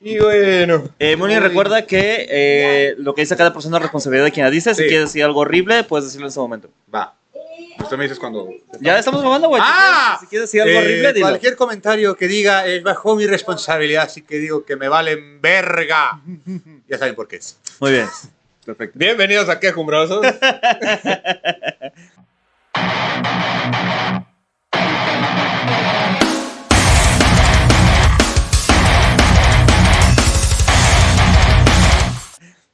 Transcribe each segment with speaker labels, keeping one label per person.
Speaker 1: Y bueno.
Speaker 2: Eh, Moni,
Speaker 1: Uy.
Speaker 2: recuerda que eh, lo que dice cada persona es responsabilidad de quien la dice. Si
Speaker 1: Sí.
Speaker 2: quieres decir algo horrible, puedes decirlo en ese momento.
Speaker 1: Va. Usted me dices cuando.
Speaker 2: Ya estamos grabando, güey. Si
Speaker 1: ¡Ah!
Speaker 2: quieres- Si quieres decir algo
Speaker 1: Eh,
Speaker 2: horrible, dilo.
Speaker 1: Cualquier comentario que diga es bajo mi responsabilidad, así que digo que me valen verga. Ya saben por qué es.
Speaker 2: Muy bien. Perfecto.
Speaker 3: Bienvenidos a Quejumbrosos.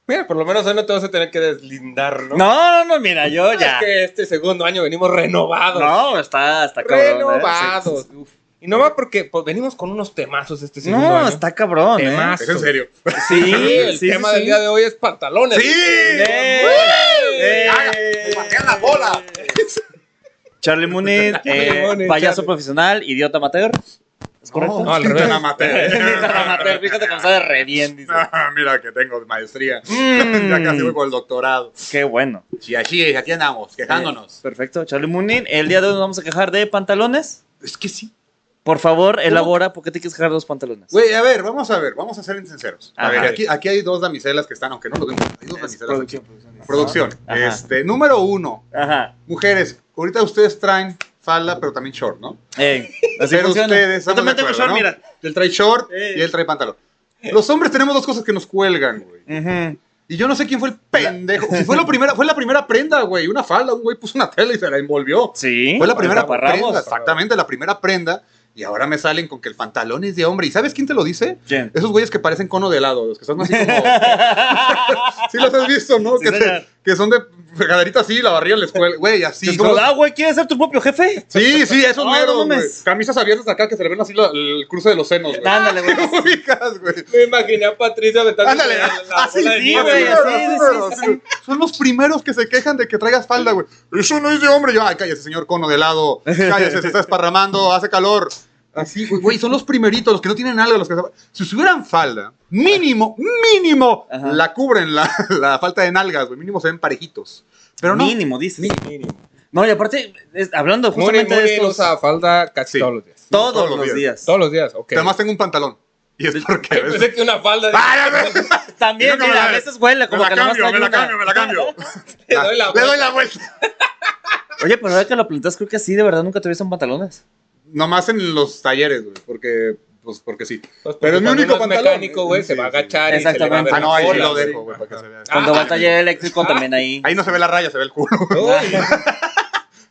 Speaker 3: Mira, por lo menos hoy no te vas a tener que deslindar, ¿no?
Speaker 2: No, no, mira, yo
Speaker 3: es
Speaker 2: ya.
Speaker 3: que este segundo año venimos renovados.
Speaker 2: No, está, está cabrón. ¿eh?
Speaker 3: renovados.
Speaker 2: Sí.
Speaker 3: Uf. Y no va porque pues, venimos con unos temazos este segundo
Speaker 2: No,
Speaker 3: año.
Speaker 2: está cabrón. ¿eh?
Speaker 3: Temazo.
Speaker 1: Es en serio.
Speaker 2: Sí,
Speaker 3: Sí, el
Speaker 2: sí,
Speaker 3: tema
Speaker 2: sí,
Speaker 3: del
Speaker 2: sí.
Speaker 3: día de hoy es pantalones.
Speaker 1: ¡Sí!
Speaker 2: ¡Eh! ¡Eh!
Speaker 1: ¡Haga! ¡Me patean la bola!
Speaker 3: eh.
Speaker 2: Charlie Mooney, eh,
Speaker 3: Mooney,
Speaker 2: payaso
Speaker 3: Charlie.
Speaker 2: profesional, idiota amateur. ¿Es correcto?
Speaker 1: No, al revés.
Speaker 2: Idiota amateur, fíjate cómo sabe re bien, dice.
Speaker 1: Ah, Mira que tengo maestría.
Speaker 2: Mm.
Speaker 1: Ya casi voy por el doctorado.
Speaker 2: Qué bueno.
Speaker 1: Sí, así es, aquí andamos, quejándonos.
Speaker 2: Perfecto, Charlie Moonin. El día de hoy nos vamos a quejar de pantalones.
Speaker 1: Eh, Es que sí.
Speaker 2: Por favor, elabora por qué te quieres quejar de los pantalones.
Speaker 1: Güey, a ver, vamos a ver, vamos a ser sinceros. A
Speaker 2: Ajá.
Speaker 1: ver, aquí, aquí hay dos damiselas que están, aunque no lo vemos. Hay dos
Speaker 2: Es
Speaker 1: damiselas aquí.
Speaker 2: producción, producción.
Speaker 1: Producción.
Speaker 2: Ajá.
Speaker 1: Este, número uno,
Speaker 2: Ajá.
Speaker 1: mujeres, ahorita ustedes traen falda, pero también short, ¿no?
Speaker 2: Ey, así
Speaker 1: Pero
Speaker 2: funciona.
Speaker 1: ustedes,
Speaker 2: Yo
Speaker 1: estamos
Speaker 2: también
Speaker 1: de
Speaker 2: tengo
Speaker 1: acuerdo,
Speaker 2: short,
Speaker 1: ¿no?
Speaker 2: mira.
Speaker 1: Él trae short
Speaker 2: Eh.
Speaker 1: y él trae pantalón. Los hombres tenemos dos cosas que nos cuelgan, güey.
Speaker 2: Ujú.
Speaker 1: Y yo no sé quién fue el pendejo. Si fue, la primera, fue la primera prenda, güey. Una falda, un güey puso una tela y se la envolvió.
Speaker 2: Sí.
Speaker 1: Fue la
Speaker 2: el
Speaker 1: primera
Speaker 2: taparrabos.
Speaker 1: prenda, exactamente, la primera prenda. Y ahora me salen con que el pantalón es de hombre. ¿Y sabes quién te lo dice?
Speaker 2: ¿Quién?
Speaker 1: Esos güeyes que parecen cono de helado, los que son así como. sí, los has visto, ¿no?
Speaker 2: Sí,
Speaker 1: que, te-
Speaker 2: señor.
Speaker 1: que son de caderita así, la barriga les cuelga. Güey, así.
Speaker 2: Es
Speaker 1: ¿cómo
Speaker 2: como,
Speaker 1: los-
Speaker 2: ah, güey, ¿quieres ser tu propio jefe?
Speaker 1: Sí, sí, esos
Speaker 2: No,
Speaker 1: meros,
Speaker 2: no mames.
Speaker 1: güey. Camisas abiertas acá que se le ven así la- el cruce de los senos, güey.
Speaker 2: Ándale, güey.
Speaker 1: ¿Te ubicas, güey?
Speaker 3: Me imaginé a Patricia aventando
Speaker 1: Ándale,
Speaker 3: la, la
Speaker 1: así,
Speaker 3: bola de
Speaker 2: sí,
Speaker 3: nieve.
Speaker 2: güey,
Speaker 1: Sí,
Speaker 2: así.
Speaker 1: sí, sí, sí. Son los primeros que se quejan de que traigas falda, güey. Eso no es de hombre. Yo, ay, cállese, señor cono de lado. Cállese, se está esparramando, hace calor. Así, güey, güey, son los primeritos, los que no tienen algo, los que... Si tuvieran falda, mínimo, mínimo,
Speaker 2: Ajá.
Speaker 1: la cubren la, la falta de nalgas, güey. Mínimo se ven parejitos. Pero no.
Speaker 2: Mínimo, dices.
Speaker 3: Mínimo.
Speaker 2: No, y aparte, es- hablando
Speaker 3: Moni,
Speaker 2: justamente
Speaker 3: Moni
Speaker 2: de estos,
Speaker 3: usa falda casi
Speaker 1: Sí.
Speaker 3: todos los días.
Speaker 2: todos,
Speaker 1: todos los
Speaker 2: los
Speaker 1: días.
Speaker 2: días.
Speaker 3: Todos los días, ok.
Speaker 1: Además tengo un pantalón. Y es porque...
Speaker 3: Pensé que una falda.
Speaker 1: ¡Ay, a ver!
Speaker 2: También,
Speaker 1: Yo creo
Speaker 2: mira,
Speaker 1: que me
Speaker 2: a
Speaker 1: la-
Speaker 2: veces huele
Speaker 1: Me
Speaker 2: como
Speaker 1: la
Speaker 2: que nomás
Speaker 1: cambio,
Speaker 2: hay
Speaker 1: me la
Speaker 2: una.
Speaker 1: cambio, me la cambio.
Speaker 3: Le doy la
Speaker 1: Le
Speaker 3: vuelta.
Speaker 1: doy la vuelta.
Speaker 2: Oye, pero ahora que lo planteas, creo que sí, de verdad nunca te he visto en pantalones.
Speaker 1: Nomás en los talleres, güey, porque... Pues porque sí.
Speaker 3: Pues,
Speaker 1: Pero es mi
Speaker 3: cuando
Speaker 1: único
Speaker 3: uno
Speaker 1: pantalón.
Speaker 3: mecánico, güey, se
Speaker 1: Sí,
Speaker 3: va a
Speaker 1: sí.
Speaker 3: agachar y se le va a
Speaker 2: Exactamente.
Speaker 3: ver
Speaker 1: Ah, no, ahí
Speaker 3: la
Speaker 1: sí
Speaker 3: bola,
Speaker 1: lo
Speaker 3: güey.
Speaker 1: dejo, güey, para que se vea.
Speaker 2: Cuando
Speaker 3: Ah,
Speaker 2: va a taller eléctrico también ahí.
Speaker 1: Ah, Ahí no se ve la raya, se ve el culo.
Speaker 3: Uy,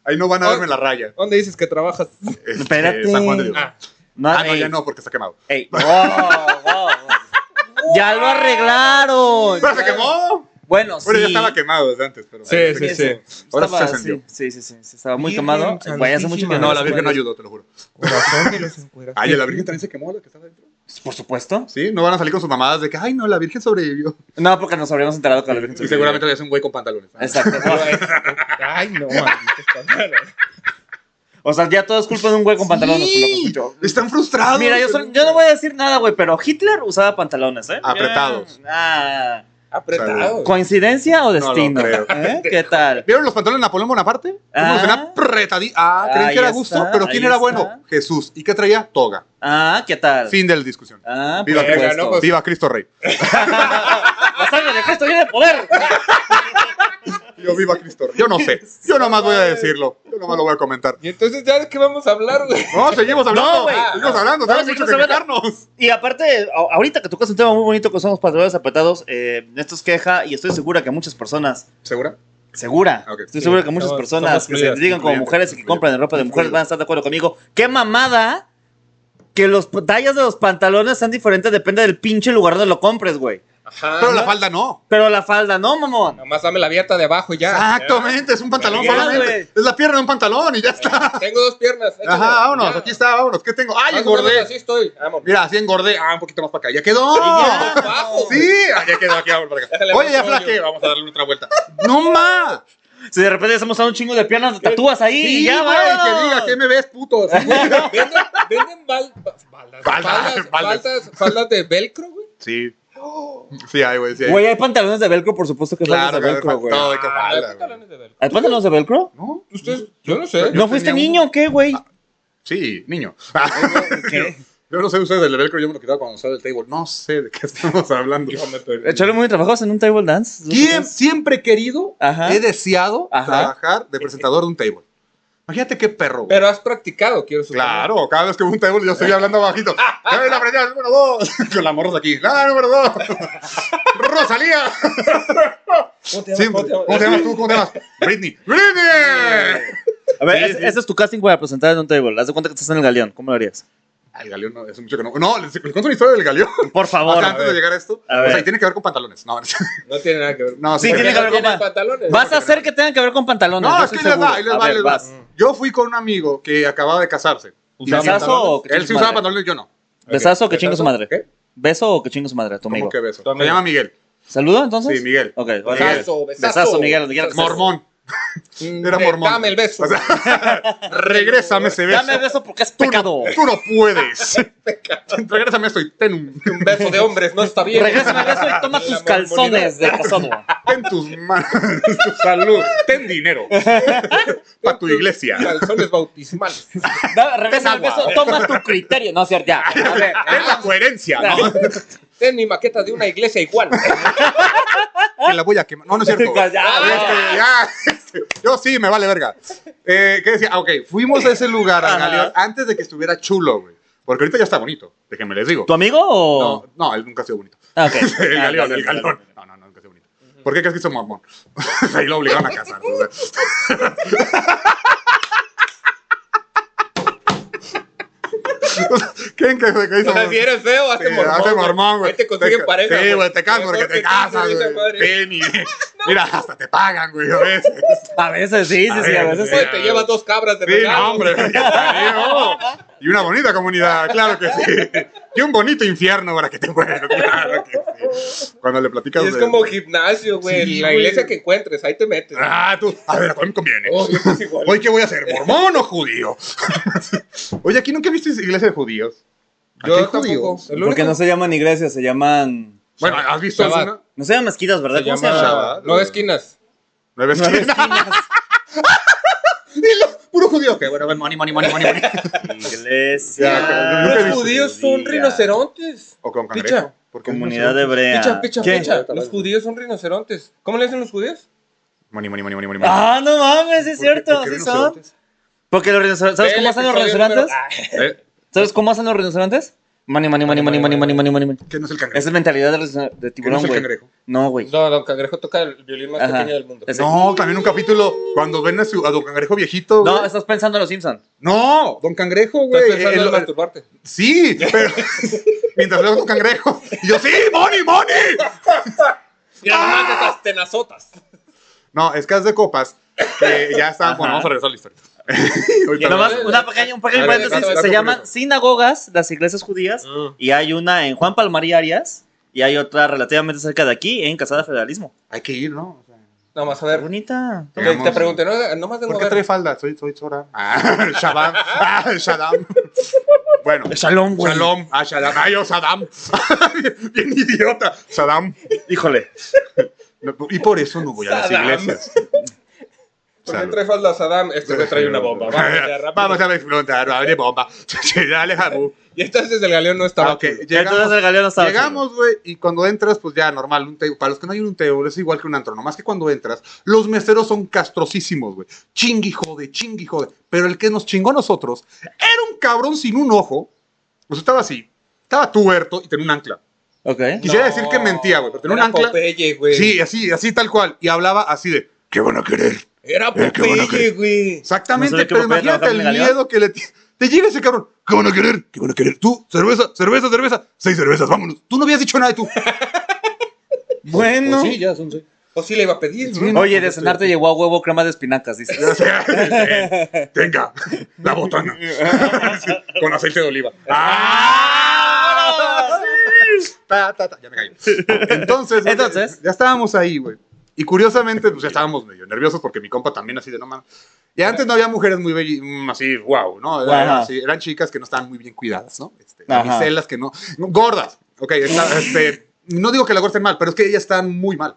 Speaker 1: Ahí no van a verme la raya.
Speaker 3: ¿Dónde dices que trabajas?
Speaker 1: Este,
Speaker 2: Espérate.
Speaker 1: San Juan de Dios.
Speaker 3: Ah,
Speaker 2: No,
Speaker 1: Ah, no,
Speaker 2: ey,
Speaker 1: ya no, porque está quemado.
Speaker 2: ey, wow, wow. ya lo arreglaron.
Speaker 1: Pero se quemó.
Speaker 2: Bueno, sí.
Speaker 1: Bueno, ya estaba quemado desde antes, pero.
Speaker 3: Sí,
Speaker 1: se
Speaker 3: sí,
Speaker 1: quemó.
Speaker 3: sí.
Speaker 1: Ahora
Speaker 2: Estaba-
Speaker 1: se encendió.
Speaker 2: Sí, sí, sí, sí, sí, estaba muy
Speaker 3: Virgen
Speaker 2: quemado. Güey, hace mucho que
Speaker 3: Santísima.
Speaker 1: No,
Speaker 2: no.
Speaker 1: la
Speaker 2: se
Speaker 1: Virgen no
Speaker 2: puede.
Speaker 1: ayudó, te lo juro.
Speaker 3: Corazón de los encuerados.
Speaker 1: Ay, la Virgen también se quemó la que estaba dentro.
Speaker 2: Por supuesto.
Speaker 1: Sí, no van a salir con sus mamadas de que, ay, no, la Virgen sobrevivió.
Speaker 2: No, porque nos habríamos enterado que la Virgen.
Speaker 1: Y seguramente había un güey con pantalones.
Speaker 2: Exacto.
Speaker 3: Ay, no, maldito escándalo.
Speaker 2: O sea, ya todo es culpa de un güey con pantalones. por lo que
Speaker 1: Sí,
Speaker 2: escucho.
Speaker 1: Están frustrados.
Speaker 2: Mira, yo, solo- yo no voy a decir nada, güey, pero Hitler usaba pantalones, ¿eh?
Speaker 1: Apretados.
Speaker 2: Ah,
Speaker 3: Apretado.
Speaker 2: ¿Coincidencia o
Speaker 1: No lo
Speaker 2: destino?
Speaker 1: creo.
Speaker 2: ¿Eh? ¿Qué tal?
Speaker 1: ¿Vieron los pantalones de Napoleón Bonaparte? ¿Cómo
Speaker 2: Ah.
Speaker 1: los tenían apretadí- Ah, creen
Speaker 2: Ahí
Speaker 1: que era
Speaker 2: está,
Speaker 1: gusto, pero ¿quién
Speaker 2: ahí
Speaker 1: era
Speaker 2: está.
Speaker 1: bueno? Jesús. ¿Y qué traía? Toga.
Speaker 2: Ah, ¿qué tal?
Speaker 1: Fin de la discusión.
Speaker 2: Ah, por
Speaker 1: Viva,
Speaker 3: Verga,
Speaker 2: supuesto.
Speaker 3: ¿no? Pues-
Speaker 1: Viva Cristo Rey.
Speaker 2: La sangre de Cristo viene de poder.
Speaker 1: Yo viva Cristo Rey. Yo no sé. Yo nomás voy a decirlo. Yo nomás lo voy a comentar.
Speaker 3: Y entonces, ¿ya de qué vamos a hablar, güey?
Speaker 1: No, seguimos hablando.
Speaker 2: No, güey.
Speaker 1: seguimos hablando.
Speaker 2: No,
Speaker 1: Tenemos mucho
Speaker 2: seguimos
Speaker 1: que
Speaker 2: hablando.
Speaker 1: quejarnos.
Speaker 2: Y aparte, a- ahorita que tocas un tema muy bonito que son los pantalones apretados, eh, esto es queja y estoy segura que muchas personas,
Speaker 1: ¿Segura?
Speaker 2: segura,
Speaker 1: Ah, ok.
Speaker 2: estoy segura
Speaker 3: Sí,
Speaker 2: que muchas
Speaker 3: somos-
Speaker 2: personas
Speaker 3: somos
Speaker 2: que se
Speaker 3: fluidas,
Speaker 2: identifican como
Speaker 1: incluyentes,
Speaker 2: mujeres y que compran ropa de mujeres
Speaker 1: incluyentes.
Speaker 2: van a estar de acuerdo conmigo. ¡Qué mamada! Que los p- tallas de los pantalones sean diferentes depende del pinche lugar donde lo compres, güey.
Speaker 3: Ajá.
Speaker 1: Pero
Speaker 3: ¿no?
Speaker 1: la falda no.
Speaker 2: Pero la falda, no, mamón.
Speaker 3: Nomás dame la abierta de abajo y ya.
Speaker 1: Ah. Exactamente, es un pantalón
Speaker 3: Ya,
Speaker 1: solamente.
Speaker 2: güey.
Speaker 1: Es la pierna de un pantalón y ya está.
Speaker 3: Ya. Tengo dos piernas. échale.
Speaker 1: Ajá, vámonos.
Speaker 3: Ya.
Speaker 1: Aquí está, vámonos. ¿Qué tengo? ¡Ay,
Speaker 3: Más o menos
Speaker 1: engordé!
Speaker 3: Así estoy. Vámonos.
Speaker 1: Mira, así engordé. Ah, un poquito más para acá. ¡Ya quedó!
Speaker 2: ya.
Speaker 3: Abajo, güey.
Speaker 1: Sí, ah, ya quedó aquí. Vamos para acá.
Speaker 3: Déjale
Speaker 1: Oye,
Speaker 3: más
Speaker 1: ya
Speaker 3: hoyo.
Speaker 1: flaqueé. Vamos a darle otra vuelta. ¡No más!
Speaker 2: Si de repente estamos usando un chingo de piernas, te tatúas ahí
Speaker 1: Sí,
Speaker 2: y ya,
Speaker 1: güey,
Speaker 2: vámonos.
Speaker 1: que diga, ¿qué me ves, puto? Sí, güey.
Speaker 3: Venden, venden bal- ba- baldas,
Speaker 1: Baldas,
Speaker 3: faldas,
Speaker 1: baldas.
Speaker 3: faldas- faldas de velcro, güey.
Speaker 1: Sí. Sí, hay, güey. Sí, hay.
Speaker 2: Güey, hay pantalones de velcro, por supuesto que son
Speaker 1: Claro,
Speaker 2: de
Speaker 1: güey,
Speaker 2: velcro, güey.
Speaker 1: todo de que
Speaker 3: Ah,
Speaker 1: falda,
Speaker 3: hay
Speaker 1: güey.
Speaker 3: pantalones de velcro.
Speaker 2: ¿Hay pantalones de velcro?
Speaker 1: ¿No?
Speaker 3: Ustedes, yo no sé.
Speaker 1: Yo
Speaker 2: ¿No fuiste
Speaker 1: tenía
Speaker 2: niño o qué, güey?
Speaker 1: Sí, niño.
Speaker 2: ¿Qué?
Speaker 1: Yo no sé ustedes del velcro, yo me lo quitaba cuando usaba el table. No sé de qué estamos hablando.
Speaker 3: Yo me perdí.
Speaker 2: Echale muy trabajos en un table dance.
Speaker 1: Siem- siempre he querido,
Speaker 2: Ajá.
Speaker 1: he deseado
Speaker 2: Ajá.
Speaker 1: trabajar de presentador de un table. Imagínate qué perro. güey.
Speaker 3: Pero has practicado, quiero suponer.
Speaker 1: Claro, cada vez que veo un table yo estoy hablando bajito. Ya ven la primera, número dos. Con la morros aquí. La número dos. Rosalía.
Speaker 3: ¿Cómo te llamas?
Speaker 1: Siempre.
Speaker 3: ¿Cómo te llamas?
Speaker 1: ¿Cómo te llamas tú? ¿Cómo te llamas? Britney. ¡Britney!
Speaker 2: A ver,
Speaker 1: Sí,
Speaker 2: ese,
Speaker 1: sí.
Speaker 2: ese es tu casting para presentar en un table. Haz de cuenta que estás en el galeón. ¿Cómo lo harías?
Speaker 1: Ah, El galeón no, es mucho que no. No, les, les cuento una historia del galeón.
Speaker 2: Por favor.
Speaker 1: Hasta
Speaker 2: a
Speaker 1: antes de
Speaker 2: ver.
Speaker 1: llegar a esto.
Speaker 2: A
Speaker 1: o
Speaker 2: ver.
Speaker 1: sea, y tiene que ver con pantalones. No,
Speaker 3: No tiene nada que ver.
Speaker 1: no
Speaker 2: Sí,
Speaker 1: porque-
Speaker 2: tiene que ver con
Speaker 3: tiene
Speaker 2: pan-
Speaker 3: pantalones.
Speaker 2: Vas a hacer que tengan que ver con pantalones.
Speaker 1: No,
Speaker 2: yo
Speaker 1: es que ahí
Speaker 2: estoy
Speaker 1: les
Speaker 2: seguro.
Speaker 1: va, ahí les
Speaker 2: A
Speaker 1: va, ahí
Speaker 2: ver,
Speaker 1: les va.
Speaker 2: vas.
Speaker 1: Yo fui con un amigo que acababa de casarse.
Speaker 2: ¿Usaba
Speaker 1: Tenía
Speaker 2: ¿Besazo
Speaker 1: pantalones.
Speaker 2: o que
Speaker 1: Él
Speaker 2: chingue
Speaker 1: sí
Speaker 2: su
Speaker 1: usaba
Speaker 2: madre?
Speaker 1: pantalones, yo no.
Speaker 2: ¿Besazo o que
Speaker 3: ¿Besazo?
Speaker 2: chingue su madre?
Speaker 3: ¿Qué?
Speaker 2: ¿Beso o que chingue su madre a tu
Speaker 1: ¿Cómo
Speaker 2: amigo?
Speaker 1: que beso?
Speaker 3: Tu amigo.
Speaker 1: Se llama Miguel.
Speaker 2: ¿Saludo entonces?
Speaker 1: Sí, Miguel.
Speaker 2: Ok, vale.
Speaker 3: Besazo, besazo.
Speaker 2: Besazo, Miguel, Miguel.
Speaker 1: Mormón. Era
Speaker 3: Eh,
Speaker 1: mormón.
Speaker 3: Dame el beso.
Speaker 1: O Regrésame ese beso.
Speaker 2: Dame beso porque es
Speaker 1: Tú no-
Speaker 2: pecado.
Speaker 1: Tú no puedes. Regrésame esto y ten, un-
Speaker 3: un beso de hombres, no está bien.
Speaker 2: Regrésame beso
Speaker 3: La
Speaker 2: y toma tus
Speaker 3: mormonidad.
Speaker 2: calzones de casado.
Speaker 1: ten tus manos, tu salud, ten dinero para tu iglesia.
Speaker 3: Calzones bautismales.
Speaker 2: Da- Regrésame
Speaker 1: Agua.
Speaker 2: beso, toma tu criterio. No, es cierto, ya.
Speaker 3: Dale,
Speaker 1: Ten la coherencia, ¿no?
Speaker 3: eh, Ten mi maqueta de una iglesia igual.
Speaker 1: que la voy a quemar. No, no es cierto.
Speaker 2: Ya,
Speaker 1: Este, ya, este, yo sí, me vale verga. Eh, ¿Qué decía? Ah, ok, fuimos a ese lugar, a
Speaker 2: Ajá.
Speaker 1: Galeón, antes de que estuviera chulo, güey. Porque ahorita ya está bonito, déjenme les digo.
Speaker 2: ¿Tu amigo o...?
Speaker 1: No, no, él nunca ha sido bonito.
Speaker 2: Ah, ok.
Speaker 1: El
Speaker 2: Ah,
Speaker 1: galeón,
Speaker 2: ya,
Speaker 1: el
Speaker 2: ya, ya.
Speaker 1: galeón. No, no, no, nunca ha sido bonito. ¿Por qué crees que hizo mormón? Ahí lo obligaron a casar. o sea. ¿Quién que que hizo
Speaker 3: O sea, si eres feo, hazte
Speaker 1: Sí,
Speaker 3: mormón.
Speaker 1: hace mormón, güey.
Speaker 3: Ahí te consiguen
Speaker 1: ca-
Speaker 3: pareja.
Speaker 1: Sí, güey, te casas
Speaker 3: Mejor
Speaker 1: porque
Speaker 3: que
Speaker 1: te
Speaker 3: te
Speaker 1: casas,
Speaker 3: esa madre.
Speaker 1: güey.
Speaker 3: pues.
Speaker 1: Penny. Mira, hasta te pagan, güey, a veces.
Speaker 2: A veces sí, sí, sí, a veces sí.
Speaker 3: Güey, te llevas dos cabras de
Speaker 1: Sí, no, hombre, ya te digo. Y una bonita comunidad, claro que sí. Y un bonito infierno para que te mueras, claro que sí. Cuando le platicas
Speaker 3: Y es
Speaker 1: de-
Speaker 3: como gimnasio, güey.
Speaker 1: Sí,
Speaker 3: la
Speaker 1: güey.
Speaker 3: iglesia que encuentres, ahí te metes.
Speaker 1: Ah, tú, a ver, ¿a cuál me conviene?
Speaker 3: Oh, yo es igual.
Speaker 1: Hoy, ¿qué voy a hacer? ¿Mormón o judío? Oye, aquí nunca viste iglesia de judíos. Aquí hay
Speaker 3: yo
Speaker 1: judíos.
Speaker 3: tampoco. El único-
Speaker 2: Porque no se llaman iglesias, se llaman...
Speaker 1: Bueno, ¿has visto
Speaker 3: Shabbat.
Speaker 1: alguna?
Speaker 2: No se llaman mezquitas, ¿verdad?
Speaker 3: se
Speaker 2: ¿Cómo se
Speaker 3: llama-
Speaker 2: llama?
Speaker 1: Shabbat,
Speaker 3: No
Speaker 1: güey.
Speaker 3: esquinas.
Speaker 1: Nueve esquinas. Dilo, Puro judío. Que bueno, money, money, money, money. money. Nunca he
Speaker 2: Iglesia.
Speaker 3: Los judíos son rinocerontes.
Speaker 1: O con
Speaker 3: Picha.
Speaker 1: cangrejo. porque
Speaker 2: Comunidad hebrea.
Speaker 3: Picha, picha,
Speaker 2: ¿Qué?
Speaker 3: picha. Los judíos son rinocerontes. ¿Cómo le dicen los judíos?
Speaker 1: Money, money, money, money, money.
Speaker 2: Ah, no mames, es
Speaker 1: ¿Por qué-
Speaker 2: cierto,
Speaker 1: por qué
Speaker 2: sí son.
Speaker 1: rinocerontes?
Speaker 2: Porque los rinocerontes, ¿sabes
Speaker 3: Ve
Speaker 2: cómo
Speaker 3: el
Speaker 2: hacen los
Speaker 3: episodio
Speaker 2: rinocerontes?
Speaker 3: número-
Speaker 1: Eh,
Speaker 2: ¿Sabes cómo hacen los rinocerontes? Mani, mani, mani, mani, mani, mani, mani, mani.
Speaker 1: ¿Qué no es
Speaker 2: Esa
Speaker 1: el
Speaker 2: es
Speaker 1: cangrejo?
Speaker 2: la mentalidad de, los- de
Speaker 1: ¿Qué no
Speaker 2: tiburón,
Speaker 1: es el
Speaker 2: güey.
Speaker 1: cangrejo?
Speaker 2: No, güey.
Speaker 3: No, don Cangrejo toca el violín más
Speaker 2: Ajá.
Speaker 3: pequeño del mundo.
Speaker 2: Es-
Speaker 1: No, también un capítulo cuando ven a, su, a Don Cangrejo viejito.
Speaker 2: No,
Speaker 1: güey.
Speaker 2: estás pensando en los Simpsons.
Speaker 1: no Don Cangrejo,
Speaker 3: Estás
Speaker 1: güey.
Speaker 3: pensando
Speaker 1: el-
Speaker 3: en masturbarte.
Speaker 1: Sí, pero mientras veo con cangrejo, y yo, sí, money, money.
Speaker 3: Y además de esas tenazotas.
Speaker 1: No, es que haz de copas, que ya está,
Speaker 2: Ajá.
Speaker 1: bueno, vamos a regresar a la historia. Ahorita
Speaker 2: Nomás
Speaker 1: vemos.
Speaker 2: una pequeña, un pequeño
Speaker 1: A ver,
Speaker 2: paréntesis.
Speaker 1: dato
Speaker 2: Se llaman
Speaker 1: curioso.
Speaker 2: sinagogas, las iglesias judías,
Speaker 3: Mm.
Speaker 2: y hay una en Juan Palmarí Arias, y hay otra relativamente cerca de aquí, en Casada Federalismo.
Speaker 1: Hay que ir, ¿no? O sea,
Speaker 3: Nada más, a
Speaker 2: Qué
Speaker 3: ver.
Speaker 2: bonita.
Speaker 3: Te,
Speaker 1: Digamos,
Speaker 3: te pregunté, no, no más de
Speaker 1: ¿Por qué trae falda? Soy, soy Zora. Ah, Shadam. Ah, Shadam. Bueno.
Speaker 2: Shalom, güey.
Speaker 1: Shalom. Ah, Shadam. Ay, yo, Saddam. Bien idiota. Saddam.
Speaker 2: Híjole.
Speaker 1: No, Y por eso no voy a las
Speaker 3: Saddam.
Speaker 1: iglesias.
Speaker 3: ¿Por qué trae falda Saddam? Este me trae una bomba. Vamos, ya, rápido.
Speaker 1: Eh, Vamos a explotar. Va a venir bomba. Sí, Dale, Jabu.
Speaker 3: Y entonces el galeón no estaba.
Speaker 1: Ah, ok.
Speaker 3: chulo.
Speaker 1: Llegamos-
Speaker 2: Entonces el galeón no estaba
Speaker 1: Llegamos, güey, y cuando entras, pues ya normal, un table. Para los que no hay un table, es igual que un antro, nomás que cuando entras, los meseros son castrosísimos, güey. Chingui jode, chingui jode. Pero el que nos chingó a nosotros era un cabrón sin un ojo. Pues estaba así, estaba tuerto y tenía un ancla.
Speaker 2: Ok.
Speaker 1: Quisiera
Speaker 3: No,
Speaker 1: decir que mentía, güey, pero tenía un
Speaker 3: era
Speaker 1: ancla.
Speaker 3: Popeye, güey.
Speaker 1: Sí, así, así tal cual. Y hablaba así de, ¿qué van a querer?
Speaker 3: Era
Speaker 1: Eh, qué bueno
Speaker 3: Popeye, güey.
Speaker 1: Exactamente,
Speaker 2: No sé de qué
Speaker 1: pero
Speaker 2: propiedad
Speaker 1: imagínate
Speaker 2: trabajar
Speaker 1: el
Speaker 2: en el Galeón.
Speaker 1: miedo que le ti- Te llega ese cabrón. ¿Qué van a querer? ¿Qué van a querer? Tú, cerveza, cerveza, cerveza. Seis cervezas, vámonos. Tú no habías dicho nada de tú.
Speaker 2: Bueno.
Speaker 1: Pues sí, ya son seis.
Speaker 3: O sí le iba a pedir,
Speaker 1: Sí,
Speaker 3: ¿no?
Speaker 1: no,
Speaker 2: Oye, de
Speaker 1: pues,
Speaker 2: cenar te llegó a huevo crema de espinacas, dices.
Speaker 1: O sea, Tenga, la botana. Sí, Con aceite de oliva. ¡Ah! Sí. Ta, ta, ta. Ya me caí. Entonces,
Speaker 2: Entonces.
Speaker 1: ya, ya estábamos ahí, güey. Y curiosamente, pues ya estábamos medio nerviosos porque mi compa también así de no mames. Y antes no había mujeres muy bellas, así, wow, ¿no? Era- era
Speaker 2: Ajá.
Speaker 1: así, eran chicas que no estaban muy bien cuidadas, ¿no? Este,
Speaker 2: Ajá.
Speaker 1: damiselas que no, no, Gordas. Ok, esta- este, no digo que las gordas estén mal, pero es que ellas están muy mal.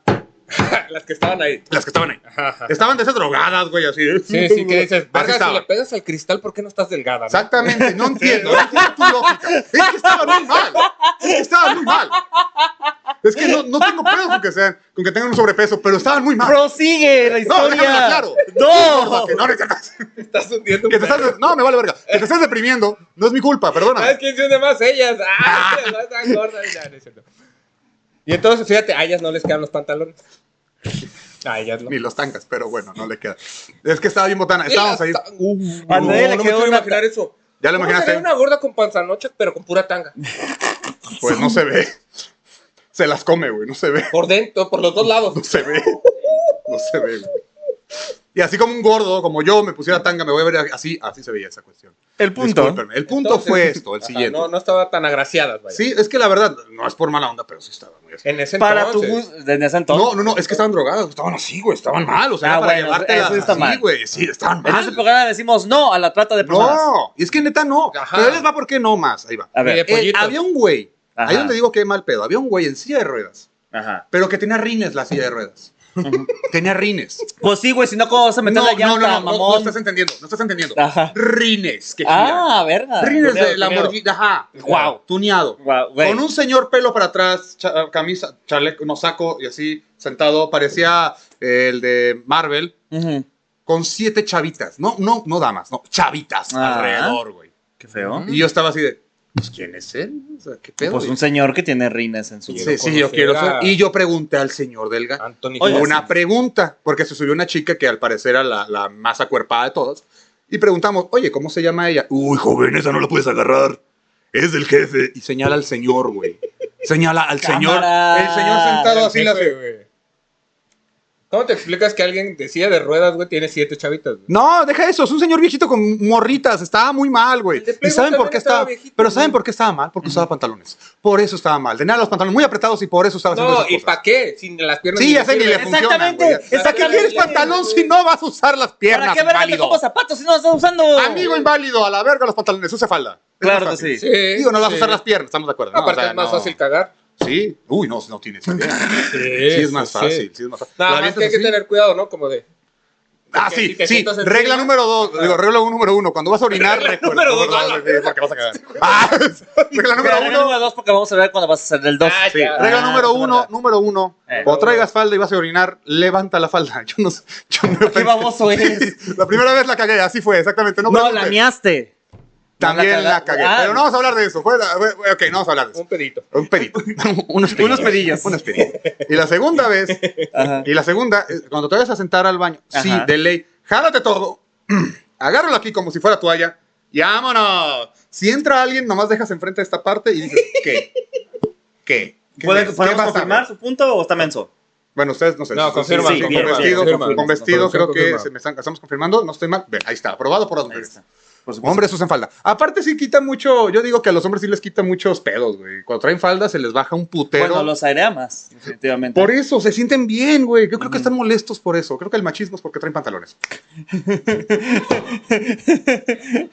Speaker 3: Las que estaban ahí.
Speaker 1: Las que estaban ahí. Estaban desdrogadas, güey, así.
Speaker 3: Sí, sí, que dices,
Speaker 1: Así
Speaker 3: Vargas, si
Speaker 1: estaba.
Speaker 3: le pegas al cristal, ¿por qué no estás delgada? no?"
Speaker 1: Exactamente, no entiendo, no entiendo tu lógica. Es que estaban muy mal. Es que estaban muy mal. Es que no, no tengo pedos con que sean, con que tengan un sobrepeso, pero estaban muy mal.
Speaker 2: Prosigue la
Speaker 1: No, déjame
Speaker 2: historia.
Speaker 1: claro.
Speaker 2: No.
Speaker 1: Que, no, no, no,
Speaker 3: Te estás hundiendo.
Speaker 1: que te estás, no, me vale verga. Que te estés deprimiendo, no es mi culpa,
Speaker 3: ¿Sabes
Speaker 1: perdóname.
Speaker 3: quién se hunde más? Ellas. Ah, no están gordas. Ya, no es cierto. Y entonces, fíjate, a ellas no les quedan los pantalones. A ellas no.
Speaker 1: Ni los tancas, pero bueno, no le queda. Es que estaba bien botana. Estábamos ahí.
Speaker 3: Uh,
Speaker 2: A
Speaker 3: no,
Speaker 2: nadie le
Speaker 3: no me
Speaker 2: quedó
Speaker 3: quiero
Speaker 2: una-
Speaker 3: imaginar eso.
Speaker 1: Ya lo
Speaker 3: ¿Cómo
Speaker 1: imaginaste.
Speaker 3: sería una gorda con panzanocha, pero con pura tanga?
Speaker 1: Pues no se ve. Se las come, güey. No se ve.
Speaker 3: Por dentro, por los dos
Speaker 1: No
Speaker 3: lados.
Speaker 1: se ve. No se ve, güey. Y así como un gordo, como yo, me pusiera tanga, me voy a ver así. Así se veía esa cuestión.
Speaker 2: El punto.
Speaker 1: Discúlpenme. El punto
Speaker 3: Entonces-
Speaker 1: fue esto, el
Speaker 3: Ajá,
Speaker 1: siguiente.
Speaker 3: No, no estaba tan agraciadas, vaya.
Speaker 1: Sí, es que la verdad, no es por mala onda, pero sí estaba muy así.
Speaker 3: En ese
Speaker 2: Para tu
Speaker 3: entonces.
Speaker 2: gusto. Desde ese entonces.
Speaker 1: No, no, no, es que estaban drogadas, güey, estaban así, güey, estaban mal, o sea,
Speaker 2: Ah,
Speaker 1: era para
Speaker 2: bueno,
Speaker 1: llevártelas
Speaker 2: eso está
Speaker 1: así,
Speaker 2: mal.
Speaker 1: güey, sí, estaban
Speaker 2: En
Speaker 1: mal.
Speaker 2: este programa decimos no a la trata de personas.
Speaker 1: No, y es que neta no,
Speaker 3: Ajá.
Speaker 1: pero ahí les va por qué no más, ahí va.
Speaker 2: A
Speaker 3: Eh,
Speaker 2: ver.
Speaker 1: Eh,
Speaker 3: pollitos.
Speaker 1: había un güey, ahí
Speaker 2: Ajá.
Speaker 1: donde digo que mal pedo, había un güey en silla de ruedas,
Speaker 2: Ajá.
Speaker 1: pero que tenía rines la silla de ruedas. tenía rines.
Speaker 2: Pues sí, güey, si no, ¿cómo vas a meter
Speaker 1: No,
Speaker 2: la
Speaker 1: no, no,
Speaker 2: llanta,
Speaker 1: no, no, no
Speaker 2: mamón?
Speaker 1: estás entendiendo, no estás entendiendo.
Speaker 2: Ajá.
Speaker 1: Rines que giran.
Speaker 2: Ah, verga.
Speaker 1: Rines
Speaker 3: tuneado,
Speaker 1: de la
Speaker 3: tuneado.
Speaker 1: mordida, ajá.
Speaker 2: Guau.
Speaker 1: Tuneado.
Speaker 2: Guau, güey.
Speaker 1: Con un señor pelo para atrás, cha- camisa, chaleco, no saco y así, sentado, parecía eh, el de Marvel,
Speaker 2: Ujú.
Speaker 1: con siete chavitas. No, no, no damas, no, chavitas
Speaker 2: Ah.
Speaker 1: alrededor, güey.
Speaker 2: Qué feo.
Speaker 1: Y yo estaba así de, pues, ¿quién es él? O sea, ¿qué pedo?
Speaker 2: Pues
Speaker 1: güey?
Speaker 2: un señor que tiene rines en su
Speaker 1: Sí, sí, yo
Speaker 3: conocer
Speaker 1: quiero
Speaker 3: a-
Speaker 1: ser. Y yo pregunté al señor Delga
Speaker 3: Anthony
Speaker 2: Oye,
Speaker 1: una
Speaker 3: Hopkins.
Speaker 1: pregunta, porque se subió una chica que al parecer era la, la más acuerpada de todas. Y preguntamos, oye, ¿cómo se llama ella? Uy, joven, esa no la puedes agarrar. Es del jefe. Y señala al señor, güey. Señala al
Speaker 2: Cámara.
Speaker 1: señor. El señor sentado así. La...
Speaker 3: Jefe, güey. ¿Cómo te explicas que alguien de silla de ruedas, güey, tiene siete chavitas? güey?
Speaker 1: No, deja eso. Es un señor viejito con morritas. Estaba muy mal, güey.
Speaker 3: El de
Speaker 1: ¿Y
Speaker 3: Playboy
Speaker 1: saben por
Speaker 3: también
Speaker 1: qué
Speaker 3: estaba
Speaker 1: estaba?
Speaker 3: viejito,
Speaker 1: Pero
Speaker 3: güey.
Speaker 1: ¿saben por qué estaba mal? Porque usaba pantalones. Por eso estaba mal. Tenía los pantalones muy apretados y por eso estaba haciendo
Speaker 3: No,
Speaker 1: esas
Speaker 3: ¿y
Speaker 1: cosas.
Speaker 3: para qué? Sin las piernas.
Speaker 1: Sí,
Speaker 3: ni
Speaker 1: ya
Speaker 3: los
Speaker 1: sé, ni le
Speaker 3: pies.
Speaker 2: Exactamente,
Speaker 1: funciona, güey. ¿Para qué
Speaker 2: exactamente.
Speaker 1: quieres pantalón si no vas a usar las piernas,
Speaker 2: ¿Para qué verga te
Speaker 1: inválido?
Speaker 2: compras zapatos si no los estás usando?
Speaker 1: Amigo inválido, a la verga los pantalones, usa falda. Es
Speaker 2: Claro
Speaker 1: más
Speaker 2: que
Speaker 1: fácil.
Speaker 2: sí.
Speaker 3: Sí,
Speaker 1: Digo, no vas a
Speaker 3: sí.
Speaker 1: usar las piernas, estamos de acuerdo. ¿no?
Speaker 3: Aparte
Speaker 1: O sea,
Speaker 3: es más
Speaker 1: no.
Speaker 3: fácil cagar.
Speaker 1: Sí. Uy, no, no tienes idea.
Speaker 3: Sí,
Speaker 1: Sí, es más fácil. Sí, es más fácil. La
Speaker 3: Nada más
Speaker 1: avientas
Speaker 3: que hay que
Speaker 1: así.
Speaker 3: tener cuidado, ¿no? Como de.
Speaker 1: Ah,
Speaker 3: que
Speaker 1: sí,
Speaker 3: si te
Speaker 1: sí.
Speaker 3: sientas encima-
Speaker 1: Regla número dos. Digo, regla número uno. Cuando vas a orinar,
Speaker 3: Regla
Speaker 1: recuerda.
Speaker 3: número dos,
Speaker 1: recuerda,
Speaker 3: a la
Speaker 1: recuerda, porque vas a cagar. Ah, regla
Speaker 2: Pero regla
Speaker 1: número uno.
Speaker 2: número dos, porque vamos a ver cuando vas a hacer el dos.
Speaker 3: Ah,
Speaker 1: Sí,
Speaker 3: ya.
Speaker 1: regla
Speaker 2: Ah,
Speaker 1: número
Speaker 2: tu
Speaker 1: uno,
Speaker 2: verdad.
Speaker 1: número uno.
Speaker 2: Eh.
Speaker 1: Cuando traigas falda y vas a orinar, levanta la falda. Yo no sé. Yo no
Speaker 2: Qué baboso eres.
Speaker 1: La primera vez la cagué, así fue, exactamente. No,
Speaker 2: No,
Speaker 1: preguntes.
Speaker 2: lameaste.
Speaker 1: También
Speaker 2: la
Speaker 1: la
Speaker 2: caga-
Speaker 1: cagué.
Speaker 2: Ah.
Speaker 1: Pero no vamos a hablar de eso. Fue la- fue- fue- ok, no vamos a hablar de
Speaker 3: Un
Speaker 1: eso.
Speaker 3: pedito.
Speaker 1: Un perito. Unos pedillos.
Speaker 2: Unos pedillos.
Speaker 1: Unos pedillos. Y la segunda vez,
Speaker 2: Ajá.
Speaker 1: y la segunda, eh, cuando te vayas a sentar al baño, sí,
Speaker 2: Ajá.
Speaker 1: de ley, jálate todo, agárralo aquí como si fuera toalla y vámonos. Si entra alguien, nomás dejas enfrente esta parte y dices, ¿qué? ¿Qué? ¿Qué
Speaker 2: ¿Pueden-
Speaker 1: ves?
Speaker 2: ¿Podemos
Speaker 1: ¿Qué vas a
Speaker 2: confirmar
Speaker 1: ver?
Speaker 2: su punto o está menso?
Speaker 1: Bueno, ustedes no sé.
Speaker 3: No,
Speaker 1: Sí,
Speaker 3: confirma,
Speaker 1: sí, con
Speaker 2: confirma,
Speaker 1: vestido,
Speaker 3: confirma.
Speaker 1: con vestido, creo que
Speaker 3: Confirma.
Speaker 1: se me están, estamos confirmando. No estoy mal. Ven, ahí está, aprobado por las
Speaker 2: Ahí
Speaker 1: mujeres.
Speaker 2: está. Por supuesto.
Speaker 1: Hombres usan falda. Aparte sí quita mucho, yo digo que a los hombres sí les quita muchos pedos, güey. Cuando traen falda se les baja un putero.
Speaker 2: Bueno, los airea más, definitivamente.
Speaker 1: Por eso se sienten bien, güey. Yo creo que están molestos por eso. Creo que el machismo es porque traen pantalones.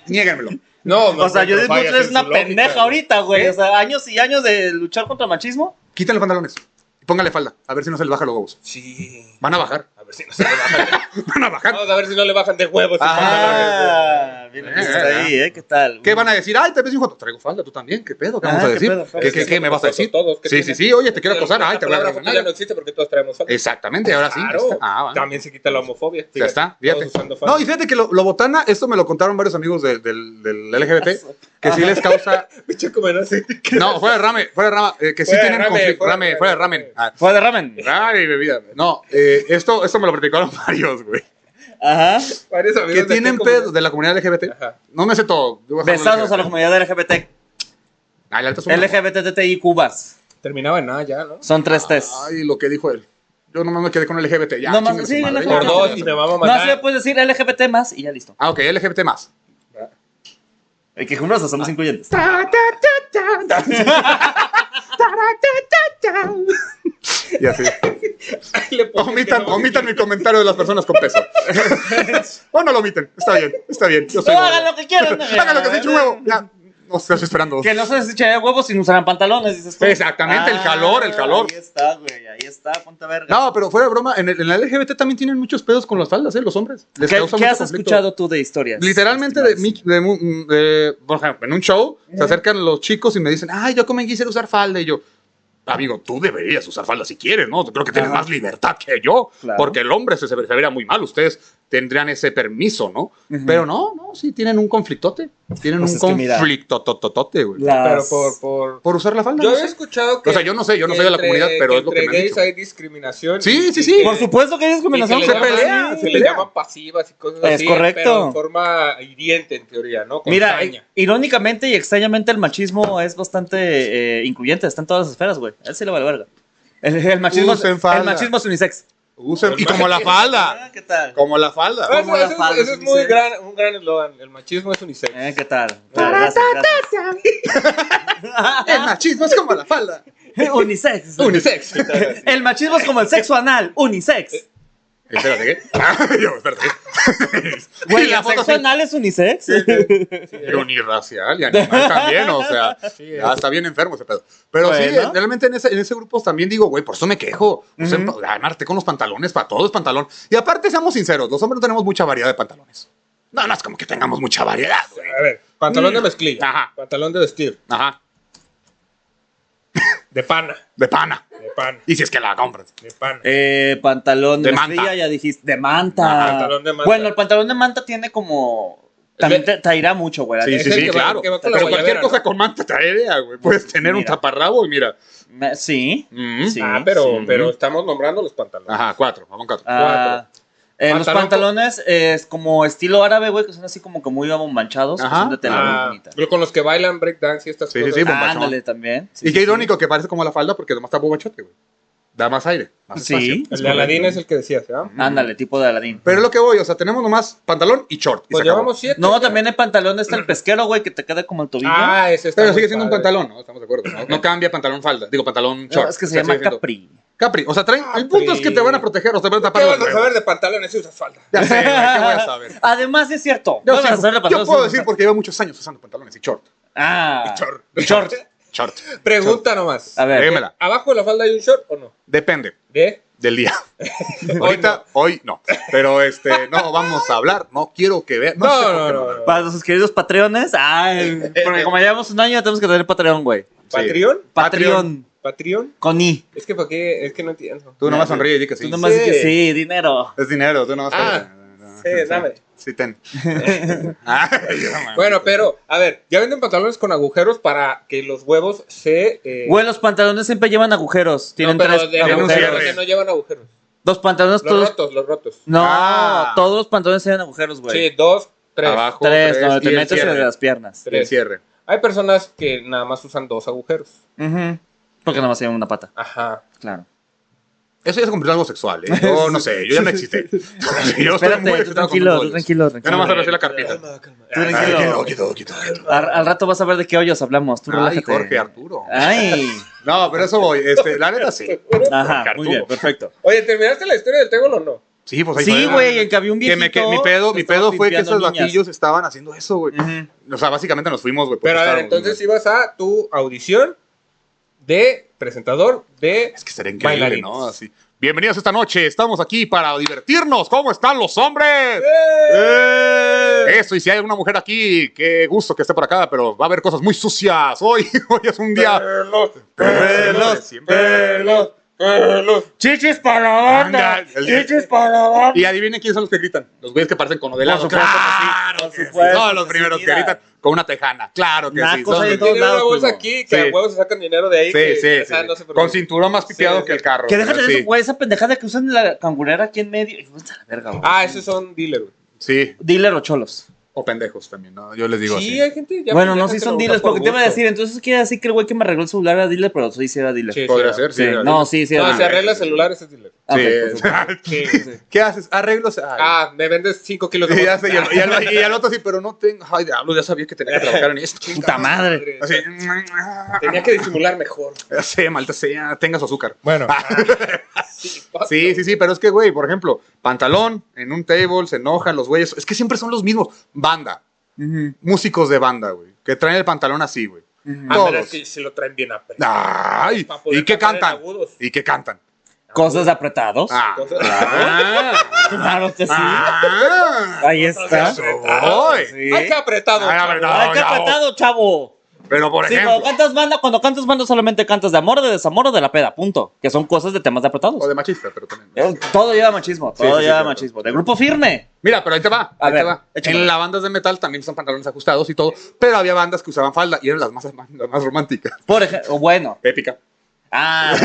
Speaker 1: Niéganmelo.
Speaker 3: No, no.
Speaker 2: o sea, yo
Speaker 3: pero
Speaker 2: digo
Speaker 3: vaya,
Speaker 2: que eres
Speaker 3: sin
Speaker 2: una
Speaker 3: su lógica,
Speaker 2: pendeja
Speaker 3: güey.
Speaker 2: ahorita, güey.
Speaker 1: ¿Qué?
Speaker 2: O sea, años y años de luchar contra el machismo.
Speaker 1: Quítale los pantalones. Y póngale falda. A ver si no se les baja los huevos.
Speaker 3: Sí.
Speaker 1: Van a bajar.
Speaker 3: A ver si no se le bajan.
Speaker 1: Van a bajar.
Speaker 3: Vamos a ver si no le bajan de huevos.
Speaker 1: Ah.
Speaker 2: Ah, bien, bien, está ahí, ¿eh? ¿Qué tal?
Speaker 1: ¿Qué van a decir? Ay, te ves hijo. Traigo falda, tú también. ¿Qué pedo? ¿Qué
Speaker 2: Ah,
Speaker 1: vamos a
Speaker 2: ¿qué
Speaker 1: decir?
Speaker 2: pedo?
Speaker 3: pues,
Speaker 1: ¿Qué, qué, qué, me vas a decir?
Speaker 3: Todos, ¿qué
Speaker 1: Sí, sí,
Speaker 3: tienes?
Speaker 1: sí. Oye, te quiero acosar.
Speaker 3: Esta
Speaker 1: Ay, te voy a
Speaker 3: palabra
Speaker 1: regañar.
Speaker 3: familiar no existe porque todos traemos falda.
Speaker 1: Exactamente, ahora sí.
Speaker 3: Claro.
Speaker 1: ya está. Ah, va.
Speaker 3: También se quita la homofobia.
Speaker 1: Ya
Speaker 3: fíjate.
Speaker 1: está,
Speaker 3: Todos
Speaker 1: fíjate.
Speaker 3: usando falda.
Speaker 1: No, y fíjate que lo, lo botana, esto me lo contaron varios amigos de- del, del LGBT, que sí
Speaker 2: Ajá.
Speaker 1: les causa.
Speaker 3: Pinche como no sé.
Speaker 1: No, fuera de rame, fuera de rama, eh, que sí
Speaker 3: Fuera de
Speaker 1: tienen
Speaker 3: rame,
Speaker 1: conflicto.
Speaker 3: fuera de
Speaker 1: Rame,
Speaker 3: rame.
Speaker 1: fuera de ramen. Ah,
Speaker 2: Fue de ramen.
Speaker 1: Ay, bebida. No, eh, esto, esto me lo platicaron varios, güey.
Speaker 2: Ajá.
Speaker 3: Varios amigos
Speaker 1: Que
Speaker 3: de
Speaker 1: tienen
Speaker 3: aquí como-
Speaker 1: pedos de la comunidad LGBT.
Speaker 3: Ajá.
Speaker 1: No me sé todo. yo voy dejar
Speaker 2: Besazos a la
Speaker 1: LGBT.
Speaker 2: comunidad LGBT.
Speaker 1: Ay, la alta es una-
Speaker 2: LGBTTI Cubas.
Speaker 3: Terminaba en nada "Ah, ya, ¿no?
Speaker 2: Son tres T's.
Speaker 1: Ah, Ay, lo que dijo él. Yo nomás me quedé con LGBT. Ya,
Speaker 2: Nomás-
Speaker 1: chinguen
Speaker 2: sí,
Speaker 1: su madre.
Speaker 2: LGBT.
Speaker 1: Ya,
Speaker 3: Por dos
Speaker 1: chinguen
Speaker 3: y
Speaker 1: su
Speaker 3: me
Speaker 1: madre.
Speaker 3: vamos a
Speaker 2: No, así
Speaker 3: matar.
Speaker 2: le puedes decir LGBT más y ya listo.
Speaker 1: Ah, ok, LGBT más.
Speaker 2: Y que juntos somos incluyentes.
Speaker 1: Y así.
Speaker 3: Ay, le pones
Speaker 1: Omitan,
Speaker 3: que no.
Speaker 1: omitan mi comentario de las personas con peso. o no lo omiten. Está bien, está bien. Yo soy
Speaker 2: No
Speaker 1: gordo.
Speaker 2: hagan lo que quieran.
Speaker 1: eh. Hagan lo que se eche un huevo. Ya. No estás esperando.
Speaker 2: Que no se les echaría huevos sin usar pantalones, dices tú.
Speaker 1: Pues.
Speaker 2: Ah,
Speaker 1: Exactamente, el calor, el calor.
Speaker 2: Ahí está, güey, ahí está, ponte verga.
Speaker 1: No, pero fuera de broma, en, el, en la LGBT también tienen muchos pedos con las faldas, ¿eh? Los hombres. Les
Speaker 2: ¿Qué,
Speaker 1: causa
Speaker 2: qué
Speaker 1: mucho
Speaker 2: has
Speaker 1: conflicto.
Speaker 2: escuchado tú de historias?
Speaker 1: Literalmente, de,
Speaker 2: estimados?
Speaker 1: mi- de mu- mm, de- por ejemplo, en un show, se acercan los chicos y me dicen, ay, yo como quisiera usar falda. Y yo, amigo, tú deberías usar falda si quieres, ¿no? Creo que tienes
Speaker 2: Ajá.
Speaker 1: más libertad que yo,
Speaker 2: Claro.
Speaker 1: porque el hombre se, se vería muy mal. Ustedes tendrían ese permiso, ¿no?
Speaker 2: Ujú.
Speaker 1: Pero no, no, sí, tienen un conflictote. Tienen
Speaker 2: Pues
Speaker 1: un
Speaker 2: es que mira.
Speaker 1: conflicto tototote, güey.
Speaker 3: Pero
Speaker 2: Las-
Speaker 3: por, por.
Speaker 1: Por usar la falda.
Speaker 3: Yo
Speaker 1: no
Speaker 3: he
Speaker 1: sé.
Speaker 3: escuchado que.
Speaker 1: O sea, yo no sé, yo no
Speaker 3: que
Speaker 1: soy de la
Speaker 3: entre-
Speaker 1: comunidad, pero
Speaker 3: que
Speaker 1: es lo que
Speaker 3: entre
Speaker 1: me han
Speaker 3: gays
Speaker 1: dicho.
Speaker 3: hay discriminación.
Speaker 1: Sí,
Speaker 3: y-
Speaker 1: sí,
Speaker 3: y
Speaker 1: sí.
Speaker 3: que-
Speaker 2: Por supuesto que hay discriminación.
Speaker 3: y que
Speaker 1: se
Speaker 3: le
Speaker 2: claro que
Speaker 1: pelea,
Speaker 2: sí.
Speaker 3: llaman-
Speaker 1: se
Speaker 3: que le
Speaker 1: pelea.
Speaker 3: llaman pasivas y cosas
Speaker 2: Es
Speaker 3: así.
Speaker 2: correcto.
Speaker 3: Pero en forma hiriente, en teoría, ¿no? Con
Speaker 2: Mira,
Speaker 3: saña.
Speaker 2: eh, irónicamente y extrañamente el machismo es bastante eh, incluyente, está en todas las esferas, güey. A él sí le vale verga. El, el machismo,
Speaker 1: Usen
Speaker 2: el
Speaker 1: falda.
Speaker 2: machismo es unisex.
Speaker 1: Usen- y como la falda.
Speaker 2: Ah, ¿Qué tal?
Speaker 1: Como la falda.
Speaker 3: Ah, eso-
Speaker 2: como la
Speaker 3: eso es-
Speaker 2: falda,
Speaker 3: eso es
Speaker 2: sí,
Speaker 3: muy
Speaker 2: sí.
Speaker 3: gran, un gran eslogan. El machismo es unisex.
Speaker 2: Eh, ¿Qué tal? Gracias,
Speaker 1: El machismo es como la falda.
Speaker 2: gracias. unisex.
Speaker 1: Unisex.
Speaker 2: El machismo es como el sexo anal, unisex.
Speaker 1: Espérate, ¿qué? Ah, yo, espérate.
Speaker 2: Güey,
Speaker 1: Y la
Speaker 2: ¿el
Speaker 1: foto
Speaker 2: sexo
Speaker 1: así,
Speaker 2: anal es unisex?
Speaker 1: pero unirracial y animal también, o sea,
Speaker 3: Sí, es.
Speaker 1: ya está bien enfermo ese pedo. Pero sí,
Speaker 2: Bueno.
Speaker 1: eh, realmente en ese, en ese grupo también digo, güey, por eso me quejo. Usen pa- Ganarte con los pantalones, para todos pantalón. Y aparte, seamos sinceros, los hombres no tenemos mucha variedad de pantalones. No, no es como que tengamos mucha variedad, güey.
Speaker 3: A ver, pantalón de mezclilla.
Speaker 1: Ajá.
Speaker 3: Pantalón de vestir.
Speaker 1: Ajá,
Speaker 3: De pana.
Speaker 1: de pana.
Speaker 3: De pana.
Speaker 1: Y si es que la compras.
Speaker 3: De pana.
Speaker 2: Eh, pantalón de,
Speaker 1: De
Speaker 2: manta.
Speaker 1: manta.
Speaker 2: ya dijiste. De manta.
Speaker 3: Ah, pantalón de manta.
Speaker 2: Bueno, el pantalón de manta tiene como. También te, te irá mucho, güey. la
Speaker 1: Sí,
Speaker 2: neta.
Speaker 1: sí,
Speaker 3: el
Speaker 1: sí,
Speaker 3: que va-
Speaker 1: claro.
Speaker 3: que va con la
Speaker 1: Pero cualquier
Speaker 3: guayabera,
Speaker 1: cosa
Speaker 3: ¿no?
Speaker 1: con manta te idea, güey. Puedes tener un
Speaker 2: Mira.
Speaker 1: taparrabo y mira.
Speaker 2: Me- sí.
Speaker 1: Mm.
Speaker 2: Sí,
Speaker 3: ah, pero,
Speaker 2: sí.
Speaker 3: pero estamos nombrando los pantalones.
Speaker 1: Ajá, cuatro, vamos cuatro.
Speaker 2: Ah, eh, los
Speaker 3: Pantalón
Speaker 2: pantalones es como estilo árabe, güey, que son así como que muy manchados, que
Speaker 1: Ajá.
Speaker 2: son de tela muy
Speaker 3: Ah,
Speaker 2: bonita.
Speaker 3: pero con los que bailan breakdance y estas
Speaker 1: Sí, sí,
Speaker 3: cosas.
Speaker 1: sí,
Speaker 2: Ah,
Speaker 1: bombachón.
Speaker 2: ándale también. Sí,
Speaker 1: y qué
Speaker 2: sí,
Speaker 1: irónico que parece como la falda porque nomás está bobachote, güey. Da más aire, más espacio.
Speaker 2: Sí,
Speaker 3: El de Aladín es el que decías, ¿verdad?
Speaker 2: sí. ándale, tipo de Aladín.
Speaker 1: Pero es lo que voy, o sea, tenemos nomás pantalón y short. y
Speaker 3: Pues
Speaker 1: se acabó.
Speaker 3: llevamos siete.
Speaker 2: No, también el pantalón está el pesquero, güey, que te queda como el tobillo.
Speaker 3: Ah, ese está
Speaker 1: Pero
Speaker 3: muy
Speaker 1: Este sigue siendo un
Speaker 3: padre.
Speaker 1: pantalón, ¿no? Estamos de acuerdo. No, No cambia pantalón falda, digo pantalón
Speaker 2: No,
Speaker 1: short.
Speaker 2: es que se
Speaker 1: O sea,
Speaker 2: llama
Speaker 1: sigue siendo-
Speaker 2: Capri.
Speaker 1: Capri, o sea, traen, el punto es que te van a proteger, o sea, te van a tapar
Speaker 3: ¿Qué
Speaker 1: los
Speaker 3: vas a
Speaker 1: huevos.
Speaker 3: saber de pantalones si usas falda?
Speaker 1: Ya sé, güey, ¿qué voy a saber?
Speaker 2: Además, es cierto.
Speaker 1: Yo,
Speaker 2: no vas a
Speaker 1: sé,
Speaker 2: hacerle
Speaker 1: yo
Speaker 2: pantalones
Speaker 1: puedo
Speaker 2: sin
Speaker 1: decir porque llevo muchos años usando pantalones y short.
Speaker 2: Ah,
Speaker 3: Short.
Speaker 2: short.
Speaker 1: Short.
Speaker 3: Pregunta nomás.
Speaker 2: A ver.
Speaker 1: Créemela.
Speaker 3: ¿Abajo de la falda hay un short o no?
Speaker 1: Depende
Speaker 3: ¿De?
Speaker 1: del día. Ahorita, hoy no. Pero este, no vamos a hablar. No quiero que vean. No,
Speaker 3: No,
Speaker 1: sé por
Speaker 3: no,
Speaker 1: qué
Speaker 3: no. no.
Speaker 2: Para sus queridos patreones, ay, porque como llevamos un año, ya tenemos que tener Patreon, güey.
Speaker 3: ¿Patreon?
Speaker 2: Patreon,
Speaker 3: ¿Patreon?
Speaker 2: con I.
Speaker 3: Es que, ¿para qué? Es que no entiendo.
Speaker 1: Tú nomás sonríe y di que sí.
Speaker 2: Tú nomás
Speaker 3: Sí.
Speaker 2: dices, sí, dinero.
Speaker 1: Es dinero, tú nomás
Speaker 3: Ah,
Speaker 1: sonríe.
Speaker 3: sí, dame.
Speaker 1: Sí, ten. Ay, yo,
Speaker 2: Ah,
Speaker 1: man.
Speaker 3: Bueno, pero, a ver, ya venden pantalones con agujeros para que los huevos se... Eh,
Speaker 2: Güey, los pantalones siempre llevan agujeros. Tienen
Speaker 3: no, pero
Speaker 2: tres
Speaker 3: de-
Speaker 1: tienen un
Speaker 3: de-
Speaker 1: cierre.
Speaker 2: agujeros.
Speaker 3: de- no llevan agujeros.
Speaker 2: Dos pantalones,
Speaker 3: Los
Speaker 2: todos.
Speaker 3: rotos, los rotos.
Speaker 2: No,
Speaker 1: Ah.
Speaker 2: todos los pantalones tienen agujeros, güey.
Speaker 3: Sí, dos, tres.
Speaker 1: Abajo,
Speaker 2: tres, donde
Speaker 1: y
Speaker 2: te
Speaker 1: el
Speaker 2: metes
Speaker 1: cierre.
Speaker 2: entre las piernas.
Speaker 1: Y el cierre.
Speaker 3: Hay personas que nada más usan dos agujeros.
Speaker 2: Ujú. Porque nomás llevan una pata,
Speaker 3: Ajá.
Speaker 2: claro.
Speaker 1: Eso ya se convirtió en algo sexual, ¿eh? Yo no sé, yo ya me excité. Yo estoy muy
Speaker 2: Espérate, tú
Speaker 1: excitado con
Speaker 2: tranquilo,
Speaker 1: los
Speaker 2: tú
Speaker 1: goles.
Speaker 2: tranquilo,
Speaker 1: Ya nomás
Speaker 2: tranquilo.
Speaker 1: abracé la carpita.
Speaker 3: Calma, calma.
Speaker 2: Tú
Speaker 1: Ay,
Speaker 2: tranquilo.
Speaker 1: quieto, quieto, quieto, quieto.
Speaker 2: Al, al rato vas a ver de qué hoyos hablamos. Tú
Speaker 1: Ay,
Speaker 2: relájate.
Speaker 1: Jorge Arturo.
Speaker 2: Ay.
Speaker 1: No, pero eso voy. Este, la neta sí.
Speaker 2: Ajá,
Speaker 1: Arturo.
Speaker 2: muy bien, perfecto.
Speaker 3: Oye, ¿terminaste la historia del trébol o no?
Speaker 1: Sí, pues ahí
Speaker 2: Sí,
Speaker 1: fue.
Speaker 2: güey, en que había un
Speaker 1: Que
Speaker 2: viejito.
Speaker 1: me, que mi pedo, mi
Speaker 2: estaba
Speaker 1: pedo fue que
Speaker 2: limpiando
Speaker 1: esos
Speaker 2: niñas.
Speaker 1: batillos estaban haciendo eso, güey.
Speaker 2: Ujú.
Speaker 1: O sea, básicamente nos fuimos, güey. porque
Speaker 3: Pero a ver,
Speaker 1: estábamos,
Speaker 3: entonces
Speaker 1: güey.
Speaker 3: ibas a tu audición de presentador de...
Speaker 1: Es que sería increíble,
Speaker 3: Bailarines.
Speaker 1: ¿no? Así. Bienvenidos esta noche. Estamos aquí para divertirnos. ¿Cómo están los hombres?
Speaker 3: ¡Eh!
Speaker 1: Eso, y si hay alguna mujer aquí, qué gusto que esté por acá, pero va a haber cosas muy sucias. Hoy, hoy es un día.
Speaker 3: Pelos,
Speaker 1: Pelos,
Speaker 3: pelos, pelos.
Speaker 2: Chichis para la banda.
Speaker 1: Anda, el-
Speaker 2: Chichis para la banda.
Speaker 1: Y adivinen quiénes son los que gritan. Los güeyes que parecen con Odelado.
Speaker 2: Por supuesto que sí,
Speaker 1: claro,
Speaker 2: por
Speaker 1: que sí.
Speaker 2: supuesto
Speaker 1: Son los
Speaker 2: que
Speaker 1: primeros
Speaker 2: sí,
Speaker 1: que
Speaker 2: mira.
Speaker 1: gritan con una tejana. Claro que sí.
Speaker 2: Nacos
Speaker 1: son
Speaker 2: ahí
Speaker 1: los-
Speaker 2: todos
Speaker 3: Tienen una
Speaker 2: lados,
Speaker 3: bolsa
Speaker 2: primo.
Speaker 3: aquí que
Speaker 1: Sí.
Speaker 3: a huevos se sacan dinero de ahí.
Speaker 1: Sí,
Speaker 3: que,
Speaker 1: sí,
Speaker 3: o sea,
Speaker 1: sí.
Speaker 3: no sé por
Speaker 1: Con
Speaker 3: qué.
Speaker 1: cinturón más pipiado
Speaker 3: Sí, sí.
Speaker 1: que el carro.
Speaker 2: Que déjate de
Speaker 1: sí.
Speaker 2: eso, güey, esa pendejada que usan la cangurera aquí en medio. Hijo de la verga, güey.
Speaker 3: Ah, esos son dealers. güey.
Speaker 1: sí,
Speaker 2: Dealer o cholos.
Speaker 1: o pendejos también, ¿no? Yo les digo
Speaker 3: Sí,
Speaker 1: así.
Speaker 3: hay gente ya
Speaker 2: bueno,
Speaker 3: pendeja
Speaker 2: no, sí
Speaker 3: que
Speaker 2: son
Speaker 3: lo usa
Speaker 2: dealers,
Speaker 3: por
Speaker 2: porque te iba a
Speaker 3: gusto.
Speaker 2: decir, entonces quiere decir que el güey que me arregló el celular era dealer, pero sí, sí era dealer.
Speaker 3: Sí, sí,
Speaker 1: Podría
Speaker 3: Ah,
Speaker 1: ser, sí.
Speaker 2: Sí,
Speaker 1: era-
Speaker 2: no, sí, sí era
Speaker 3: No, se
Speaker 2: dealer.
Speaker 3: arregla celulares es dealer.
Speaker 2: Ah, ok,
Speaker 1: Sí.
Speaker 2: por supuesto.
Speaker 1: ¿Qué haces? Arreglos. Ay,
Speaker 3: Ah, me vendes 5 kilos de
Speaker 1: Sí, ya
Speaker 3: bolsa.
Speaker 1: sé, y, al, y al- y al otro sí, pero no tengo. Ay, diablo, ya sabía que tenía que trabajar en esto.
Speaker 2: Puta madre.
Speaker 1: Así.
Speaker 3: Tenía que disimular mejor.
Speaker 1: Ya sé, maldita sea, tenga su azúcar. Ah,
Speaker 3: Bueno.
Speaker 1: Sí, sí, sí, pero es que, güey, por ejemplo, pantalón, en un table, se enojan los güeyes. Es que siempre son los mismos. Banda.
Speaker 2: Ujú,
Speaker 1: músicos de banda, güey, que traen el pantalón así, güey.
Speaker 2: ujú.
Speaker 3: Ah, pero
Speaker 1: Todos.
Speaker 3: es que se lo traen bien apretado.
Speaker 1: Ay,
Speaker 3: Pa' poder
Speaker 1: ¿y qué
Speaker 3: cantar en
Speaker 1: cantan?
Speaker 3: agudos.
Speaker 1: ¿Y qué cantan?
Speaker 2: Cosas de apretados.
Speaker 1: Ah,
Speaker 3: Cosas-
Speaker 2: Claro que sí.
Speaker 1: ah,
Speaker 2: Ahí
Speaker 3: Cosas
Speaker 2: está.
Speaker 1: eso voy.
Speaker 2: Sí.
Speaker 3: Ay, qué apretado.
Speaker 1: Ay,
Speaker 3: chavo.
Speaker 1: apretado.
Speaker 2: Ay, qué
Speaker 1: bravo.
Speaker 2: apretado, chavo.
Speaker 1: oh. Pero por
Speaker 2: Sí, cuando
Speaker 1: ejemplo,
Speaker 2: cantas banda, cuando cantas banda solamente cantas de amor, de desamor o de la peda, punto. Que son cosas de temas de apretados.
Speaker 1: o de machista, pero también.
Speaker 2: Eh, Todo lleva machismo,
Speaker 1: Sí,
Speaker 2: todo
Speaker 1: sí, sí,
Speaker 2: lleva
Speaker 1: claro.
Speaker 2: machismo. De grupo firme.
Speaker 1: Mira, pero ahí te va.
Speaker 2: A
Speaker 1: ahí te
Speaker 2: ver,
Speaker 1: va.
Speaker 2: échame.
Speaker 1: En las bandas de metal también usan pantalones ajustados y todo, pero había bandas que usaban falda y eran las más, las más románticas.
Speaker 2: Por ejemplo, bueno.
Speaker 1: Épica.
Speaker 2: Ah.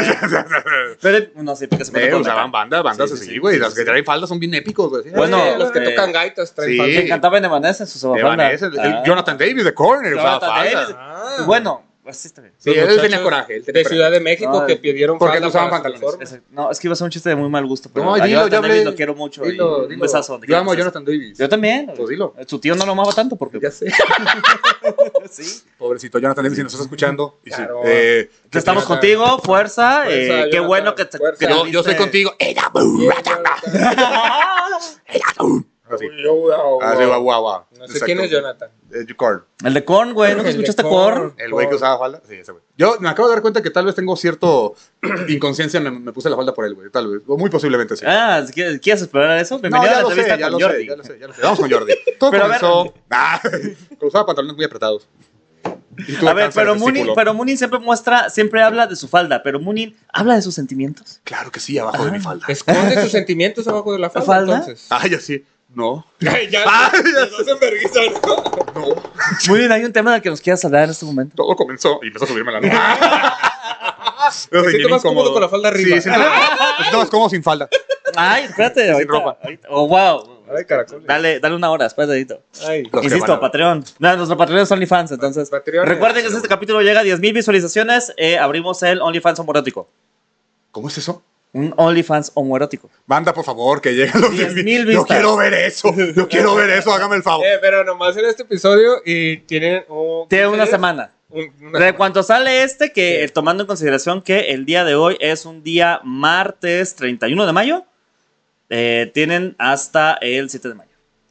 Speaker 2: pero no sé, porque se
Speaker 1: Eh,
Speaker 2: mete con
Speaker 1: usaban
Speaker 2: metal.
Speaker 1: bandas, bandas
Speaker 2: Sí, sí,
Speaker 1: así,
Speaker 2: sí,
Speaker 1: güey.
Speaker 2: sí,
Speaker 1: las
Speaker 2: sí,
Speaker 1: que
Speaker 2: sí.
Speaker 1: traen faldas son bien épicos, güey.
Speaker 2: Bueno,
Speaker 3: Eh, los que
Speaker 2: eh,
Speaker 3: tocan gaitas traen
Speaker 1: sí.
Speaker 2: Me
Speaker 3: falda.
Speaker 2: encantaba en Evanescence su
Speaker 1: De
Speaker 2: banda.
Speaker 1: Vanessa, el- el
Speaker 2: Ah.
Speaker 1: Jonathan Davis de Corner usaba
Speaker 2: Jonathan
Speaker 1: falda.
Speaker 2: Davis.
Speaker 3: Ah.
Speaker 2: Bueno, así está bien.
Speaker 1: Sí,
Speaker 3: Los
Speaker 1: él tenía
Speaker 3: muchachos
Speaker 1: coraje. Él tenía
Speaker 3: De Ciudad
Speaker 1: coraje.
Speaker 3: de México
Speaker 2: Ay.
Speaker 3: que pidieron
Speaker 1: ¿Por qué no
Speaker 3: falda
Speaker 1: usaban
Speaker 3: para su
Speaker 1: pantalones?
Speaker 3: uniforme.
Speaker 2: Ese- No, es que iba a ser un chiste de muy mal gusto. Pero
Speaker 1: No,
Speaker 2: a
Speaker 1: dilo,
Speaker 2: Jonathan
Speaker 1: ya hablé.
Speaker 2: Davis lo quiero mucho. y
Speaker 1: Dilo,
Speaker 2: Un
Speaker 1: dilo.
Speaker 2: besazo. donde
Speaker 1: Yo
Speaker 2: quiera
Speaker 1: amo a
Speaker 2: que estés.
Speaker 1: Jonathan Davis.
Speaker 2: Yo también.
Speaker 1: Pues dilo.
Speaker 2: Su tío no lo amaba tanto porque.
Speaker 1: Ya sé.
Speaker 2: Sí.
Speaker 1: Pobrecito Jonathan Davis, si nos estás escuchando. y sí,
Speaker 3: Claro.
Speaker 1: eh,
Speaker 2: Entonces, Estamos
Speaker 3: Jonathan.
Speaker 2: contigo, fuerza.
Speaker 3: Fuerza,
Speaker 2: eh, qué
Speaker 3: Jonathan,
Speaker 2: bueno que te.
Speaker 3: fuerza.
Speaker 2: que te
Speaker 1: yo, yo estoy
Speaker 2: viste-
Speaker 1: contigo. Era bu- Ah, era bu- Así. Así, guau, Ah, guau, guau.
Speaker 3: No sé
Speaker 1: Exacto.
Speaker 3: quién es Jonathan.
Speaker 1: Eh, Korn.
Speaker 2: El de Korn, güey. ¿Nunca
Speaker 3: El de
Speaker 2: escuchaste
Speaker 3: Korn.
Speaker 2: Korn?
Speaker 1: El güey que usaba falda. Sí, ese güey. Yo me acabo de dar cuenta que tal vez tengo cierto inconsciencia. Me, me puse la falda por él, güey. Tal vez. O muy posiblemente sí.
Speaker 2: Ah, si ¿quieres, quieres explorar eso?
Speaker 1: No,
Speaker 2: Bienvenido a
Speaker 1: ya
Speaker 2: la
Speaker 1: lo sé,
Speaker 2: entrevista
Speaker 1: ya
Speaker 2: con
Speaker 1: lo
Speaker 2: Jordi.
Speaker 1: sé, ya lo sé, ya lo sé. Vamos con Jordi. Todo
Speaker 2: Pero a ver-
Speaker 1: comenzó. Ah, usaba pantalones muy apretados. Y tuve
Speaker 2: A ver,
Speaker 1: cáncer
Speaker 2: pero
Speaker 1: de
Speaker 2: Moonin,
Speaker 1: testículo.
Speaker 2: pero Moonin siempre muestra, siempre habla de su falda, pero Moonin habla de sus sentimientos.
Speaker 1: Claro que sí, abajo
Speaker 2: Ah.
Speaker 1: de mi falda.
Speaker 3: Esconde sus sentimientos abajo de la falda,
Speaker 2: ¿Falda?
Speaker 3: entonces.
Speaker 1: Ah, ya sí. No.
Speaker 3: Ay, ya,
Speaker 1: Ah,
Speaker 3: ya,
Speaker 1: ya
Speaker 3: ya no se enverguizan.
Speaker 1: No.
Speaker 2: Moonin, hay un tema del que nos quieras hablar en este momento.
Speaker 1: Todo comenzó y empezó a subirme la nuca. Me
Speaker 3: siento más cómodo con la falda arriba.
Speaker 1: Sí, siento, me siento más cómodo sin falda.
Speaker 2: Ay, espérate, ahorita,
Speaker 1: ropa.
Speaker 2: ahorita. Oh, wow.
Speaker 3: Ay, caracoles.
Speaker 2: Dale, dale una hora, espérate, dedito.
Speaker 3: Ay.
Speaker 1: Los que
Speaker 2: Insisto,
Speaker 1: van a-
Speaker 2: Patreon. No, nuestro Patreon es OnlyFans, entonces.
Speaker 3: Patreones.
Speaker 2: Recuerden que si este capítulo llega a 10.000 visualizaciones, eh, abrimos el OnlyFans homoerótico.
Speaker 1: ¿Cómo es eso?
Speaker 2: Un OnlyFans homoerótico.
Speaker 1: Manda, por favor, que lleguen los
Speaker 2: 10,000
Speaker 1: 10,000. Yo
Speaker 2: vistas.
Speaker 1: quiero ver eso. Yo quiero ver eso. Hágame el favor.
Speaker 3: Eh, pero nomás en este episodio y tienen un-
Speaker 2: Tiene una
Speaker 3: ¿sí?
Speaker 2: semana.
Speaker 3: Un- una
Speaker 2: De
Speaker 3: semana.
Speaker 2: cuanto sale este, que eh, tomando en consideración que el día de hoy es un día martes 31 de mayo, eh, tienen hasta el 7 de mayo.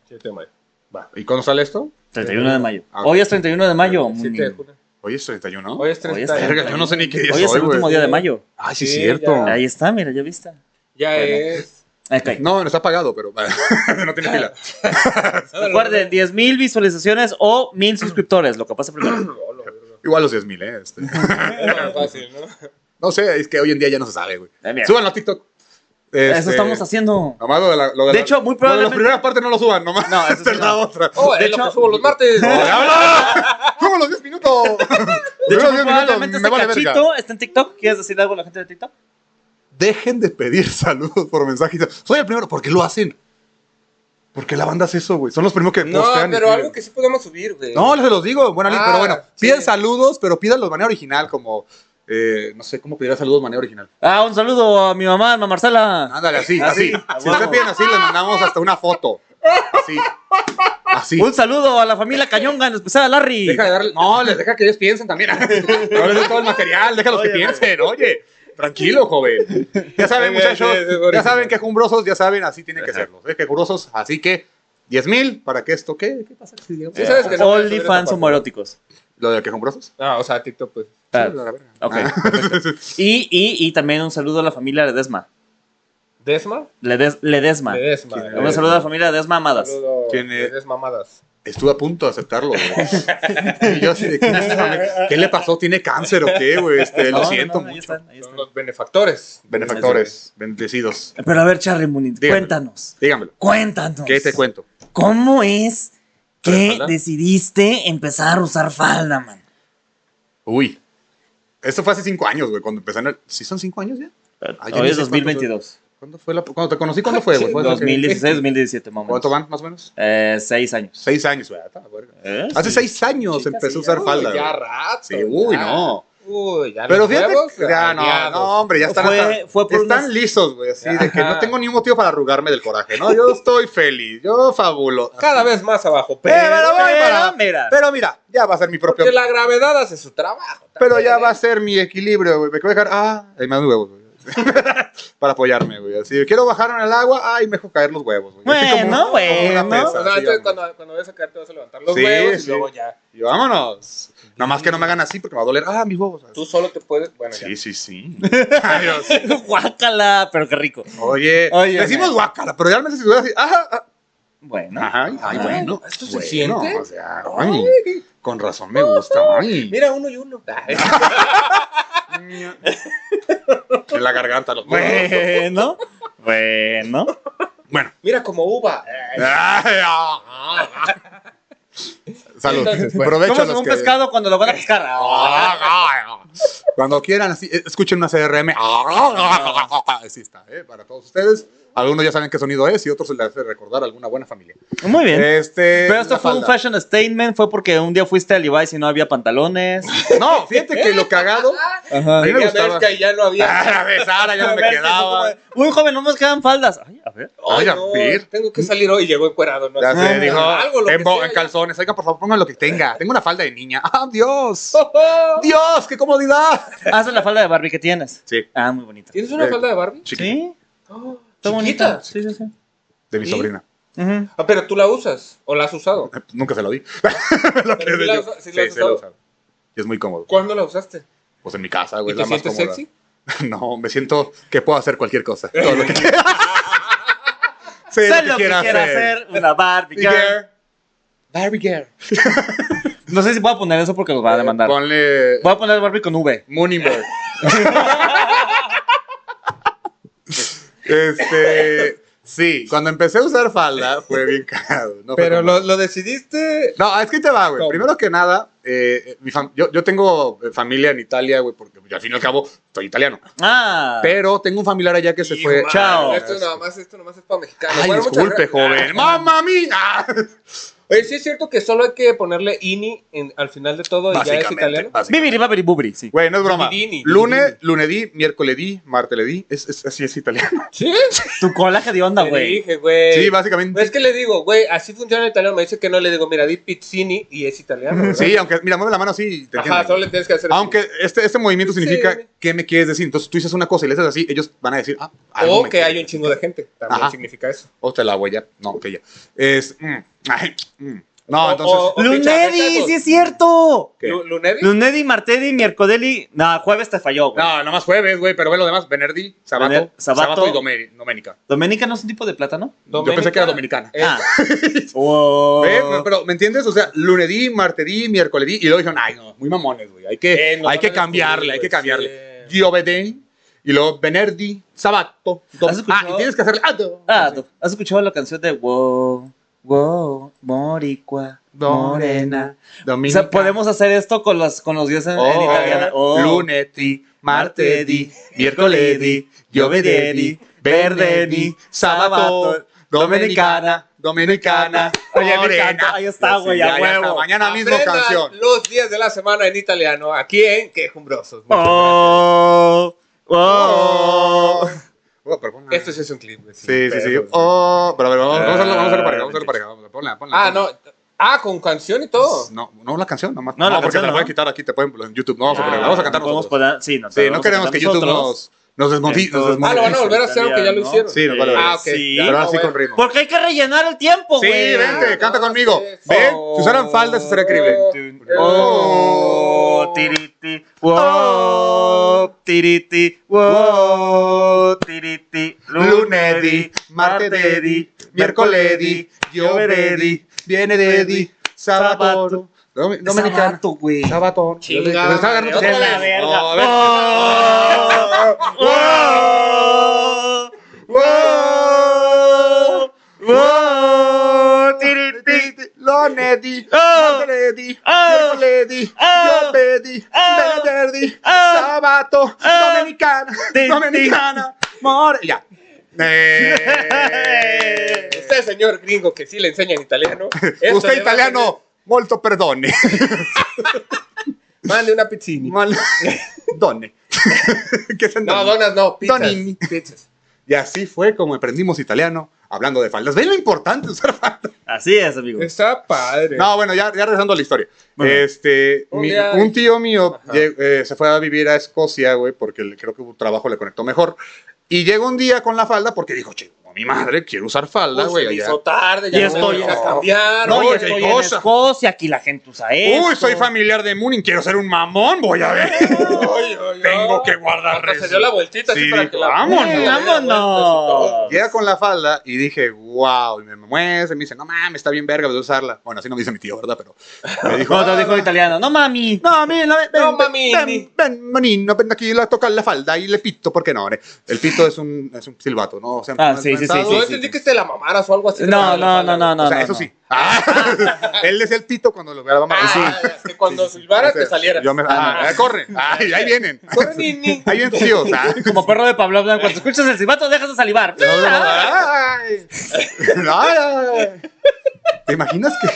Speaker 3: Siete de mayo.
Speaker 1: Va, ¿Y cuándo sale esto?
Speaker 2: 31 de mayo.
Speaker 1: Ah,
Speaker 2: Hoy es 31 de mayo. Muni.
Speaker 3: Siete de junio.
Speaker 1: Hoy es 31.
Speaker 3: Hoy es
Speaker 2: Hoy es
Speaker 3: 30.
Speaker 1: Verga, yo no sé ni qué día
Speaker 2: Hoy es
Speaker 1: soy,
Speaker 2: el último
Speaker 1: güey.
Speaker 2: día de mayo.
Speaker 1: Ay, sí, es
Speaker 3: Sí,
Speaker 1: cierto.
Speaker 3: ya.
Speaker 2: Ahí está, mira, ya viste.
Speaker 3: Ya
Speaker 2: Bueno.
Speaker 3: es.
Speaker 2: Ok.
Speaker 1: No, no está apagado, pero no tiene pila.
Speaker 2: Recuerden, 10.000 visualizaciones o 1.000 suscriptores, lo que pasa primero.
Speaker 3: No, no, no.
Speaker 1: Igual los 10.000, ¿eh? Este.
Speaker 3: Era fácil, ¿no?
Speaker 1: No sé, es que hoy en día ya no se sabe, güey.
Speaker 2: Eh, mira,
Speaker 1: Súbanlo a TikTok.
Speaker 2: Eso estamos haciendo.
Speaker 1: Nomás lo de la. lo
Speaker 2: De
Speaker 1: la-
Speaker 2: hecho, muy
Speaker 1: este- lo de
Speaker 2: probablemente-
Speaker 1: La primera parte no lo suban, nomás.
Speaker 2: No, eso sí
Speaker 1: Esta es la
Speaker 2: no.
Speaker 1: otra.
Speaker 3: Oh,
Speaker 2: De
Speaker 3: es lo
Speaker 2: hecho-
Speaker 3: que subo los martes.
Speaker 1: ¡Habla! ¡Subo los 10 minutos!
Speaker 2: De hecho,
Speaker 1: Subo los
Speaker 2: muy
Speaker 1: 10
Speaker 2: probablemente
Speaker 1: me
Speaker 2: este
Speaker 1: vale verga.
Speaker 2: cachito está en TikTok. ¿Quieres decir algo a la gente de TikTok?
Speaker 1: Dejen de pedir saludos por mensajes. Soy el primero. ¿Por qué lo hacen? Porque la banda hace eso, güey. Son los primeros que
Speaker 3: No,
Speaker 1: postean. y
Speaker 3: pero
Speaker 1: escriben.
Speaker 3: algo que sí podemos subir, güey.
Speaker 1: No, les los digo, buena lista,
Speaker 3: Ah,
Speaker 1: pero bueno,
Speaker 3: sí.
Speaker 1: piden saludos, pero pídanlos de manera original, como, eh, no sé, ¿cómo pedirá saludos de manera original?
Speaker 2: Ah, un saludo a mi mamá, a mamá Marcela.
Speaker 1: Ándale, así,
Speaker 2: Así,
Speaker 1: así.
Speaker 2: a
Speaker 1: Si
Speaker 2: huevo.
Speaker 1: ustedes piden así, les mandamos hasta una foto. Así. Así.
Speaker 2: Un saludo a la familia Cañonga, en especial a Larry.
Speaker 1: Deja de darle- no, les deja que ellos piensen también. No les doy todo el material, déjalos que
Speaker 2: Oye,
Speaker 1: piensen, oye. Tranquilo, joven. Ya saben,
Speaker 3: Oye,
Speaker 1: muchachos,
Speaker 3: sí, sí, por
Speaker 1: ya
Speaker 3: eso.
Speaker 1: saben que jumbrosos, ya saben, así tienen que
Speaker 2: Ajá.
Speaker 1: serlos. Es que jumbrosos, así que 10 mil para que esto, ¿qué? ¿Qué pasa? Sí, digamos.
Speaker 3: Sí sabes que no puedes subir esa
Speaker 2: OnlyFans
Speaker 3: parte.
Speaker 2: homoeróticos.
Speaker 1: ¿Lo de que jumbrosos?
Speaker 3: Ah, o sea, TikTok, pues.
Speaker 2: Ah,
Speaker 1: Sí, la verga.
Speaker 2: ok.
Speaker 1: Ah.
Speaker 2: perfecto. Y, y, y también un saludo a la familia Ledesma.
Speaker 3: ¿Desma?
Speaker 2: Ledes- Ledesma.
Speaker 3: Desma. eh,
Speaker 1: ¿Quién
Speaker 2: Ah, Un
Speaker 1: es?
Speaker 2: saludo a la familia Ledesma Amadas.
Speaker 3: Saludo.
Speaker 1: ¿Quién es?
Speaker 3: Desmamadas.
Speaker 1: Estuve a punto de aceptarlo. güey. y yo así de, ¿qué, ¿qué le pasó? ¿Tiene cáncer o qué, güey? Este,
Speaker 2: No,
Speaker 1: lo
Speaker 2: no,
Speaker 1: siento
Speaker 2: no, ahí
Speaker 1: mucho.
Speaker 2: están, ahí
Speaker 3: Son
Speaker 2: están.
Speaker 3: los benefactores.
Speaker 1: Benefactores, bendecidos.
Speaker 2: Pero a ver, Charlie Munin,
Speaker 1: Dígame.
Speaker 2: cuéntanos.
Speaker 1: Dígamelo.
Speaker 2: Cuéntanos.
Speaker 1: ¿Qué te cuento?
Speaker 2: ¿Cómo es que
Speaker 1: ¿Falda?
Speaker 2: decidiste empezar a usar falda, man?
Speaker 1: Uy. Esto fue hace cinco años, güey, cuando empecé en el... ¿Sí son cinco años ya? Ay, yo
Speaker 2: Hoy
Speaker 1: ni
Speaker 2: es
Speaker 1: sé
Speaker 2: 2022.
Speaker 1: ¿Cuándo fue la... Cuando te conocí, ¿cuándo fue, güey? ¿Fue hace-
Speaker 2: 2016, 2017, más o menos.
Speaker 1: pues, ¿Cuánto van, más o menos?
Speaker 2: Eh, seis años.
Speaker 1: Seis años, güey. está, verga.
Speaker 2: ¿Eh?
Speaker 1: Hace seis años
Speaker 2: Sí,
Speaker 1: empecé
Speaker 2: casi
Speaker 1: a usar
Speaker 2: ya.
Speaker 1: falda,
Speaker 3: Uy, ya
Speaker 1: güey.
Speaker 3: rato.
Speaker 1: Sí, uy,
Speaker 3: ya.
Speaker 1: no.
Speaker 3: Uy, ya
Speaker 1: Pero
Speaker 3: los
Speaker 1: fíjate,
Speaker 3: huevos,
Speaker 1: ya no,
Speaker 3: aliados.
Speaker 1: no, hombre, ya están,
Speaker 2: Fue-
Speaker 1: hasta-
Speaker 2: fue por
Speaker 1: están
Speaker 2: unos-
Speaker 1: lisos, güey, así de que
Speaker 3: Ajá.
Speaker 1: no tengo ni un motivo para arrugarme del coraje, ¿no? Yo estoy feliz, yo fabulo.
Speaker 3: Cada vez más abajo.
Speaker 1: Pero,
Speaker 3: Pero,
Speaker 1: Eh, voy
Speaker 2: pero
Speaker 1: para-
Speaker 2: mira.
Speaker 1: pero mira, ya va a ser mi propio.
Speaker 3: porque la gravedad hace su trabajo.
Speaker 1: Pero
Speaker 3: también,
Speaker 1: ya
Speaker 3: ¿eh?
Speaker 1: va a ser mi equilibrio, güey. Me voy a dejar. Ah, ahí me dan huevos, güey. para apoyarme, güey. Así, quiero bajar en el agua, ay, mejor caer los huevos, güey. Así como-
Speaker 2: Bueno,
Speaker 1: como una
Speaker 2: bueno.
Speaker 1: pesa,
Speaker 3: O sea,
Speaker 1: así,
Speaker 3: antes
Speaker 1: vámonos.
Speaker 3: cuando, cuando vayas a caer te vas a levantar los
Speaker 1: Sí,
Speaker 3: huevos y
Speaker 1: sí.
Speaker 3: luego ya.
Speaker 1: Y vámonos. Nada más que no me hagan así porque me va a doler. Ah, mis huevos.
Speaker 3: Tú solo te puedes. Bueno,
Speaker 1: Sí,
Speaker 3: ya.
Speaker 1: sí, sí. Ay, Dios.
Speaker 2: Guácala, pero qué rico.
Speaker 1: Oye,
Speaker 2: Oye,
Speaker 1: decimos
Speaker 2: güey.
Speaker 1: guácala, pero realmente si estuviera así, ah, ah,
Speaker 2: Bueno.
Speaker 1: ah, ay, ay,
Speaker 2: Ah,
Speaker 1: bueno.
Speaker 3: ¿esto se
Speaker 1: bueno,
Speaker 3: siente?
Speaker 1: O sea, ay, con razón me gusta, ay.
Speaker 3: Mira, uno y uno. Ay,
Speaker 1: en la garganta los
Speaker 2: Bueno. Bueno.
Speaker 1: Bueno.
Speaker 3: Mira, como uva. Ay,
Speaker 1: Ay, ah, ah. Salud.
Speaker 3: Entonces, bueno,
Speaker 1: Provecho a
Speaker 2: ¿Cómo se
Speaker 1: los
Speaker 2: ve un
Speaker 1: que-
Speaker 2: pescado cuando lo van a pescar?
Speaker 1: Ah, ah, ah. Cuando quieran, así, eh, escuchen una CRM. Ah, ah, ah, ah. Así está, eh, para todos ustedes. Algunos ya saben qué sonido es y otros se les hace recordar alguna buena familia.
Speaker 2: Muy bien.
Speaker 1: Este,
Speaker 2: Pero esto
Speaker 1: la
Speaker 2: fue un
Speaker 1: falda.
Speaker 2: fashion statement, fue porque un día fuiste a Levi's y no había pantalones.
Speaker 1: No, fíjate que lo cagado.
Speaker 3: Ah,
Speaker 2: Ajá.
Speaker 1: A mí me
Speaker 3: Quería
Speaker 1: gustaba.
Speaker 3: verga y ya no había.
Speaker 1: Ah, ves, ahora ya no me quedaba.
Speaker 2: Uy, joven, no nos quedan faldas. Ay, a ver.
Speaker 1: Ay, a ver.
Speaker 3: tengo que salir hoy. Llegó encuerado, ¿no?
Speaker 1: Ya
Speaker 3: Así,
Speaker 1: se dijo,
Speaker 3: algo, lo
Speaker 1: en,
Speaker 3: que
Speaker 1: bo-
Speaker 3: sea,
Speaker 1: en
Speaker 3: ya.
Speaker 1: calzones. Oiga, por favor, pongan lo que tenga. Tengo una falda de niña. ¡Ah, Dios!
Speaker 3: Oh,
Speaker 1: ¡Dios! ¡Qué comodidad!
Speaker 2: Hazle la falda de Barbie que tienes.
Speaker 1: Sí,
Speaker 2: Ah, muy bonita.
Speaker 3: ¿Tienes una
Speaker 1: Eh,
Speaker 3: falda de Barbie?
Speaker 1: chiquita.
Speaker 2: Sí,
Speaker 3: Oh,
Speaker 2: está
Speaker 3: chiquita.
Speaker 2: bonita. Sí, sí, sí.
Speaker 1: De mi
Speaker 3: ¿Sí?
Speaker 1: sobrina. Eh,
Speaker 2: Ujú.
Speaker 3: Ah, pero tú la usas o la has usado.
Speaker 1: Nunca se la di. Me
Speaker 3: Pero
Speaker 1: la quedé
Speaker 3: sí la
Speaker 1: yo.
Speaker 3: usa- sí
Speaker 1: Sí,
Speaker 3: la has
Speaker 1: sí la he
Speaker 3: usado.
Speaker 1: usado. Y es muy cómodo.
Speaker 3: ¿Cuándo la usaste?
Speaker 1: Pues en mi casa, güey.
Speaker 3: ¿Y
Speaker 1: es
Speaker 3: te
Speaker 1: la más
Speaker 3: sientes
Speaker 1: cómoda.
Speaker 3: sexy?
Speaker 1: No, me siento que puedo hacer cualquier cosa. Todo lo que quiera. Sé
Speaker 2: Sé lo que quiera hacer una Barbie
Speaker 1: Big
Speaker 2: girl.
Speaker 1: Air.
Speaker 3: Barbie Girl.
Speaker 2: No sé si puedo poner eso porque los va a demandar.
Speaker 1: Ponle
Speaker 2: Voy a poner Barbie con V.
Speaker 1: Mooneyberg. este. Sí, cuando empecé a usar falda fue bien cagado. no fue
Speaker 3: Pero
Speaker 1: como-
Speaker 3: lo, lo decidiste.
Speaker 1: No, es que ahí te va, güey.
Speaker 3: ¿Cómo?
Speaker 1: Primero que nada, eh, eh, mi fam- yo, yo tengo eh, familia en Italia, güey, porque pues, al fin y al cabo soy italiano.
Speaker 2: Ah.
Speaker 1: Pero tengo un familiar allá que se
Speaker 3: Hijo,
Speaker 1: fue.
Speaker 3: mano,
Speaker 2: Chao.
Speaker 3: Esto nada más, esto nada más es para mexicanos.
Speaker 1: Ay,
Speaker 3: Bueno, muchas
Speaker 1: disculpe,
Speaker 3: gracias. Ah.
Speaker 1: joven. ¡Mamma mía! Ah.
Speaker 3: Oye, sí es cierto que solo hay que ponerle ini en- al final de todo y ya es italiano.
Speaker 1: básicamente.
Speaker 2: Bibiri, babiri, bubiri, sí.
Speaker 1: Güey, no es broma.
Speaker 3: Didini,
Speaker 1: Lunes,
Speaker 3: didini.
Speaker 1: lunedí, miércoles di, martes le di. Es, es- así es italiano.
Speaker 3: Sí,
Speaker 2: Tu cola que de onda,
Speaker 3: le
Speaker 2: güey.
Speaker 3: dije, güey.
Speaker 1: Sí, básicamente.
Speaker 3: es que le digo, güey, así funciona el italiano. Me dice que no, le digo, mira, di pizzini y es italiano. ¿verdad?
Speaker 1: Sí, aunque, mira, mueve la mano así y te
Speaker 3: Ajá,
Speaker 1: entienden.
Speaker 3: solo le tienes que hacer. así.
Speaker 1: Aunque este, este movimiento
Speaker 3: Sí.
Speaker 1: significa ¿qué me quieres decir? Entonces tú dices una cosa y le haces así, ellos van a decir, ah,
Speaker 3: O
Speaker 1: algo me
Speaker 3: que
Speaker 1: quieres
Speaker 3: hay un
Speaker 1: decir.
Speaker 3: chingo de gente. También
Speaker 1: Ajá.
Speaker 3: significa eso.
Speaker 1: O te la voy a. No, que ya. Es. mm, ay, mm. No,
Speaker 3: O-
Speaker 1: entonces.
Speaker 3: o-
Speaker 2: Lunedi, sí es cierto.
Speaker 1: ¿qué?
Speaker 3: Lu- ¿Lunedi?
Speaker 2: Lunedi, martedi, miércoles. No, jueves te falló, güey.
Speaker 1: No, nomás jueves, güey, pero ve lo demás. Venerdi, Sabato,
Speaker 2: Vener- Sabato.
Speaker 1: Sabato y Domé- Doménica.
Speaker 2: Domenica no es un tipo de plátano.
Speaker 1: Yo pensé que era dominicana.
Speaker 3: Eh, oh.
Speaker 2: Ah. Wow.
Speaker 1: ¿Ves? No, Pero, Eh, ¿me entiendes? O sea, lunedí, martedí, miércoles y luego dijeron, ay, no, muy mamones, güey. Hay que,
Speaker 3: Eh, nos
Speaker 1: hay
Speaker 3: van
Speaker 1: que
Speaker 3: a
Speaker 1: cambiarle, hay que
Speaker 3: descubrir,
Speaker 1: cambiarle.
Speaker 3: güey, sí.
Speaker 1: Giovedén, y luego Venerdi, Sabato, Dom-
Speaker 2: ¿Has
Speaker 1: Ah,
Speaker 2: escuchado?
Speaker 1: y tienes que hacerle. Ah, do-
Speaker 2: Ah, ¿has escuchado la canción de Wow, Wow, Moricua, Morena? O
Speaker 1: Dominica.
Speaker 2: sea, podemos hacer esto con los, con los dioses en, en
Speaker 1: Oh,
Speaker 2: italiana. Oh.
Speaker 1: Lunedì, martedì, miércoledì, giovedì, verdedì, sabato, domenicana, domenicana.
Speaker 2: Oh, Oye, me
Speaker 1: morena.
Speaker 2: encanta. Ahí está,
Speaker 1: Yo sí,
Speaker 2: güey, a
Speaker 1: ya, ya
Speaker 2: huevo.
Speaker 1: está. Mañana mismo
Speaker 3: aprendan
Speaker 1: canción.
Speaker 3: Los días de la semana en italiano, aquí en Quejumbrosos. Muchas
Speaker 2: Oh, oh.
Speaker 1: Oh, pero ponla.
Speaker 3: gracias. Esto sí es un clip. güey,
Speaker 1: Sí, sí, sí.
Speaker 3: pero-
Speaker 1: Oh, pero a ver, vamos, vamos a hacerlo, vamos a hacerlo
Speaker 2: Ah,
Speaker 1: pareja, vamos a hacerlo pareja. Vamos a- Ponla, ponla.
Speaker 3: Ah,
Speaker 1: ponla.
Speaker 3: no. Ah, con canción y todo.
Speaker 1: No, no la canción, nomás.
Speaker 2: No,
Speaker 1: No,
Speaker 2: la
Speaker 1: porque
Speaker 2: canción,
Speaker 1: la voy a
Speaker 2: ¿no?
Speaker 1: quitar aquí, te pueden en YouTube. No, vamos a
Speaker 3: Ah,
Speaker 1: ponerla, vamos a cantar
Speaker 2: Podemos
Speaker 1: nosotros.
Speaker 2: poner- sí, no,
Speaker 1: Sí,
Speaker 2: podemos
Speaker 1: no queremos
Speaker 2: cantar
Speaker 1: que YouTube
Speaker 2: nosotros.
Speaker 1: nos nos desmoni- nos
Speaker 2: Entonces-
Speaker 1: desmoni-
Speaker 3: Ah, lo van a volver a
Speaker 2: Sí,
Speaker 3: hacer aunque ya lo
Speaker 2: ¿no?
Speaker 3: hicieron.
Speaker 1: Sí, nos vale.
Speaker 3: Ah, ok.
Speaker 2: Sí.
Speaker 1: Pero ahora sí
Speaker 3: Ah,
Speaker 1: con
Speaker 3: bueno.
Speaker 1: ritmo.
Speaker 2: Porque hay que rellenar el tiempo,
Speaker 1: Sí,
Speaker 2: güey.
Speaker 1: vente,
Speaker 3: Ah,
Speaker 1: canta
Speaker 3: no,
Speaker 1: conmigo.
Speaker 3: sí, sí.
Speaker 1: Ven,
Speaker 3: Oh.
Speaker 1: si usaran faldas, eso sería increíble.
Speaker 2: Oh, tiriti, wow, tiriti, wow, tiriti,
Speaker 1: Lunedì, martedì, mercoledì, giovedì, venerdì, sabato, dom- domenicana,
Speaker 2: Sabato, güey.
Speaker 1: sabato.
Speaker 3: Chinga,
Speaker 1: Me está agarrando
Speaker 3: madre,
Speaker 1: otra
Speaker 3: otra
Speaker 1: vez.
Speaker 2: verga.
Speaker 1: No, a ver.
Speaker 2: Oh,
Speaker 1: Oh,
Speaker 2: Wow, oh. wow, wow, tiriti.
Speaker 1: Lunedì,
Speaker 2: Oh.
Speaker 1: martedì,
Speaker 2: Oh.
Speaker 1: mercoledì,
Speaker 2: Oh.
Speaker 1: giovedì,
Speaker 2: Oh.
Speaker 1: venerdì,
Speaker 2: Oh.
Speaker 1: sabato,
Speaker 2: Oh.
Speaker 1: domenicana,
Speaker 2: Ti, ti.
Speaker 1: domenicana, more. Ya. Eh.
Speaker 3: Usted, Este señor gringo, que sí le enseña en italiano. esto
Speaker 1: Usted
Speaker 3: le va a tener-
Speaker 1: italiano, molto perdone.
Speaker 3: Mande una pizzini.
Speaker 1: Mal- Donne. ¿Qué es en
Speaker 3: No,
Speaker 1: donne?
Speaker 3: donas no, pizzas.
Speaker 1: Donini.
Speaker 3: Pizzas.
Speaker 1: Y así fue como aprendimos italiano hablando de faldas. ¿Ven lo importante usar falda?
Speaker 2: Así es, amigo.
Speaker 3: Está padre.
Speaker 1: No, bueno, ya, ya regresando a la historia.
Speaker 2: Bueno.
Speaker 1: Este,
Speaker 3: Un
Speaker 1: mi-
Speaker 3: día-
Speaker 1: un tío mío
Speaker 3: Ajá.
Speaker 1: lleg- eh, se fue a vivir a Escocia, güey, porque le- creo que un trabajo le conectó mejor. Y llegó un día con la falda porque dijo, chingo, mi madre, quiero usar falda,
Speaker 3: Uy,
Speaker 1: güey.
Speaker 3: se me
Speaker 1: allá".
Speaker 3: hizo tarde,
Speaker 2: Y
Speaker 3: ya
Speaker 2: estoy-
Speaker 3: estoy a cambiar.
Speaker 1: No,
Speaker 3: oye,
Speaker 1: y
Speaker 2: Oye,
Speaker 1: estoy
Speaker 2: estoy
Speaker 1: en
Speaker 2: en Escocia, aquí la gente usa eso.
Speaker 1: Uy, soy familiar de Mooning, quiero ser un mamón, voy a ver.
Speaker 3: oye, oye.
Speaker 1: Tengo que guardar
Speaker 3: Hasta Se
Speaker 1: res-
Speaker 3: dio la vueltita así
Speaker 1: Sí,
Speaker 3: para que la...
Speaker 1: vámonos.
Speaker 3: Le dio la vuelta, así, todo.
Speaker 1: Llega con la falda y dije, wow, y me mueve, me dice, no mames, está bien verga, voy a usarla. Bueno, así no me dice mi tío, ¿verdad? Pero me dijo,
Speaker 2: No, te lo dijo en
Speaker 1: "Ah,
Speaker 2: italiano. No, mami.
Speaker 1: No, mami, no, ven,
Speaker 3: No,
Speaker 1: ven,
Speaker 3: mami.
Speaker 1: ven, ven, manino, ven aquí, la toca la falda y le pito, porque no, eh. El pito es un, es un silbato, ¿no? O sea,
Speaker 2: Ah,
Speaker 1: ¿no has
Speaker 2: sí, sí, sí,
Speaker 1: pensado?
Speaker 3: No
Speaker 2: sí, sí.
Speaker 3: entendí que te la mamaras o algo así.
Speaker 2: No, no, no, no, no.
Speaker 1: O sea,
Speaker 2: no,
Speaker 1: eso
Speaker 2: no.
Speaker 1: sí. Ah, él decía el pito cuando lo grababa.
Speaker 3: Ah,
Speaker 1: Sí.
Speaker 3: ya, que cuando silbaras te
Speaker 1: O sea,
Speaker 3: salieras.
Speaker 1: Yo me, ah, corre, Ay, ahí vienen.
Speaker 3: Corre, ni- ni-
Speaker 1: Ahí vienen tíos. ah.
Speaker 2: Como perro de Pablo, cuando escuchas el silbato dejas de salivar.
Speaker 1: Ay. Ay. ¿Te imaginas que.?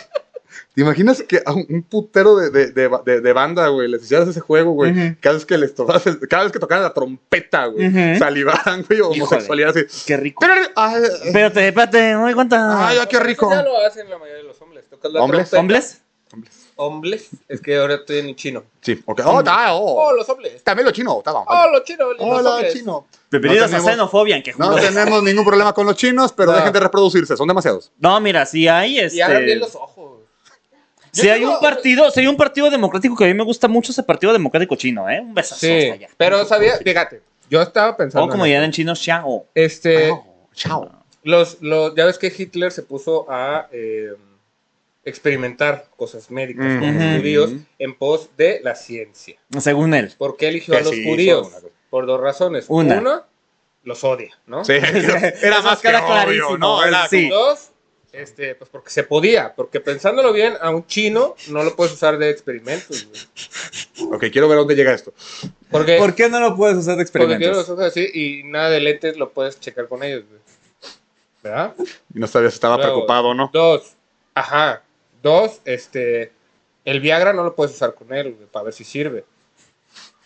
Speaker 1: ¿Te imaginas que a un un putero de, de, de, de- de banda, güey, les hicieras ese juego, güey?
Speaker 2: Ujú.
Speaker 1: Cada vez que les tocas el- cada vez que tocaran la trompeta, güey,
Speaker 2: Ujú.
Speaker 1: salivaran, güey, homosexualidad así.
Speaker 2: Qué rico.
Speaker 1: Ay,
Speaker 2: Espérate, espérate. Ay, cuánta.
Speaker 1: ay, ay, qué rico.
Speaker 3: Ya lo hacen la mayoría de los hombres. Tocas la
Speaker 1: ¿Hombres?
Speaker 3: trompeta.
Speaker 2: ¿Hombres?
Speaker 3: Hombres. Es que ahora estoy en chino.
Speaker 1: Sí, ok. Oh, da, oh.
Speaker 3: Oh, los hombres.
Speaker 1: También lo chino, está vamos.
Speaker 3: Oh, los chinos. los
Speaker 1: Hola,
Speaker 3: hombres.
Speaker 1: chino.
Speaker 2: Bienvenidos a
Speaker 1: No tenemos-
Speaker 2: Xenofobia, en que
Speaker 1: No tenemos ningún problema con los chinos, pero
Speaker 3: No.
Speaker 1: dejen de reproducirse, son demasiados.
Speaker 2: No, mira, si hay este.
Speaker 3: Y abran bien los ojos.
Speaker 2: Si
Speaker 3: Yo
Speaker 2: hay
Speaker 3: tengo-
Speaker 2: un partido, si hay un partido democrático que a mí me gusta mucho ese partido democrático chino, ¿eh? Un besazo
Speaker 3: Sí,
Speaker 2: hasta allá.
Speaker 3: pero sabía, fíjate, yo estaba pensando.
Speaker 2: O como
Speaker 3: en
Speaker 2: dirían
Speaker 3: esto.
Speaker 2: en chino, xiao.
Speaker 3: Este,
Speaker 1: Oh, chao.
Speaker 3: los, los, ya ves que Hitler se puso a eh, experimentar cosas médicas con los
Speaker 2: Ujú.
Speaker 3: judíos en pos de la ciencia.
Speaker 2: Según él.
Speaker 3: ¿Por qué eligió
Speaker 1: Que
Speaker 3: a los
Speaker 1: sí,
Speaker 3: judíos?
Speaker 1: fue una cosa.
Speaker 3: Por dos razones.
Speaker 2: Una.
Speaker 3: Una, los odia, ¿no?
Speaker 1: Sí, era
Speaker 2: Eso
Speaker 1: más que
Speaker 2: queda
Speaker 1: obvio,
Speaker 2: clarísimo,
Speaker 1: ¿no? Era
Speaker 2: sí.
Speaker 3: Dos, este, pues porque se podía, porque pensándolo bien, a un chino no lo puedes usar de experimentos, güey.
Speaker 1: como- Ok, quiero ver dónde llega esto.
Speaker 3: Porque,
Speaker 4: ¿Por qué no lo puedes usar de
Speaker 3: Eh, porque quiero los
Speaker 4: experimentos?
Speaker 3: ojos así y nada de lentes lo puedes checar con ellos, güey. ¿Verdad?
Speaker 1: Y no sabía si estaba
Speaker 3: Luego,
Speaker 1: preocupado, ¿no?
Speaker 3: Dos, ajá. Dos, este. El Viagra no lo puedes usar con él, güey, para ver si sirve.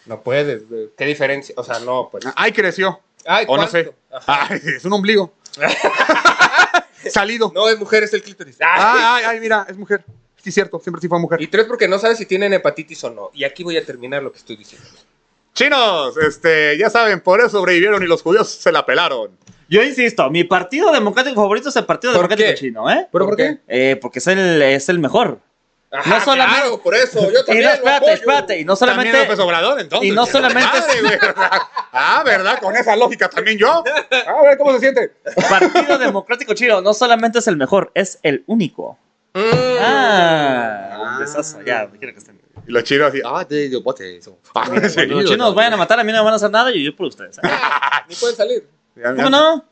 Speaker 3: No puedes, güey. ¿Qué diferencia? O sea, no, pues.
Speaker 1: Ay, creció.
Speaker 3: Ay,
Speaker 1: Ah, O no
Speaker 3: ¿cuánto?
Speaker 1: sé. Ah.
Speaker 3: Ajá.
Speaker 1: Ay, es un ombligo. Salido.
Speaker 3: No, es mujer, es el clítoris. Ah.
Speaker 1: Ay, ay, ay, mira, es mujer. Sí, cierto, siempre sí fue mujer.
Speaker 3: Y tres, porque no sabes si tienen hepatitis o no. Y aquí voy a terminar lo que estoy diciendo.
Speaker 1: Chinos, este, ya saben, por eso sobrevivieron y los judíos se la pelaron.
Speaker 2: Yo insisto, mi partido democrático favorito es el partido
Speaker 3: ¿Por
Speaker 2: democrático
Speaker 3: qué?
Speaker 2: chino, ¿eh?
Speaker 3: ¿Pero por qué?
Speaker 2: Eh, porque es el, es el mejor.
Speaker 3: Ajá,
Speaker 2: No solamente-
Speaker 3: Claro, por eso. Yo
Speaker 2: Y
Speaker 3: también.
Speaker 2: no,
Speaker 3: lo
Speaker 2: espérate,
Speaker 3: apoyo.
Speaker 2: espérate. Y no solamente.
Speaker 1: También López Obrador, entonces.
Speaker 2: y no solamente-
Speaker 1: Madre, güey. ah, ¿verdad? Con esa lógica también yo. A ver cómo se siente.
Speaker 2: Partido Democrático Chino no solamente es el mejor, es el único.
Speaker 3: Mm.
Speaker 2: Ah, un besazo, ya, donde quiera que estén.
Speaker 1: Y los chinos así, ah, de yo bote eso. Ah, en
Speaker 2: Cuando
Speaker 1: serio,
Speaker 2: los chinos
Speaker 1: ¿no?
Speaker 2: vayan a matar, a mí no me van a hacer nada y yo por ustedes. ¿eh?
Speaker 3: Ah, Ni pueden salir.
Speaker 1: Ya, ya.
Speaker 2: ¿Cómo no?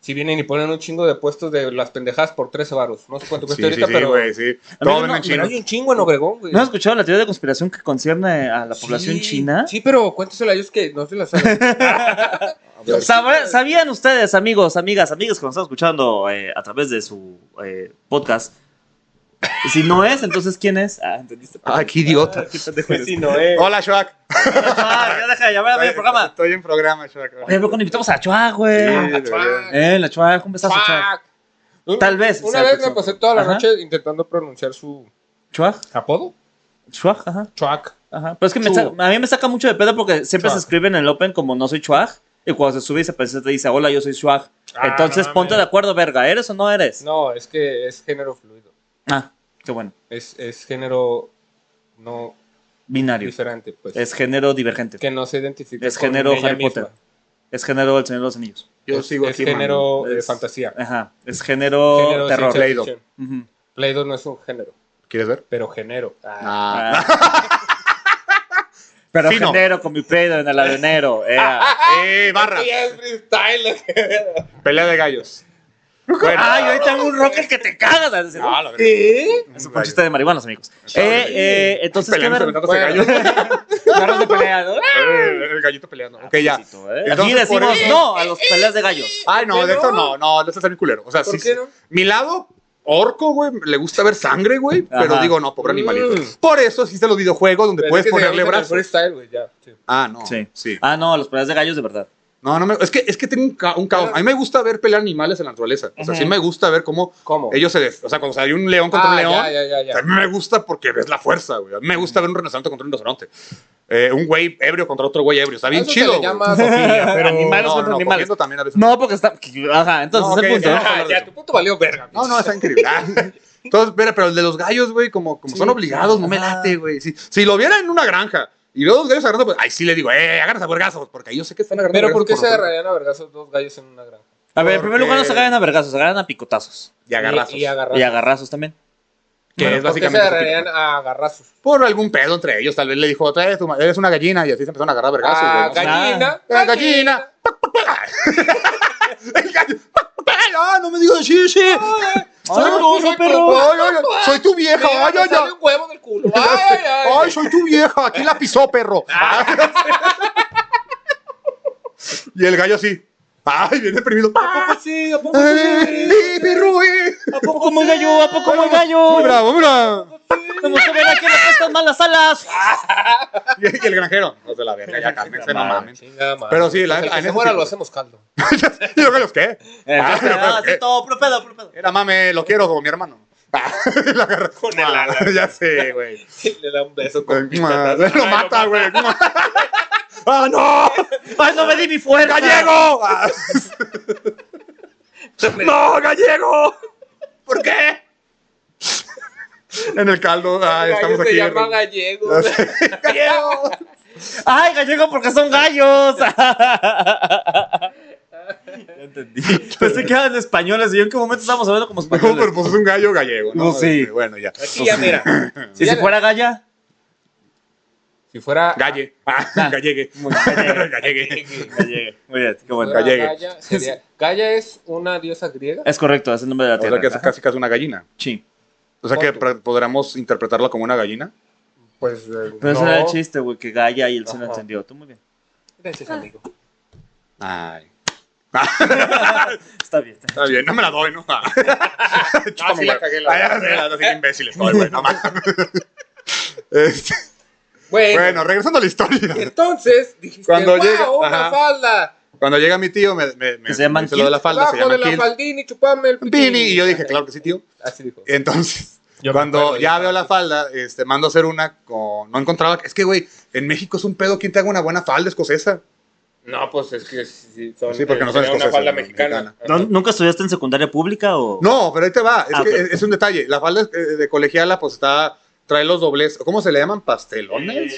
Speaker 3: Si vienen y ponen un chingo de puestos de las pendejadas por 13 varos. No sé
Speaker 2: Pues
Speaker 3: cuánto
Speaker 1: Sí,
Speaker 3: cuesta
Speaker 1: sí,
Speaker 3: ahorita,
Speaker 1: sí,
Speaker 3: pero.
Speaker 1: güey, sí.
Speaker 2: A mí
Speaker 1: Todo
Speaker 2: no-
Speaker 3: Pero
Speaker 1: en chino.
Speaker 3: hay un chingo en Obregón, güey.
Speaker 2: ¿No has escuchado la teoría de conspiración que concierne a la población
Speaker 3: Sí,
Speaker 2: china?
Speaker 3: Sí, pero cuéntasela a ellos que no se la saben.
Speaker 2: Sabr- ¿Sabían ustedes, amigos, amigas, amigas que nos están escuchando eh, a través de su eh, podcast? Si no es, entonces ¿quién es? Ah, entendiste.
Speaker 1: Ah, qué idiota.
Speaker 2: Qué pendejo eres.
Speaker 1: Hola, Shoak.
Speaker 2: Ah, ya deja de llamar a mi programa.
Speaker 1: Estoy en programa, Shoak.
Speaker 2: Oye, pero cuando invitamos a la Chua,
Speaker 1: Sí,
Speaker 2: güey.
Speaker 1: de
Speaker 3: Chua.
Speaker 1: verdad.
Speaker 2: Eh, la Chua, un besazo, Chua.
Speaker 3: Fuck.
Speaker 2: Tal vez sea
Speaker 3: Una
Speaker 2: el
Speaker 3: vez me
Speaker 2: próximo.
Speaker 3: pasé toda la
Speaker 2: Ajá.
Speaker 3: noche intentando pronunciar su
Speaker 2: Chua,
Speaker 3: apodo.
Speaker 2: Chua, ajá.
Speaker 3: Chuac.
Speaker 2: Ajá. Pero es que me
Speaker 3: Chu.
Speaker 2: saca- a mí me saca mucho de pedo porque siempre
Speaker 3: Chuag.
Speaker 2: se escribe en el Open como no soy Chuag. Y cuando se sube y se presenta te dice, hola, yo soy Chuag.
Speaker 3: Ah,
Speaker 2: Entonces
Speaker 3: no
Speaker 2: ponte de
Speaker 3: mames.
Speaker 2: acuerdo, verga, ¿eres o no eres?
Speaker 3: No, es que es género fluido.
Speaker 2: Ah, qué bueno.
Speaker 3: Es, es género no
Speaker 2: Binario.
Speaker 3: diferente, pues.
Speaker 2: Es género divergente.
Speaker 3: que no se identifica.
Speaker 2: Es
Speaker 3: con
Speaker 2: género
Speaker 3: ella
Speaker 2: Harry Potter.
Speaker 3: misma.
Speaker 2: Es género del Señor de los Anillos.
Speaker 1: Yo
Speaker 3: es,
Speaker 1: sigo
Speaker 3: es
Speaker 1: aquí, mano.
Speaker 3: género eh,
Speaker 2: Es-
Speaker 3: fantasía.
Speaker 2: Ajá. Es género,
Speaker 3: Género
Speaker 2: terror.
Speaker 3: ciencia
Speaker 1: Play-Doh.
Speaker 3: ficción.
Speaker 2: Ujú.
Speaker 3: Play-Doh no es un género,
Speaker 1: ¿Quieres ver?
Speaker 3: pero género. Ah.
Speaker 1: Ah.
Speaker 2: Ah. Pero
Speaker 1: Fino.
Speaker 2: género con mi pedo en el adenero. Era.
Speaker 1: Eh, barra.
Speaker 3: Esto ya es freestyle.
Speaker 1: Pelea de gallos. Bueno.
Speaker 2: Ay, ahorita hago un rocker que te cagas.
Speaker 1: Ah, la verdad.
Speaker 3: ¿Qué?
Speaker 2: Es un chiste de marihuanos, amigos.
Speaker 1: Sí.
Speaker 2: Eh, eh, entonces, ¿qué
Speaker 1: Peleando,
Speaker 2: ver?
Speaker 1: aventando gallos.
Speaker 2: Garros de pelea, ¿no?
Speaker 1: Eh, El gallito peleando. Ok, ya.
Speaker 2: Pobrecito, ¿eh?
Speaker 1: Entonces,
Speaker 2: Aquí
Speaker 1: por
Speaker 2: decimos
Speaker 1: eso-
Speaker 2: no a los peleas de gallos.
Speaker 1: Ay, no,
Speaker 3: ¿Por qué
Speaker 1: de esto
Speaker 3: no?
Speaker 1: no, no, de esto está bien culero. O sea,
Speaker 3: ¿Por
Speaker 1: sí.
Speaker 3: qué no?
Speaker 1: Mi lado, orco, güey, le gusta ver sangre, güey, pero
Speaker 2: Ajá.
Speaker 1: digo, no, pobre animalito.
Speaker 3: Mm.
Speaker 1: Por eso existen los videojuegos donde
Speaker 3: Pensé
Speaker 1: puedes
Speaker 3: que se
Speaker 1: ponerle
Speaker 3: llama
Speaker 1: brazos.
Speaker 3: Freestyle, güey, ya. sí.
Speaker 1: Ah, no.
Speaker 2: Sí.
Speaker 1: Sí.
Speaker 2: Ah, no, los peleas de gallos de verdad.
Speaker 1: No, no me, es que es que tiene un, ca- un caos. A mí me gusta ver pelear animales en la naturaleza. O sea,
Speaker 2: Ajá.
Speaker 1: sí me gusta ver cómo
Speaker 3: ¿Cómo?
Speaker 1: ellos se, def- o sea, cuando salió un león contra un
Speaker 3: Oh. Ah,
Speaker 1: león,
Speaker 3: ya, ya, ya, ya.
Speaker 1: a mí me gusta porque ves la fuerza, güey. A mí me gusta ver un rinoceronte contra un rinoceronte. Eh, un güey ebrio contra otro güey ebrio. Está bien
Speaker 3: Eso se
Speaker 1: chido.
Speaker 3: le
Speaker 1: güey.
Speaker 3: llama zoofilia, pero-
Speaker 2: Animales
Speaker 1: No,
Speaker 2: contra
Speaker 1: no,
Speaker 2: animales.
Speaker 1: cogiendo también a veces.
Speaker 2: No, porque está. Ajá, entonces
Speaker 1: No,
Speaker 2: es el
Speaker 1: ok,
Speaker 2: punto.
Speaker 1: ya.
Speaker 2: ¿no?
Speaker 3: Ah, ya, tu punto valió verga.
Speaker 1: No, no, está increíble. Ah. Entonces, mira, pero el de los gallos, güey, como, como
Speaker 2: Sí.
Speaker 1: son obligados, no me
Speaker 2: Ajá.
Speaker 1: late, güey. Si, si lo viera en una granja y veo dos gallos agarrando, pues, ay, sí le digo, eh, agárrate a vergazos, porque yo sé que están agarrando
Speaker 3: Pero ¿por
Speaker 1: vergazos
Speaker 3: qué se
Speaker 1: los-
Speaker 3: agarrarían a vergazos dos gallos en una granja?
Speaker 2: A ver, en primer lugar no se
Speaker 1: Porque-
Speaker 2: agarran a vergazos, se agarran a picotazos.
Speaker 1: Y agarrazos.
Speaker 3: Eh, Y, y agarrazos.
Speaker 2: Y agarrazos también.
Speaker 1: que
Speaker 3: Pero
Speaker 1: es
Speaker 3: ¿Por qué se
Speaker 1: básicamente.
Speaker 3: agarrarían a agarrazos?
Speaker 1: Por algún pedo entre ellos, tal vez le dijo, "Trae tu ma- eres una gallina, y así se empezaron a agarrar a vergazos, güey.
Speaker 3: Ah,
Speaker 1: no sé.
Speaker 3: gallina.
Speaker 1: ¡Eh, gallina! ¡Pac, pac, pac! El gallo, ¡pac, pac, pac! ¡Ah, no me digas sí, sí!
Speaker 2: ¡Ay, no, soy perro!
Speaker 1: Ay, ay, ay, ¡Soy tu vieja!
Speaker 3: Mira,
Speaker 1: ¡Ay,
Speaker 3: me
Speaker 1: ay, ay!
Speaker 3: sale un huevo del culo. Ay, ay, ay.
Speaker 1: ¡Ay, soy tu vieja! ¡Aquí la pisó, perro! y el gallo así. ¡Ay, viene deprimido! ¡Ah!
Speaker 3: Sí, ¿a poco
Speaker 1: ¡Ay, mi perro, eh!
Speaker 2: ¿A poco como el gallo? ¿A poco como el
Speaker 1: Muy
Speaker 2: gallo?
Speaker 1: bravo, muy bravo.
Speaker 2: Como se verá que le prestan mal las alas.
Speaker 1: Y, y el granjero. No se la verga, ya cálmense, no mamen.
Speaker 3: Chingada madre.
Speaker 1: Pero sí, la-
Speaker 3: Pues el
Speaker 1: en
Speaker 3: que se
Speaker 1: ese
Speaker 3: muera
Speaker 1: tipo-
Speaker 3: lo hacemos caldo.
Speaker 1: ¿Y los gallos qué?
Speaker 3: Eh,
Speaker 1: Ah,
Speaker 2: Entonces,
Speaker 1: pero,
Speaker 2: ah,
Speaker 1: pero,
Speaker 2: sí, todo, puro pedo, puro pedo.
Speaker 1: Era mame, lo quiero como mi hermano. Ah, lo agarra.
Speaker 3: Con el ala.
Speaker 1: Ya sé, güey.
Speaker 3: Sí, Le da un beso con
Speaker 1: Mua,
Speaker 3: picotazos.
Speaker 1: Lo
Speaker 3: Ay,
Speaker 1: mata, güey. Mua. ¡Ah, no!
Speaker 2: ¡Ay, no me di mi fuerza!
Speaker 1: ¡Gallego! Ah,
Speaker 3: mata.
Speaker 1: ¡No, gallego! ¿Por qué? En el caldo, ah,
Speaker 3: Gallo
Speaker 1: estamos
Speaker 3: se
Speaker 1: aquí.
Speaker 3: llama gallego.
Speaker 1: ¡Gallego!
Speaker 2: ¡Ay, gallego porque son gallos! Ya entendí. Pensé que eran españoles y yo en qué momento estábamos hablando como
Speaker 1: No, pero
Speaker 2: españoles.
Speaker 1: pues es un gallo gallego, ¿no?
Speaker 2: No, sí.
Speaker 1: Este, Bueno, ya.
Speaker 3: Aquí ya mira.
Speaker 2: ¿Y si
Speaker 3: Ya-
Speaker 2: fuera galla?
Speaker 3: Si fuera
Speaker 1: Galle. Ah, gallegue. Gallegue.
Speaker 2: Gallegue. Muy bien, qué bueno.
Speaker 3: fuera
Speaker 1: Gallegue.
Speaker 3: Gaia, sería- Gaia es una diosa griega.
Speaker 2: Es correcto, es el nombre de la
Speaker 1: O sea
Speaker 2: tierra.
Speaker 1: que es
Speaker 2: Ajá.
Speaker 1: casi casi una gallina.
Speaker 2: Sí.
Speaker 1: O sea que
Speaker 3: Pon tú.
Speaker 1: pra- podríamos interpretarla como una gallina.
Speaker 3: Pues. eh,
Speaker 2: Pero
Speaker 3: no.
Speaker 2: ese era el chiste, güey, que Gaya y él sí lo
Speaker 3: Ajá.
Speaker 2: entendió. Tú muy bien.
Speaker 3: Gracias, amigo.
Speaker 1: Ay.
Speaker 2: Está bien.
Speaker 1: Está bien, no me la doy, ¿no? Ah, Chúpame,
Speaker 3: sí la
Speaker 1: güey.
Speaker 3: cagué, la
Speaker 1: Ay,
Speaker 3: verdad.
Speaker 1: ya sé, la- así que imbécil estoy, güey, no mames. Este,
Speaker 3: Bueno,
Speaker 1: bueno, regresando a la
Speaker 3: y
Speaker 1: historia.
Speaker 3: entonces dijiste,
Speaker 1: Cuando
Speaker 3: "Guau,
Speaker 1: llega-
Speaker 3: una
Speaker 1: ajá.
Speaker 3: falda.
Speaker 1: Cuando llega mi tío, me, me, me
Speaker 2: se llaman
Speaker 1: dice lo de la falda, se
Speaker 3: Abajo
Speaker 1: llama
Speaker 3: de la
Speaker 1: Kilt.
Speaker 3: faldini y chupame el pipí".
Speaker 1: Pini, y yo dije, claro que sí, tío.
Speaker 3: Así dijo.
Speaker 1: Entonces,
Speaker 3: Yo me
Speaker 1: cuando
Speaker 3: acuerdo,
Speaker 1: ya
Speaker 3: yo-
Speaker 1: veo la falda, este, mando a hacer una con... No encontraba... Es que, güey, en México es un pedo quién te haga una buena falda escocesa.
Speaker 3: No, pues es que sí, son,
Speaker 1: Sí, porque no son
Speaker 3: sería una
Speaker 1: escoceses,
Speaker 3: falda
Speaker 1: no,
Speaker 3: mexicana.
Speaker 2: ¿No- ¿Nunca estudiaste en secundaria pública o...?
Speaker 1: No, pero ahí te va. Es,
Speaker 2: Ah,
Speaker 1: que
Speaker 2: ok.
Speaker 1: es- es un detalle. La falda eh, de colegiala, pues está... Trae los dobles... ¿Cómo se le llaman? ¿Pastelones?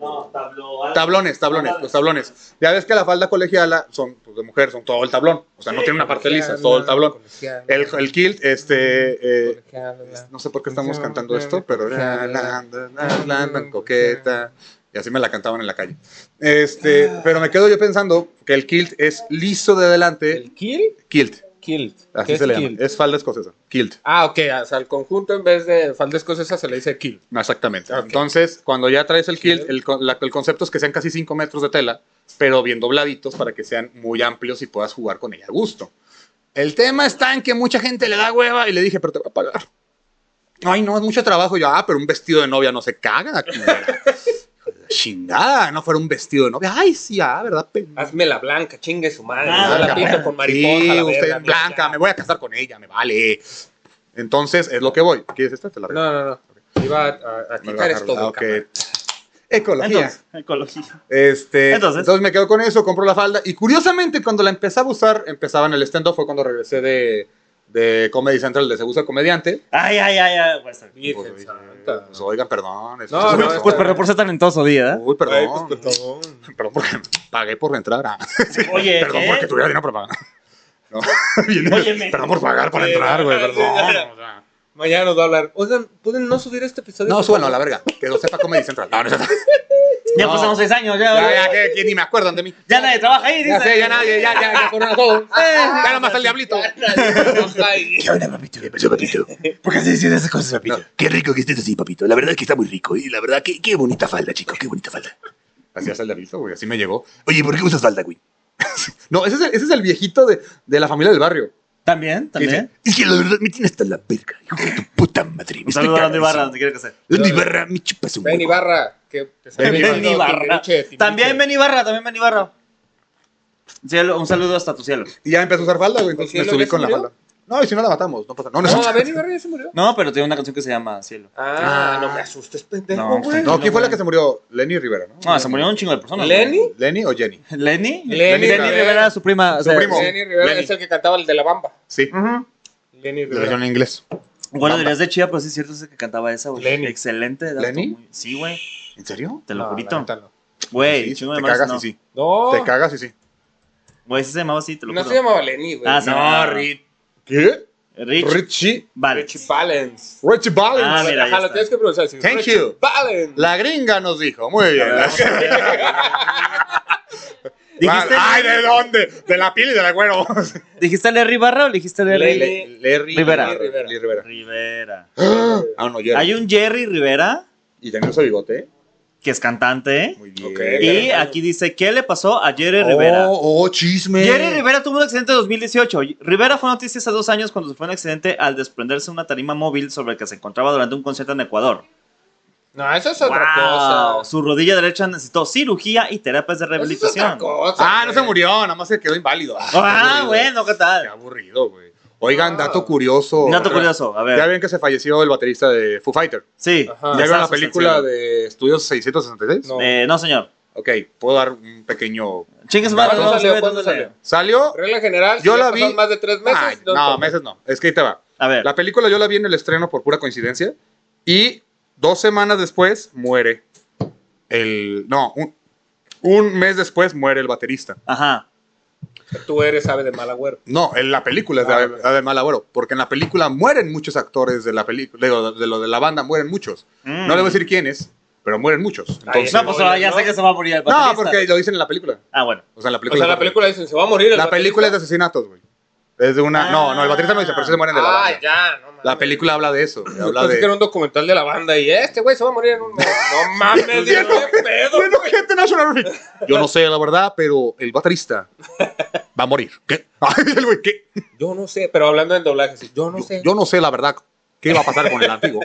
Speaker 2: No, tablo...
Speaker 1: Tablones, tablones, los tablones. Ya ves que la falda colegiala son pues, de mujer, son todo el tablón. O sea, no tiene una parte lisa, es todo el tablón.
Speaker 3: Colegiala,
Speaker 1: El, el kilt, este. eh,
Speaker 3: colegiala.
Speaker 1: no sé por qué estamos cantando esto, pero. na, na, na, na, na, Coqueta. Y así me la cantaban en la calle. Este, pero me quedo yo pensando que el kilt es liso de delante.
Speaker 3: ¿El kill?
Speaker 1: Kilt,
Speaker 3: Kilt. ¿Qué
Speaker 1: así
Speaker 3: es
Speaker 1: se le llama.
Speaker 3: kilt?
Speaker 1: Es falda escocesa. Kilt,
Speaker 3: Ah, ok, o sea, al conjunto en vez de falda escocesa se le dice kill.
Speaker 1: exactamente.
Speaker 3: Ok.
Speaker 1: Entonces, cuando ya traes el kilt,
Speaker 3: Kilt.
Speaker 1: el, con- la- el concepto es que sean casi 5 metros de tela, pero bien dobladitos para que sean muy amplios y puedas jugar con ella a gusto. El tema está en que mucha gente le da hueva y le dije, pero te voy a pagar. Ay, no, es mucho trabajo. Y Yo, ah, pero un vestido de novia no se caga. culera". Hijo de la Chingada, no fuera un vestido de novia. Ay, sí, ah, ¿verdad? pendejo?
Speaker 3: Hazme la blanca, chingue su madre. no
Speaker 2: Ah,
Speaker 3: la
Speaker 1: blanca, pues.
Speaker 3: pinto con mariposa.
Speaker 1: Sí,
Speaker 3: la
Speaker 1: usted
Speaker 3: verga,
Speaker 1: es blanca,
Speaker 3: ya.
Speaker 1: me voy a casar con ella, me vale. Entonces, es lo que voy. ¿Quieres esta? Te la regalo.
Speaker 3: No, no, no. Iba a, a- a
Speaker 1: Me
Speaker 3: quitar
Speaker 1: la
Speaker 3: esto
Speaker 1: regalo.
Speaker 3: de
Speaker 1: Ah,
Speaker 3: cámara.
Speaker 1: ok. Ecología.
Speaker 2: Entonces, ecología.
Speaker 1: Este,
Speaker 2: Entonces.
Speaker 1: entonces, me quedo con eso, compro la falda. Y curiosamente, cuando la empecé a usar, empezaba en el stand-up. Fue cuando regresé de, de Comedy Central, de Se Usa Comediante.
Speaker 2: Ay, ay, ay, ay. Pues,
Speaker 3: Virgen
Speaker 1: Pues,
Speaker 3: santa.
Speaker 1: pues, oigan, perdón. es-
Speaker 3: No, no,
Speaker 1: Uy,
Speaker 3: está
Speaker 2: pues
Speaker 1: perdón.
Speaker 2: perdón por ser talentoso día, ¿eh?
Speaker 1: Uy, perdón.
Speaker 3: Ay, pues, perdón.
Speaker 1: Perdón porque pagué por entrar. ah.
Speaker 2: Oye,
Speaker 1: Perdón
Speaker 2: ¿qué?
Speaker 1: porque tuviera dinero para pagar. No, viene-
Speaker 2: Óyeme.
Speaker 1: perdón por pagar para
Speaker 3: Sí,
Speaker 1: entrar, güey,
Speaker 3: sí,
Speaker 1: perdón.
Speaker 3: sí, sí.
Speaker 1: o sea.
Speaker 3: Mañana nos va a hablar. Oigan, ¿pueden no subir este episodio?
Speaker 1: No,
Speaker 3: por
Speaker 1: súbanlo a
Speaker 3: favor?
Speaker 1: la verga. Que lo sepa Comedy Central. No, no es cierto.
Speaker 2: Ya
Speaker 1: No.
Speaker 2: pasamos seis años, ya.
Speaker 1: Ya,
Speaker 2: Ya,
Speaker 1: ya, que, que ni me acuerdan de mí.
Speaker 2: nadie trabaja ahí,
Speaker 1: Ya
Speaker 2: dice. Eh.
Speaker 1: sé, ya nadie, ya, ya, ya corren a todos. Ya nomás el diablito.
Speaker 3: Ay,
Speaker 4: ¿Qué onda, papito? ¿Qué pasó, papito?
Speaker 2: ¿Por qué se dicen esas cosas,
Speaker 4: No, qué rico que estés así, papito. La verdad es que está muy rico. Y la verdad, que, qué bonita falda, chico. Qué bonita falda.
Speaker 1: Así es el diablito, güey. Así me llegó.
Speaker 4: Oye, ¿por qué usas falda, güey?
Speaker 1: No, ese es el, ese es el viejito de, de la familia del barrio.
Speaker 2: ¿También? ¿También?
Speaker 4: Es que la verdad me tiene hasta la verga, hijo de tu puta madre. Me
Speaker 2: Un
Speaker 4: estoy
Speaker 2: saludo a Andy
Speaker 4: cagadísimo.
Speaker 2: Barra, donde quiera que sea.
Speaker 4: Andy Barra, me chupas un
Speaker 3: Ben
Speaker 4: huevo.
Speaker 3: Ibarra. Que, que se
Speaker 1: Ben
Speaker 3: ha
Speaker 1: Ibarra.
Speaker 3: venido
Speaker 2: Ibarra.
Speaker 3: Timbiriche, Timbiriche.
Speaker 2: También Benny Barra, también Benny Barra. Cielo, un saludo hasta tu cielo.
Speaker 1: Y ya empezó a usar falda, güey. Entonces
Speaker 3: ¿El
Speaker 1: me
Speaker 3: cielo
Speaker 1: subí
Speaker 3: ya
Speaker 1: con
Speaker 3: se
Speaker 1: la
Speaker 3: murió?
Speaker 1: falda. No, y si no la matamos, no pasa nada. No, no,
Speaker 3: No,
Speaker 1: no.
Speaker 3: a Benny Barrera ya se murió.
Speaker 2: No, pero tiene una canción que se llama Cielo.
Speaker 3: Ah,
Speaker 1: Ah.
Speaker 3: no me asustes,
Speaker 2: No,
Speaker 3: pendejo, güey.
Speaker 1: No, ¿quién fue la que se murió? Lenny Rivera, ¿no?
Speaker 2: No, Ah, se murió un chingo de personas.
Speaker 3: ¿Lenny?
Speaker 2: güey.
Speaker 1: ¿Lenny o Jenny?
Speaker 2: ¿Lenny?
Speaker 3: Lenny
Speaker 2: Rivera,
Speaker 3: Rivera.
Speaker 2: su prima. o
Speaker 1: Su
Speaker 2: sea,
Speaker 1: primo.
Speaker 3: Lenny Rivera
Speaker 1: Lenny.
Speaker 3: es el que cantaba el de la bamba.
Speaker 1: Sí,
Speaker 2: Ujú.
Speaker 3: Lenny
Speaker 1: la
Speaker 3: Rivera.
Speaker 1: versión en inglés.
Speaker 2: Bueno,
Speaker 1: Bamba.
Speaker 2: dirías de chía, pero sí es cierto es el que cantaba esa, güey.
Speaker 3: Lenny.
Speaker 2: Excelente. dato,
Speaker 1: ¿Lenny?
Speaker 2: muy- Sí, güey.
Speaker 1: ¿En serio?
Speaker 2: Te lo
Speaker 3: No, la
Speaker 2: jurito.
Speaker 3: neta no.
Speaker 2: Güey,
Speaker 1: Sí,
Speaker 2: chingo de
Speaker 1: te
Speaker 2: más,
Speaker 1: cagas
Speaker 2: no. Oh.
Speaker 1: y sí.
Speaker 3: No,
Speaker 1: Te cagas y sí.
Speaker 2: Güey, sí se llamaba así, te lo
Speaker 3: no
Speaker 2: juro.
Speaker 3: se llamaba Lenny, güey.
Speaker 2: Ah, se
Speaker 3: no,
Speaker 2: llamaba-
Speaker 3: Rich.
Speaker 1: ¿Qué?
Speaker 2: Rich,
Speaker 1: Richie.
Speaker 2: Vale.
Speaker 3: Richie Valens.
Speaker 1: Richie Valens.
Speaker 2: Ah, mira, ya
Speaker 3: Ajá, lo
Speaker 2: está.
Speaker 3: tienes que pronunciar. sí.
Speaker 1: Thank
Speaker 3: Richie
Speaker 1: you.
Speaker 3: Valens.
Speaker 1: La gringa nos dijo. Muy bien.
Speaker 2: ¿Dijiste,
Speaker 1: Ay, ¿de dónde? De la piel y del agüero.
Speaker 2: ¿Dijiste Larry Barra o dijiste Larry
Speaker 3: Lenny.
Speaker 1: Larry
Speaker 2: Rivera.
Speaker 1: Larry Rivera.
Speaker 2: Rivera?
Speaker 1: Ah, no,
Speaker 2: Hay
Speaker 1: Jerry.
Speaker 2: un Jerry Rivera
Speaker 1: Y también usa bigote. ¿eh?
Speaker 2: que es cantante. ¿eh?
Speaker 1: Muy bien.
Speaker 3: Ok.
Speaker 2: Y aquí dice, ¿qué le pasó a Jerry Rivera?
Speaker 1: Oh, oh, chisme.
Speaker 2: Jerry Rivera tuvo un accidente en 2018. Rivera fue noticia hace dos años cuando sufrió un accidente al desprenderse una tarima móvil sobre la que se encontraba durante un concierto en Ecuador.
Speaker 3: No, eso es otra
Speaker 2: ¡Wow!
Speaker 3: cosa.
Speaker 2: Su rodilla derecha necesitó cirugía y terapias
Speaker 3: Eso es
Speaker 2: de
Speaker 3: otra
Speaker 2: rehabilitación.
Speaker 3: cosa.
Speaker 1: Ah, no se
Speaker 3: güey.
Speaker 1: murió, nada más se quedó inválido.
Speaker 2: Ah,
Speaker 1: qué aburrido.
Speaker 2: bueno, ¿qué
Speaker 1: Qué
Speaker 2: tal?
Speaker 1: aburrido, güey. Oigan,
Speaker 3: Ah.
Speaker 1: dato curioso.
Speaker 2: Dato curioso, a
Speaker 1: Ya
Speaker 2: ver.
Speaker 1: ven que se falleció el baterista de Foo Fighter.
Speaker 2: Sí.
Speaker 3: Ajá. Ah,
Speaker 1: ¿Ya vieron la
Speaker 2: Desastres,
Speaker 1: película
Speaker 2: sí.
Speaker 1: de Estudios 666?
Speaker 3: No.
Speaker 2: Eh, no, señor.
Speaker 1: Ok, puedo dar un pequeño.
Speaker 2: Chingues
Speaker 1: ¿Cuándo
Speaker 2: madre, vamos a
Speaker 3: salió?
Speaker 2: ver
Speaker 3: ¿Cuándo
Speaker 2: dónde
Speaker 3: salió?
Speaker 1: ¿Salió?
Speaker 3: Regla general, si
Speaker 1: Yo
Speaker 3: ya
Speaker 1: la
Speaker 3: pasaron
Speaker 1: vi-
Speaker 3: más de tres meses.
Speaker 1: Ay, no,
Speaker 3: te-
Speaker 1: meses no. Es que ahí te va.
Speaker 2: A ver.
Speaker 1: La película yo la vi en el estreno por pura coincidencia. Y dos semanas después muere el. No, un, un mes después muere el baterista.
Speaker 2: Ajá.
Speaker 3: Tú eres ave de mal agüero.
Speaker 1: No, en la película es de,
Speaker 3: Ah,
Speaker 1: Abel- Abel Mal Agüero, Porque en la película mueren muchos actores de la película. De, lo de la banda mueren muchos.
Speaker 2: Mm.
Speaker 1: No le voy a decir quiénes, pero mueren muchos.
Speaker 3: Ahí
Speaker 1: Entonces,
Speaker 3: está.
Speaker 2: No, pues ahora ya
Speaker 3: ¿no?
Speaker 2: sé que se va a morir el
Speaker 1: no,
Speaker 2: baterista.
Speaker 1: porque lo dicen en la película.
Speaker 2: Ah, bueno.
Speaker 1: O sea, en la
Speaker 3: O
Speaker 1: película.
Speaker 3: sea, la película dicen, se va a morir. el
Speaker 1: La película es de
Speaker 3: baterista?
Speaker 1: asesinatos, güey. Es de una. No, no, el baterista no dice, pero sí se mueren de la
Speaker 3: Ah,
Speaker 1: banda.
Speaker 3: ya, no mames.
Speaker 1: La película habla de eso.
Speaker 3: Yo
Speaker 1: Habla
Speaker 3: pensé que era
Speaker 1: de.
Speaker 3: un documental de la banda y este güey se va a morir en un mes. No mames, Dios, qué pedo.
Speaker 1: Bueno, gente National Geographic. Yo no sé la verdad, pero el baterista va a morir. ¿Qué? Ay, el güey, ¿qué?
Speaker 3: Yo no sé, pero hablando del doblaje, sí, yo no
Speaker 1: Yo,
Speaker 3: sé.
Speaker 1: yo no sé la verdad qué va a pasar con el antiguo,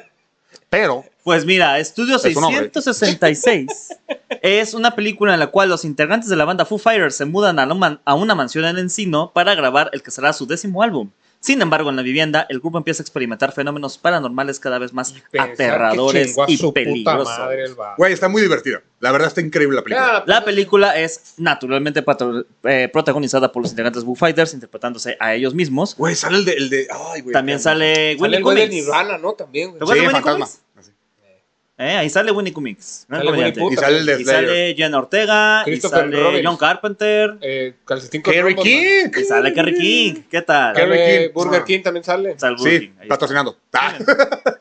Speaker 1: pero
Speaker 2: Pues mira, Estudio
Speaker 1: Es un hombre.
Speaker 2: 666 es una película en la cual los integrantes de la banda Foo Fighters se mudan a, la man- a una mansión en Encino para grabar el que será su décimo álbum. Sin embargo, en la vivienda, el grupo empieza a experimentar fenómenos paranormales cada vez más
Speaker 3: Pensar que
Speaker 2: aterradores
Speaker 3: chingó a
Speaker 2: y
Speaker 3: su puta
Speaker 2: peligrosos.
Speaker 3: madre el vato.
Speaker 1: Güey, está muy divertida. La verdad está increíble la película.
Speaker 3: Ya,
Speaker 2: La película es naturalmente patro- eh, protagonizada por los integrantes Foo Fighters interpretándose a ellos mismos.
Speaker 1: Güey, sale el de, el de- Ay, güey.
Speaker 2: También sale
Speaker 3: Sale
Speaker 2: Winnie
Speaker 3: el güey de
Speaker 2: Cummings.
Speaker 3: Nirvana, ¿no? También, güey.
Speaker 2: ¿Te acuerdas
Speaker 1: Sí,
Speaker 2: de Winnie
Speaker 1: fantasma.
Speaker 2: Cummings? Eh, ahí sale Winnie Cummings. gran
Speaker 3: Sale Winnie
Speaker 2: comediante.
Speaker 1: Y sale el de
Speaker 2: Y
Speaker 1: Slayer.
Speaker 2: sale Jenna Ortega, y
Speaker 3: Christopher
Speaker 2: sale
Speaker 3: Robin.
Speaker 2: John Carpenter,
Speaker 3: Eh, calcetín con
Speaker 1: Kerry
Speaker 3: rombos,
Speaker 1: King.
Speaker 2: y sale Kerry King. ¿Qué
Speaker 3: ¿no?
Speaker 2: tal?
Speaker 1: Kerry
Speaker 3: Sale
Speaker 1: King.
Speaker 3: Burger
Speaker 1: Ah.
Speaker 3: King también sale.
Speaker 2: Sale Burger
Speaker 1: Sí,
Speaker 2: King, ahí está.
Speaker 1: patrocinando. Ah.
Speaker 2: Pero
Speaker 1: no,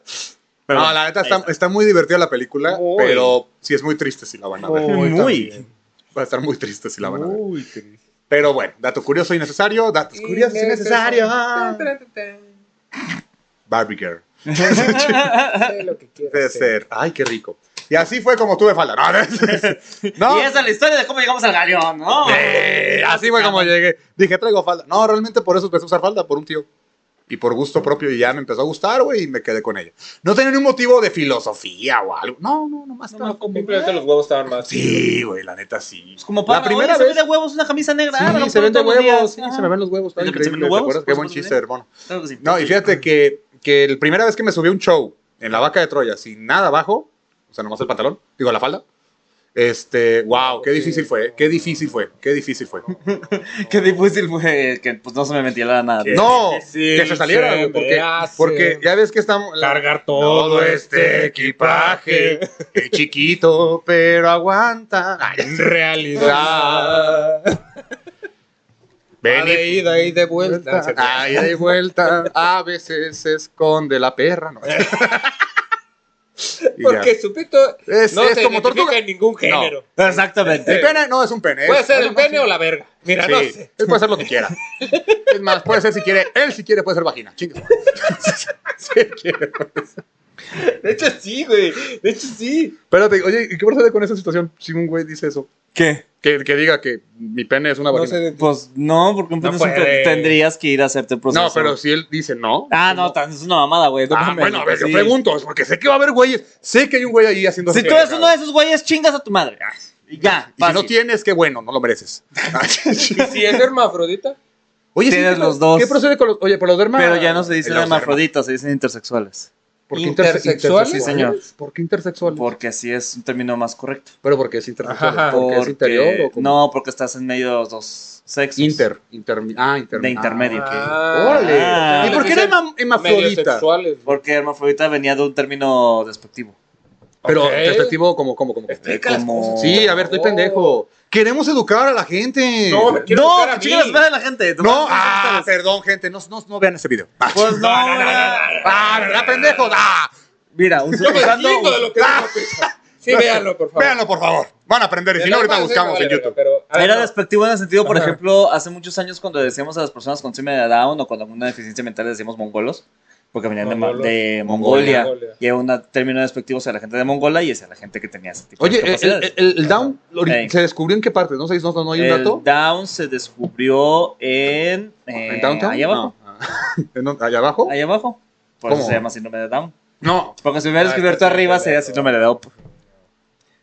Speaker 2: bueno,
Speaker 1: la neta
Speaker 2: ahí
Speaker 1: está, está muy divertida la película,
Speaker 3: Uy.
Speaker 1: pero sí es muy triste si la van a ver.
Speaker 2: Uy, Muy.
Speaker 3: también.
Speaker 1: Va a estar muy triste si la van a ver.
Speaker 3: Uy, triste.
Speaker 1: Pero bueno, dato curioso y necesario, datos curiosos y necesarios. Barbie Girl.
Speaker 3: Sé lo que quieras
Speaker 1: Puede
Speaker 3: ser.
Speaker 1: ser. Ay, qué rico. Y así fue como tuve falda. No, no.
Speaker 2: Y esa es la historia de cómo llegamos al galeón, ¿no?
Speaker 1: Eh, así fue como llegué. Dije, traigo falda. No, realmente por eso empecé a usar falda, por un tío. Y por
Speaker 3: Mm.
Speaker 1: gusto propio, y ya me empezó a gustar, güey, y me quedé con ella. No tenía ningún motivo de filosofía o algo. No, no, nomás estaba como.
Speaker 3: Simplemente los huevos estaban más.
Speaker 1: Sí, güey, la neta sí.
Speaker 2: Es como para
Speaker 1: la primera
Speaker 2: se ve
Speaker 1: vez.
Speaker 2: de huevos una camisa negra. ah, me
Speaker 1: Sí,
Speaker 2: lo
Speaker 1: se ven de
Speaker 2: pongo todos los
Speaker 1: huevos, sí,
Speaker 2: días.
Speaker 1: se me ven los huevos. Está
Speaker 2: ¿Se te
Speaker 1: increíble,
Speaker 2: ven los
Speaker 1: ¿te
Speaker 2: huevos?
Speaker 1: acuerdas? Qué
Speaker 2: Por
Speaker 1: buen
Speaker 2: supuesto,
Speaker 1: chiste,
Speaker 2: sí.
Speaker 1: hermano.
Speaker 2: Ah, claro que Ah. sí.
Speaker 1: No, y fíjate que, que la primera vez que me subí a un show en la vaca de Troya sin nada abajo, o sea, nomás el pantalón, digo, la falda, este, wow, qué difícil fue, qué difícil fue, qué difícil fue.
Speaker 2: Qué difícil fue que pues no se me ventilara nada.
Speaker 1: No,
Speaker 3: difícil
Speaker 1: que se saliera,
Speaker 3: se
Speaker 1: güey, porque,
Speaker 3: me hace.
Speaker 1: porque ya ves que estamos... la-
Speaker 3: Cargar todo, este equipaje.
Speaker 1: es chiquito, pero aguanta. Ay,
Speaker 3: En realidad. Va
Speaker 1: ven y-
Speaker 3: de ida y de vuelta. Ah,
Speaker 1: Ay, de vuelta. A veces se esconde la perra. No. Y ya.
Speaker 3: Porque su pito
Speaker 1: Es-
Speaker 3: no
Speaker 1: es
Speaker 3: se
Speaker 1: como
Speaker 3: identifica
Speaker 1: tortuga.
Speaker 3: en ningún género.
Speaker 1: El
Speaker 2: Exactamente.
Speaker 1: pene no es un pene.
Speaker 3: Puede
Speaker 1: es-
Speaker 3: ser
Speaker 1: bueno,
Speaker 3: el
Speaker 1: no,
Speaker 3: pene
Speaker 1: sí.
Speaker 3: o la verga. Mira,
Speaker 1: Sí,
Speaker 3: no sé.
Speaker 1: Él puede hacer lo que quiera. Es más, puede ser si quiere. Él si quiere puede ser vagina. Chingue. Si él quiere.
Speaker 3: De hecho, sí, güey. De hecho, sí.
Speaker 1: Espérate, oye, ¿y qué procede con esa situación? Si un güey dice eso.
Speaker 2: ¿Qué?
Speaker 1: Que, que diga que mi pene es una
Speaker 3: No
Speaker 1: vagina.
Speaker 3: sé. de-
Speaker 2: Pues no, porque un
Speaker 3: No
Speaker 2: pene es un-
Speaker 3: puede.
Speaker 2: tendrías que ir a hacerte un proceso.
Speaker 1: no, pero si él dice no.
Speaker 2: Ah, no, tan- es una mamada, güey. no
Speaker 1: Ah,
Speaker 2: mames,
Speaker 1: bueno, a ver, yo
Speaker 2: sí.
Speaker 1: pregunto, es porque sé que va a haber güeyes. Sé que hay un güey ahí haciendo
Speaker 2: Si
Speaker 1: eso.
Speaker 2: tú eres uno de esos güeyes, chingas a tu madre. Ya,
Speaker 1: Y si no
Speaker 2: fácil.
Speaker 1: tienes, qué bueno, no lo mereces.
Speaker 3: ¿Y si es hermafrodita?
Speaker 1: Oye,
Speaker 2: Tienes
Speaker 1: ¿qué-
Speaker 2: los dos.
Speaker 1: ¿Qué procede con los.? Oye, pero los derma.
Speaker 2: Pero ya no se dicen
Speaker 1: los derma-
Speaker 2: hermafroditas, se dicen intersexuales.
Speaker 1: ¿Por qué interse-
Speaker 3: ¿Intersexuales?
Speaker 2: Sí, señor.
Speaker 1: ¿Por qué intersexual?
Speaker 2: Porque así es un término más correcto.
Speaker 1: ¿Pero porque es intersexual?
Speaker 3: Ajá,
Speaker 1: ¿Porque es interior o como-
Speaker 2: No, porque estás en medio de los dos sexos.
Speaker 1: Inter. intermi- ah, intermi-
Speaker 2: De intermedio.
Speaker 1: Ah, órale.
Speaker 2: Ah.
Speaker 1: ¿Y por
Speaker 3: pues
Speaker 1: qué era hema- hemafrodita?
Speaker 3: Mediosexuales.
Speaker 2: Porque hermafrodita venía de un término despectivo.
Speaker 1: Pero
Speaker 3: Ok.
Speaker 1: perspectivo como, como, como.
Speaker 2: Este,
Speaker 4: Explica las
Speaker 2: Como-
Speaker 4: cosas.
Speaker 1: Sí, a ver, estoy
Speaker 3: Oh.
Speaker 1: pendejo. Queremos educar a la gente.
Speaker 3: No, me quiero
Speaker 2: no,
Speaker 3: tocar a
Speaker 2: que chingas
Speaker 3: mí.
Speaker 2: madre la gente.
Speaker 1: No, ah, perdón, gente, no, no, no vean ese video. Ah,
Speaker 2: Pues no,
Speaker 3: No, no, no,
Speaker 2: era-
Speaker 3: no, no, no.
Speaker 1: ah, ¿verdad, pendejo? Ah,
Speaker 2: Mira, un
Speaker 3: Yo me
Speaker 2: usando-
Speaker 3: chingo de lo que
Speaker 1: Ah.
Speaker 3: dijo, pues. Sí, véanlo, por favor.
Speaker 1: véanlo, por favor. Van a aprender, y si no, ahorita buscamos en YouTube.
Speaker 2: Era
Speaker 3: Era
Speaker 2: despectivo en el sentido, por
Speaker 3: Ajá.
Speaker 2: ejemplo, hace muchos años cuando decíamos a las personas con síndrome de Down o con alguna deficiencia mental les decíamos mongolos, porque venían de Ma-
Speaker 3: Mongolos.
Speaker 2: de, Mongolia.
Speaker 3: Mongolia.
Speaker 2: Y era un término despectivo hacia la gente de Mongolia y hacia la gente que tenía ese tipo
Speaker 1: Oye, eh,
Speaker 2: de
Speaker 1: el,
Speaker 2: discapacidades.
Speaker 1: el- el- el down lo ori-
Speaker 2: Ey.
Speaker 1: se descubrió en qué parte, ¿no? ¿No, no, no hay un
Speaker 2: El
Speaker 1: dato?
Speaker 2: Down se descubrió en. eh,
Speaker 1: ¿En downtown?
Speaker 2: Allá abajo.
Speaker 1: No. Ah. ¿En dónde- ¿Allá abajo?
Speaker 2: Allá abajo. Por
Speaker 1: ¿Cómo?
Speaker 2: eso se llama síndrome de Down.
Speaker 1: No.
Speaker 2: Porque si hubiera
Speaker 3: Ah,
Speaker 2: descubierto
Speaker 3: está
Speaker 2: arriba
Speaker 3: síndrome
Speaker 2: sería
Speaker 3: de
Speaker 2: síndrome de Down.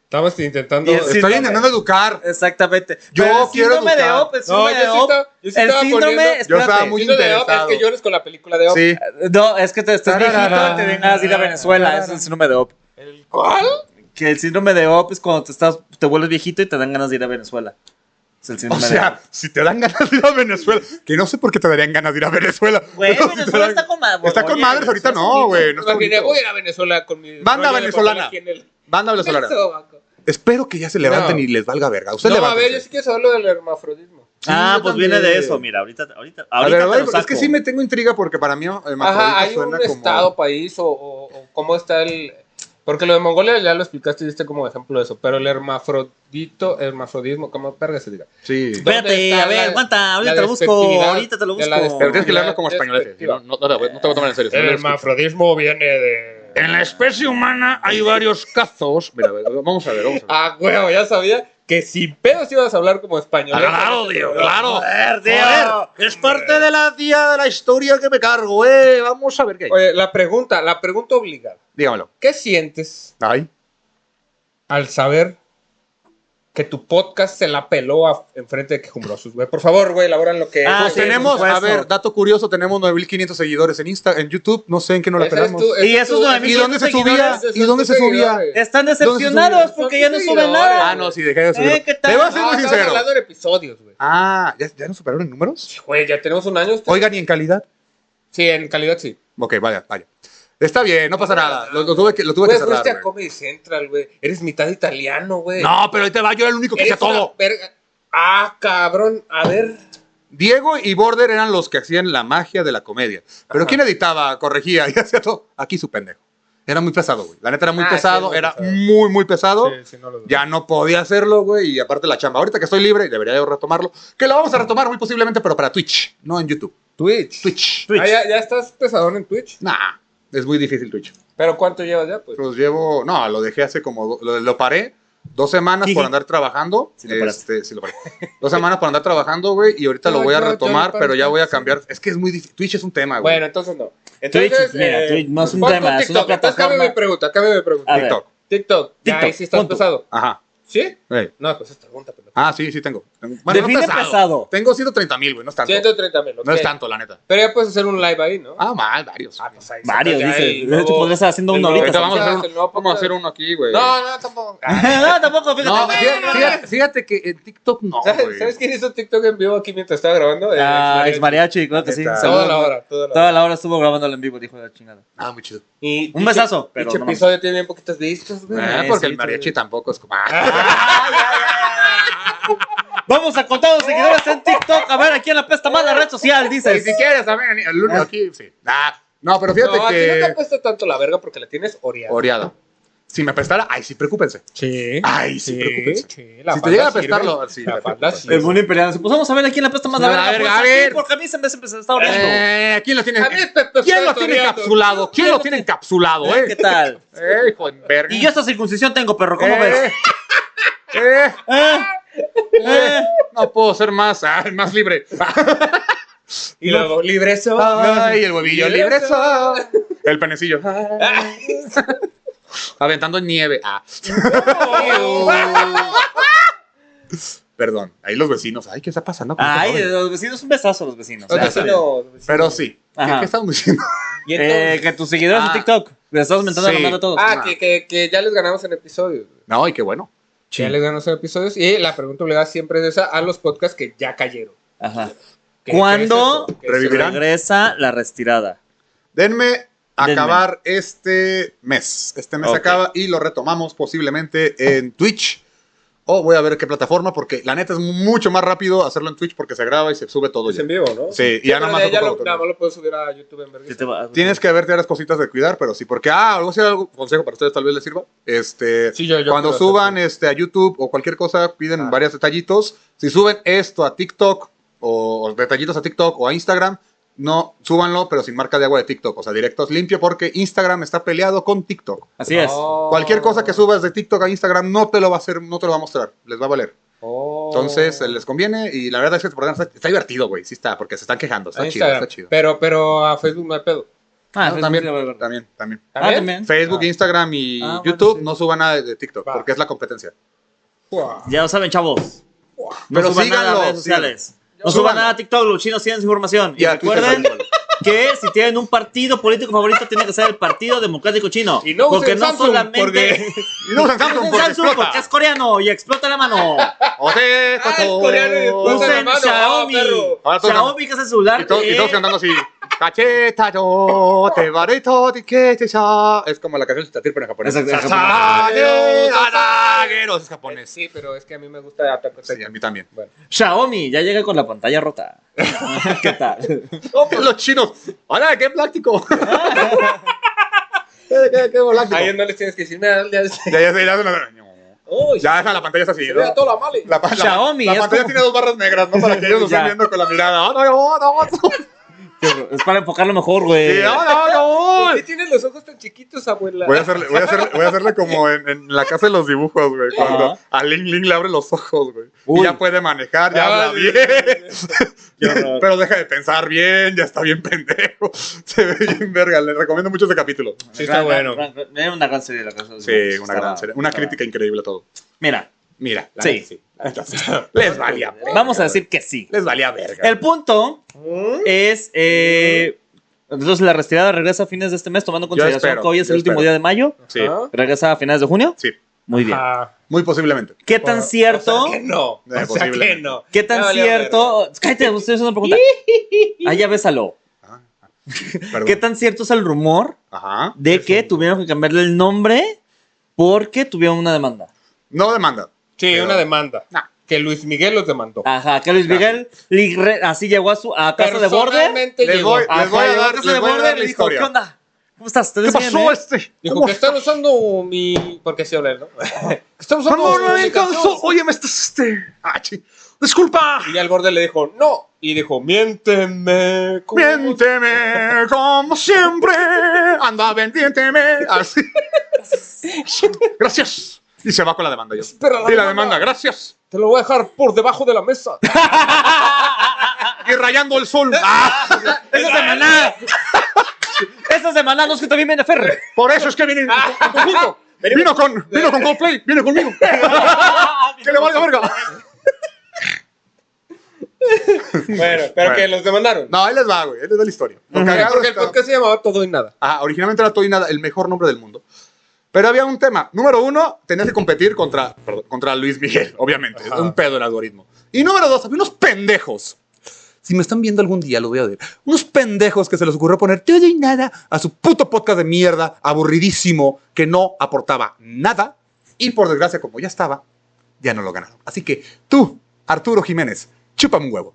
Speaker 3: Estamos intentando.
Speaker 2: Y el sí-
Speaker 1: Estoy
Speaker 2: síndrome.
Speaker 1: intentando educar.
Speaker 2: Exactamente.
Speaker 1: Yo
Speaker 2: Pero el
Speaker 1: quiero
Speaker 2: síndrome de
Speaker 1: educar.
Speaker 2: Op, el
Speaker 3: No,
Speaker 2: síndrome
Speaker 3: yo
Speaker 2: de
Speaker 3: sí
Speaker 2: Op.
Speaker 3: estaba, yo sí
Speaker 2: El
Speaker 3: estaba
Speaker 2: síndrome,
Speaker 3: poniendo-
Speaker 1: Yo estaba
Speaker 2: espérate.
Speaker 1: muy
Speaker 3: Síndrome de Op
Speaker 1: interesado.
Speaker 3: es que llores con la película de Op.
Speaker 1: Sí.
Speaker 2: No, es que te estás viejito
Speaker 1: Tararara.
Speaker 2: y te vengas a ir a Venezuela. Ese es el síndrome de OP.
Speaker 3: ¿El cuál?
Speaker 2: Que el síndrome de OP es cuando te, estás, te vuelves viejito y te dan ganas de ir a Venezuela. Es el
Speaker 1: O
Speaker 2: síndrome de
Speaker 1: sea, si te dan ganas de ir a Venezuela, que no sé por qué te darían ganas de ir a Venezuela.
Speaker 2: OP. Güey,
Speaker 1: pero si te
Speaker 2: Venezuela
Speaker 1: dan-
Speaker 2: está con madres.
Speaker 1: Está con madres, ahorita no, güey. No
Speaker 3: Me
Speaker 1: está
Speaker 3: imaginé,
Speaker 1: bonito.
Speaker 3: voy a ir a Venezuela con mi.
Speaker 1: Banda
Speaker 3: rollo de
Speaker 1: venezolana.
Speaker 3: papel aquí en el-
Speaker 1: Banda venezolana.
Speaker 3: Sobaco.
Speaker 1: Espero que ya se levanten
Speaker 3: No.
Speaker 1: y les valga verga. Usted
Speaker 3: No, a
Speaker 1: levántese.
Speaker 3: ver, yo sí quiero saber lo del hermafrodismo.
Speaker 2: Ah,
Speaker 1: Sí,
Speaker 2: pues
Speaker 1: yo
Speaker 2: viene de
Speaker 1: también.
Speaker 2: eso, mira, ahorita, ahorita,
Speaker 1: A
Speaker 2: ahorita
Speaker 1: ver,
Speaker 2: te lo
Speaker 1: es que
Speaker 2: saco.
Speaker 1: sí me tengo intriga porque para mí hermafrodita
Speaker 3: Ajá, hay un
Speaker 1: suena como...
Speaker 3: estado, país o, o- o cómo está el. Porque lo de Mongolia ya lo explicaste y diste como ejemplo de eso. Pero el hermafrodito, hermafrodismo, ¿cómo perga se diga?
Speaker 1: Sí.
Speaker 3: ¿Dónde
Speaker 2: Espérate,
Speaker 3: está
Speaker 2: a ver,
Speaker 3: la-
Speaker 2: aguanta, ahorita
Speaker 3: la
Speaker 2: te lo busco,
Speaker 3: despectividad
Speaker 2: ahorita te lo
Speaker 3: de
Speaker 2: busco.
Speaker 3: la
Speaker 1: Pero
Speaker 3: despectividad.
Speaker 1: tienes que leerlo como españoles.
Speaker 3: Despectiva.
Speaker 1: No, no, no, no te voy a tomar en serio.
Speaker 3: El hermafrodismo viene de.
Speaker 1: En la especie humana hay varios cazos. Mira, a ver, vamos a ver, vamos a ver.
Speaker 3: Ah, huevo, ya sabía que sin pedos ibas a hablar como español.
Speaker 1: Joder,
Speaker 2: tío.
Speaker 1: es parte de la tía de la historia que me cargo, eh. Vamos a ver qué hay.
Speaker 3: Oye, la pregunta, la pregunta obligada.
Speaker 1: Dígamelo.
Speaker 3: ¿Qué sientes
Speaker 1: Ay.
Speaker 3: al saber que tu podcast se la peló a- enfrente de quejumbrosos, güey? Por favor, güey, elaboran lo que
Speaker 2: Ah,
Speaker 1: Pues
Speaker 2: sí,
Speaker 1: tenemos,
Speaker 2: por
Speaker 1: a
Speaker 2: supuesto.
Speaker 1: ver, dato curioso, tenemos 9500 seguidores en Insta, en YouTube, no sé en qué nos la
Speaker 3: Ese es
Speaker 1: pelamos.
Speaker 3: tu- ese
Speaker 2: Y
Speaker 3: es
Speaker 2: esos
Speaker 3: tu-
Speaker 2: 9,000
Speaker 1: ¿Y dónde se subía?
Speaker 3: seguidores,
Speaker 1: ¿Y dónde se
Speaker 3: esos
Speaker 1: subía?
Speaker 3: seguidores.
Speaker 2: Están decepcionados porque ya no suben nada.
Speaker 1: Ah, no, sí, dejé de subir.
Speaker 2: Eh, ¿qué tal?
Speaker 1: Te voy a
Speaker 3: No,
Speaker 1: ser muy
Speaker 3: estamos
Speaker 1: sincero.
Speaker 3: hablando de episodios, güey.
Speaker 1: Ah, ¿ya, ya nos superaron en números?
Speaker 3: Güey, ya tenemos un año.
Speaker 1: Oigan, ¿y en calidad?
Speaker 3: Sí, en calidad sí.
Speaker 1: Ok, vaya, vaya. Está bien, no pasa nada. Lo, lo tuve que, lo tuve
Speaker 3: Güey,
Speaker 1: que cerrar.
Speaker 3: fuiste a
Speaker 1: güey.
Speaker 3: Comedy Central, güey. Eres mitad italiano, güey.
Speaker 1: No, pero ahí te va, yo era el único que hacía
Speaker 3: Eres una
Speaker 1: todo.
Speaker 3: verga. Ah, cabrón. A ver.
Speaker 1: Diego y Border eran los que hacían la magia de la comedia. Pero
Speaker 3: Ajá.
Speaker 1: ¿quién editaba, corregía y hacía todo? Aquí su pendejo. Era muy pesado, güey. La neta era muy
Speaker 3: Ah, sí,
Speaker 1: pesado,
Speaker 3: muy
Speaker 1: era
Speaker 3: pesado.
Speaker 1: muy, muy pesado.
Speaker 3: Sí, sí, no lo dudo.
Speaker 1: Ya no podía hacerlo, güey, y aparte la chamba. Ahorita que estoy libre, debería yo retomarlo. Que lo vamos a retomar muy posiblemente, pero para Twitch, no en YouTube.
Speaker 3: Twitch.
Speaker 1: Twitch.
Speaker 2: Twitch.
Speaker 3: Ah, ya, ya estás pesadón en Twitch.
Speaker 1: Nah, es muy difícil Twitch.
Speaker 3: ¿Pero cuánto llevas ya? Pues?
Speaker 1: Los llevo, no, lo dejé hace como, do- lo, lo paré dos semanas por
Speaker 2: Jiji.
Speaker 1: andar trabajando.
Speaker 2: Sí lo paraste.
Speaker 1: Este, sí lo paré. Dos semanas por andar trabajando, güey, y ahorita lo
Speaker 3: No,
Speaker 1: voy a
Speaker 3: yo- yo lo
Speaker 1: retomar,
Speaker 3: paré
Speaker 1: pero ya voy a
Speaker 3: también.
Speaker 1: cambiar. Es que es muy difícil. Twitch es un tema, güey.
Speaker 3: Bueno, entonces no.
Speaker 2: Twitch,
Speaker 3: Entonces,
Speaker 2: mira, Twitch no es un
Speaker 3: pon tu
Speaker 2: tema, es una
Speaker 3: TikTok. Entonces,
Speaker 2: plataforma.
Speaker 3: cámbiame mi pregunta, cámbiame mi pregunta.
Speaker 2: A ver.
Speaker 1: Ah, TikTok.
Speaker 3: TikTok. Ya,
Speaker 2: TikTok,
Speaker 3: ahí sí estás
Speaker 2: pon tú.
Speaker 3: pesado.
Speaker 1: Ajá.
Speaker 3: ¿Sí?
Speaker 1: Ey.
Speaker 3: No, pues esta pregunta, pero...
Speaker 1: Ah, sí, sí tengo. Tengo-
Speaker 2: Define pesado.
Speaker 1: Tengo 130 mil, güey, no es tanto.
Speaker 3: 130 mil,
Speaker 1: No es tanto, la neta.
Speaker 3: Pero ya puedes hacer un live ahí, ¿no?
Speaker 1: Ah, mal, varios.
Speaker 3: Ah, pues ahí sacas
Speaker 2: Varios,
Speaker 3: ya
Speaker 2: dices.
Speaker 3: el
Speaker 2: De hecho,
Speaker 3: nuevo-
Speaker 2: podrías estar haciendo
Speaker 3: el
Speaker 2: uno
Speaker 3: nuevo
Speaker 2: ahorita,
Speaker 1: Ahorita vamos a,
Speaker 3: podcast,
Speaker 1: hacer
Speaker 3: el
Speaker 1: uno,
Speaker 3: nuevo
Speaker 1: vamos a hacer
Speaker 3: podcast.
Speaker 1: uno aquí, güey.
Speaker 3: No, no, tampoco. Ah,
Speaker 2: no, tampoco, fíjate.
Speaker 1: No,
Speaker 2: No,
Speaker 1: fíjate, fíjate- fíjate que en TikTok no,
Speaker 3: ¿Sabes,
Speaker 1: güey. Eh,
Speaker 3: sabes quién hizo TikTok en vivo aquí mientras estaba grabando? Eh,
Speaker 2: Ah,
Speaker 3: Ex
Speaker 2: ex mariachi, claro que sí.
Speaker 1: Neta.
Speaker 2: saludos.
Speaker 3: Toda la hora, toda la hora.
Speaker 2: Toda la hora estuvo grabándolo en vivo, dijo la chingada.
Speaker 1: Ah, muy chido.
Speaker 3: Y,
Speaker 2: Un besazo, pero
Speaker 3: Este
Speaker 2: no mames.
Speaker 3: episodio tiene bien poquitas vistas, güey.
Speaker 1: Ah,
Speaker 2: Eh,
Speaker 1: porque
Speaker 2: sí,
Speaker 1: el mariachi tampoco es como... ah,
Speaker 2: Vamos a contar los seguidores en TikTok. A ver, aquí en la pesta más la red social,
Speaker 1: Y
Speaker 2: dices.
Speaker 1: si quieres, a ver, el lunes aquí, sí. Ah, no, pero
Speaker 3: No,
Speaker 1: fíjate
Speaker 3: a ti no te
Speaker 1: que...
Speaker 3: apesta tanto la verga porque la tienes oreada.
Speaker 1: Oreada. Si me apestara, ay, sí, preocúpense.
Speaker 3: Sí.
Speaker 1: Ay, sí,
Speaker 3: Sí,
Speaker 1: preocúpense.
Speaker 3: Ah, sí, la
Speaker 1: si te
Speaker 3: falda
Speaker 1: llega a
Speaker 3: sirve.
Speaker 1: apestarlo, sí.
Speaker 3: La
Speaker 1: me
Speaker 3: falda
Speaker 1: preocupa.
Speaker 3: sirve.
Speaker 2: El mundo imperial. Pues vamos a ver aquí en la pesta más la
Speaker 1: A
Speaker 2: red.
Speaker 1: ver,
Speaker 2: pues,
Speaker 1: a
Speaker 2: aquí,
Speaker 1: ver.
Speaker 2: Porque a mí se me se me está oliendo.
Speaker 1: Eh, ¿Quién lo tiene?
Speaker 3: A mí este pedo
Speaker 1: ¿Quién lo
Speaker 3: está
Speaker 1: tiene
Speaker 3: toreando.
Speaker 1: encapsulado? ¿Quién lo tiene encapsulado,
Speaker 2: ¿Qué
Speaker 1: eh?
Speaker 2: tal?
Speaker 1: Eh, hijo de verga.
Speaker 2: Y yo esta circuncisión tengo, perro. ¿Cómo
Speaker 1: Eh,
Speaker 2: ves?
Speaker 1: eh,
Speaker 2: ¿Eh?
Speaker 1: eh, no puedo ser más, ah, más libre.
Speaker 3: Y luego, libre soy.
Speaker 1: Ay, el huevillo
Speaker 3: Libre
Speaker 1: Ah, libre soy. El penecillo. Ay. Aventando nieve. Ah. Perdón, ahí los vecinos. Ay, ¿qué está pasando? con este
Speaker 2: Ay,
Speaker 1: joven?
Speaker 2: los vecinos, un besazo a los vecinos.
Speaker 3: Los
Speaker 2: Ya, está bien.
Speaker 3: vecinos, los vecinos.
Speaker 1: Pero sí. ¿Qué,
Speaker 2: Ajá.
Speaker 1: qué estamos diciendo?
Speaker 3: Y
Speaker 2: Eh,
Speaker 3: entonces-
Speaker 2: que tus seguidores
Speaker 1: Ah.
Speaker 2: en TikTok. Les estás mentando
Speaker 1: Sí.
Speaker 2: la madre a todos.
Speaker 1: no.
Speaker 3: ah, que, que, que ya les ganamos en episodios.
Speaker 1: No, y qué bueno.
Speaker 3: Ya les ganamos en episodios. Y la pregunta obligada siempre es esa a los podcasts que ya cayeron.
Speaker 2: Ajá.
Speaker 3: ¿Qué-
Speaker 2: ¿Cuándo
Speaker 3: qué es eso? ¿Qué
Speaker 1: revivirán?
Speaker 2: regresa la retirada?
Speaker 1: Denme
Speaker 2: Denme.
Speaker 1: acabar este mes. Este mes
Speaker 2: Ok.
Speaker 1: acaba y lo retomamos posiblemente en Twitch. O voy a ver qué plataforma, porque la neta es mucho más rápido hacerlo en Twitch porque se graba y se sube todo
Speaker 3: Es
Speaker 1: ya.
Speaker 3: en vivo, ¿no?
Speaker 1: Sí, y ya nada
Speaker 3: pero
Speaker 1: más
Speaker 3: de ahí ya
Speaker 1: ocupa
Speaker 3: lo,
Speaker 1: botón.
Speaker 3: nada más lo puedo subir a YouTube en
Speaker 2: Sí
Speaker 3: vergüenza.
Speaker 2: te va-
Speaker 1: Tienes que verte las cositas de cuidar, pero sí, porque, ah, algo sea algún consejo para ustedes tal vez les sirva. Este,
Speaker 3: Sí, yo- yo
Speaker 1: cuando
Speaker 3: quiero
Speaker 1: suban
Speaker 3: hacer-
Speaker 1: este, a YouTube o cualquier cosa, piden
Speaker 3: Ah.
Speaker 1: varios detallitos. Si suben esto a TikTok o, o detallitos a TikTok o a Instagram, no, súbanlo, pero sin marca de agua de TikTok. O sea, directos limpio, porque Instagram está peleado con TikTok.
Speaker 2: Así es.
Speaker 3: Oh.
Speaker 1: Cualquier cosa que subas de TikTok a Instagram no te lo va a hacer, no te lo va a mostrar, les va a valer.
Speaker 3: Oh.
Speaker 1: Entonces, eh, les conviene y la verdad es que este programa está, está divertido, güey, sí está, porque se están quejando,
Speaker 3: A
Speaker 1: está chido,
Speaker 3: Instagram.
Speaker 1: está chido.
Speaker 3: Pero, pero a Facebook no hay pedo.
Speaker 2: Ah,
Speaker 1: No,
Speaker 2: Facebook sí lo voy a
Speaker 1: también,
Speaker 2: ver.
Speaker 1: también, también.
Speaker 2: Ah,
Speaker 3: ¿También?
Speaker 2: también.
Speaker 1: Facebook,
Speaker 3: Ah.
Speaker 1: Instagram y
Speaker 2: Ah, bueno,
Speaker 1: YouTube
Speaker 2: sí.
Speaker 1: no suba nada de TikTok
Speaker 3: Va.
Speaker 1: porque es la competencia.
Speaker 3: Buah.
Speaker 2: Ya lo saben, chavos. No
Speaker 1: Pero
Speaker 2: suban nada a
Speaker 1: síganlo,
Speaker 2: redes sociales. No
Speaker 1: Súbanlo.
Speaker 2: suban nada a TikTok, los chinos tienen su información. Y
Speaker 1: a Twitter
Speaker 2: recuerden
Speaker 1: también.
Speaker 2: que si tienen un partido político favorito, tiene que ser el Partido Democrático Chino.
Speaker 3: Y no usen
Speaker 2: porque no
Speaker 3: Samsung,
Speaker 2: solamente.
Speaker 3: porque-
Speaker 1: Y no usen Samsung
Speaker 2: Usen
Speaker 1: porque
Speaker 2: Samsung
Speaker 1: explota.
Speaker 2: porque es coreano y explota la mano.
Speaker 1: O sea,
Speaker 3: Ah, el
Speaker 1: todo.
Speaker 3: coreano y explota la
Speaker 2: Usen
Speaker 3: mano, Ah,
Speaker 2: Xiaomi.
Speaker 3: perro.
Speaker 1: Ahora todos
Speaker 2: Xiaomi que es el celular.
Speaker 1: Ah, Y, to- y
Speaker 2: que-
Speaker 1: todos cantando así. Cacheta yo te barito de que te sa- Es como la canción de Tatir pero en japonés.
Speaker 2: Exacto, en
Speaker 1: Sasage,
Speaker 3: japonés.
Speaker 1: araguero. Es
Speaker 3: Eh,
Speaker 1: japonés.
Speaker 3: Sí, pero es que a mí me gusta Attack on
Speaker 1: Sí, a
Speaker 3: Titan.
Speaker 1: mí también.
Speaker 3: Bueno.
Speaker 2: Xiaomi ya llega con la pantalla rota. ¿Qué tal?
Speaker 1: Los chinos. ¡Hola, qué plástico! ¡Qué, qué, qué volátil.
Speaker 3: A ellos no les tienes que decir nada. Ya,
Speaker 1: Ya, ya, ya, ya, ya, ya.
Speaker 3: Uy,
Speaker 1: Ya, esa, la pantalla es así.
Speaker 3: se
Speaker 1: ¿no?
Speaker 3: ve a toda la male.
Speaker 1: La, pa- la-
Speaker 2: Xiaomi,
Speaker 1: La,
Speaker 2: es
Speaker 1: pantalla
Speaker 2: como-
Speaker 1: tiene dos barras negras, ¿no? Para que ellos nos estén
Speaker 2: Ya.
Speaker 1: viendo con la mirada. ¡Ah, no, no, no! no!
Speaker 2: Es para enfocarlo mejor,
Speaker 1: Sí,
Speaker 2: güey.
Speaker 1: ¡ah, no,
Speaker 3: ¿Por
Speaker 1: no!
Speaker 3: qué tienes los ojos tan chiquitos, abuela?
Speaker 1: Voy a, hacerle, voy, a hacerle, voy a hacerle como en, en la casa de los dibujos, güey. Cuando
Speaker 2: Ajá.
Speaker 1: a Ling Ling le abre los ojos, güey. Y
Speaker 2: Uy.
Speaker 1: ya puede manejar, ya
Speaker 3: Ah,
Speaker 1: habla
Speaker 3: sí, sí,
Speaker 1: bien.
Speaker 3: sí, sí.
Speaker 2: Qué horror.
Speaker 1: Pero deja de pensar bien, ya está bien pendejo. Se ve bien verga. Le recomiendo mucho ese capítulo.
Speaker 3: Sí, está bueno.
Speaker 2: Era una gran serie la casa.
Speaker 1: Sí, una gran
Speaker 2: Estaba-
Speaker 1: serie. Una
Speaker 2: estaba-
Speaker 1: crítica increíble a todo.
Speaker 2: Mira,
Speaker 1: Mira. la
Speaker 2: Sí.
Speaker 1: neta, La neta, sí. Les valía verga.
Speaker 2: vamos a decir que sí.
Speaker 1: Les valía verga.
Speaker 2: El punto
Speaker 3: ¿Mm?
Speaker 2: es. eh, entonces, la retirada regresa a fines de este mes, tomando en
Speaker 1: Yo
Speaker 2: consideración
Speaker 1: espero,
Speaker 2: que hoy es
Speaker 1: yo
Speaker 2: el último
Speaker 1: espero.
Speaker 2: día de mayo.
Speaker 1: Sí,
Speaker 3: Ajá.
Speaker 2: Regresa a finales de junio.
Speaker 1: sí.
Speaker 2: Muy bien.
Speaker 3: Ah,
Speaker 1: Muy posiblemente.
Speaker 2: ¿Qué tan
Speaker 3: por-
Speaker 2: cierto?
Speaker 3: O sea que no.
Speaker 1: Eh,
Speaker 3: o sea que
Speaker 1: posiblemente.
Speaker 3: no.
Speaker 2: ¿Qué tan
Speaker 3: Ya valió verga.
Speaker 2: cierto? Cállate, usted es una pregunta. Ah, ya bésalo.
Speaker 1: Ah, ah. Perdón.
Speaker 2: ¿Qué tan cierto es el rumor
Speaker 1: Ajá.
Speaker 2: de que tuvieron que cambiarle el nombre porque tuvieron una demanda?
Speaker 1: No demanda.
Speaker 3: Sí,
Speaker 1: Pero-
Speaker 3: una demanda.
Speaker 1: Nah.
Speaker 3: Que Luis Miguel los demandó.
Speaker 2: Ajá, que Luis Miguel li- re- así llegó a su a casa de borde.
Speaker 3: Personalmente
Speaker 1: Les
Speaker 3: llegó.
Speaker 1: voy-
Speaker 2: Ajá,
Speaker 1: voy a
Speaker 2: llegó
Speaker 1: dar-
Speaker 2: casa
Speaker 1: les
Speaker 2: de
Speaker 1: voy a
Speaker 2: borde
Speaker 1: dar
Speaker 2: y
Speaker 1: la
Speaker 2: le dijo,
Speaker 1: historia.
Speaker 2: ¿Qué onda? ¿Cómo estás? ¿Te
Speaker 1: ¿Qué
Speaker 2: ves bien,
Speaker 1: pasó
Speaker 2: eh?"
Speaker 1: este?
Speaker 3: Dijo
Speaker 1: ¿Cómo
Speaker 3: que están usando mi. Porque sí hablar, ¿no? que están usando
Speaker 1: No, no,
Speaker 3: mi
Speaker 1: el
Speaker 3: ubicación.
Speaker 1: caso. Oye, me estás este. Ah, chi- Disculpa.
Speaker 3: Y al borde le dijo, no. Y dijo, miénteme. como-
Speaker 1: Miénteme como siempre. Anda, bendiénteme. Así. Gracias. Y se va con la demanda yo.
Speaker 3: Espera, la
Speaker 1: sí, la
Speaker 3: demanda.
Speaker 1: demanda, gracias.
Speaker 3: Te lo voy a dejar por debajo de la mesa.
Speaker 1: Y rayando el sol. Ah,
Speaker 2: Esa semana. Esa semana no es que también viene Ferre.
Speaker 1: por eso es que vine en
Speaker 3: Ah,
Speaker 1: conjunto. Vino con, vino con Coldplay, vino conmigo. Que le valga verga.
Speaker 3: bueno, pero
Speaker 1: Bueno.
Speaker 3: que los demandaron.
Speaker 1: No, ahí les va, güey. Ahí les va la historia. Lo
Speaker 2: Ujú.
Speaker 1: cagado
Speaker 3: Porque el
Speaker 1: está-
Speaker 3: podcast se llamaba Todo y Nada.
Speaker 1: Ah, originalmente era todo y nada, el mejor nombre del mundo. Pero había un tema. Número uno, tenías que competir contra, perdón, contra Luis Miguel, obviamente.
Speaker 3: Ajá.
Speaker 1: Es un pedo el algoritmo. Y número dos, había unos pendejos. Si me están viendo algún día, lo voy a ver. Unos pendejos que se les ocurrió poner todo y nada a su puto podcast de mierda, aburridísimo, que no aportaba nada. Y por desgracia, como ya estaba, ya no lo ganaron. Así que tú, Arturo Jiménez, chúpame un huevo.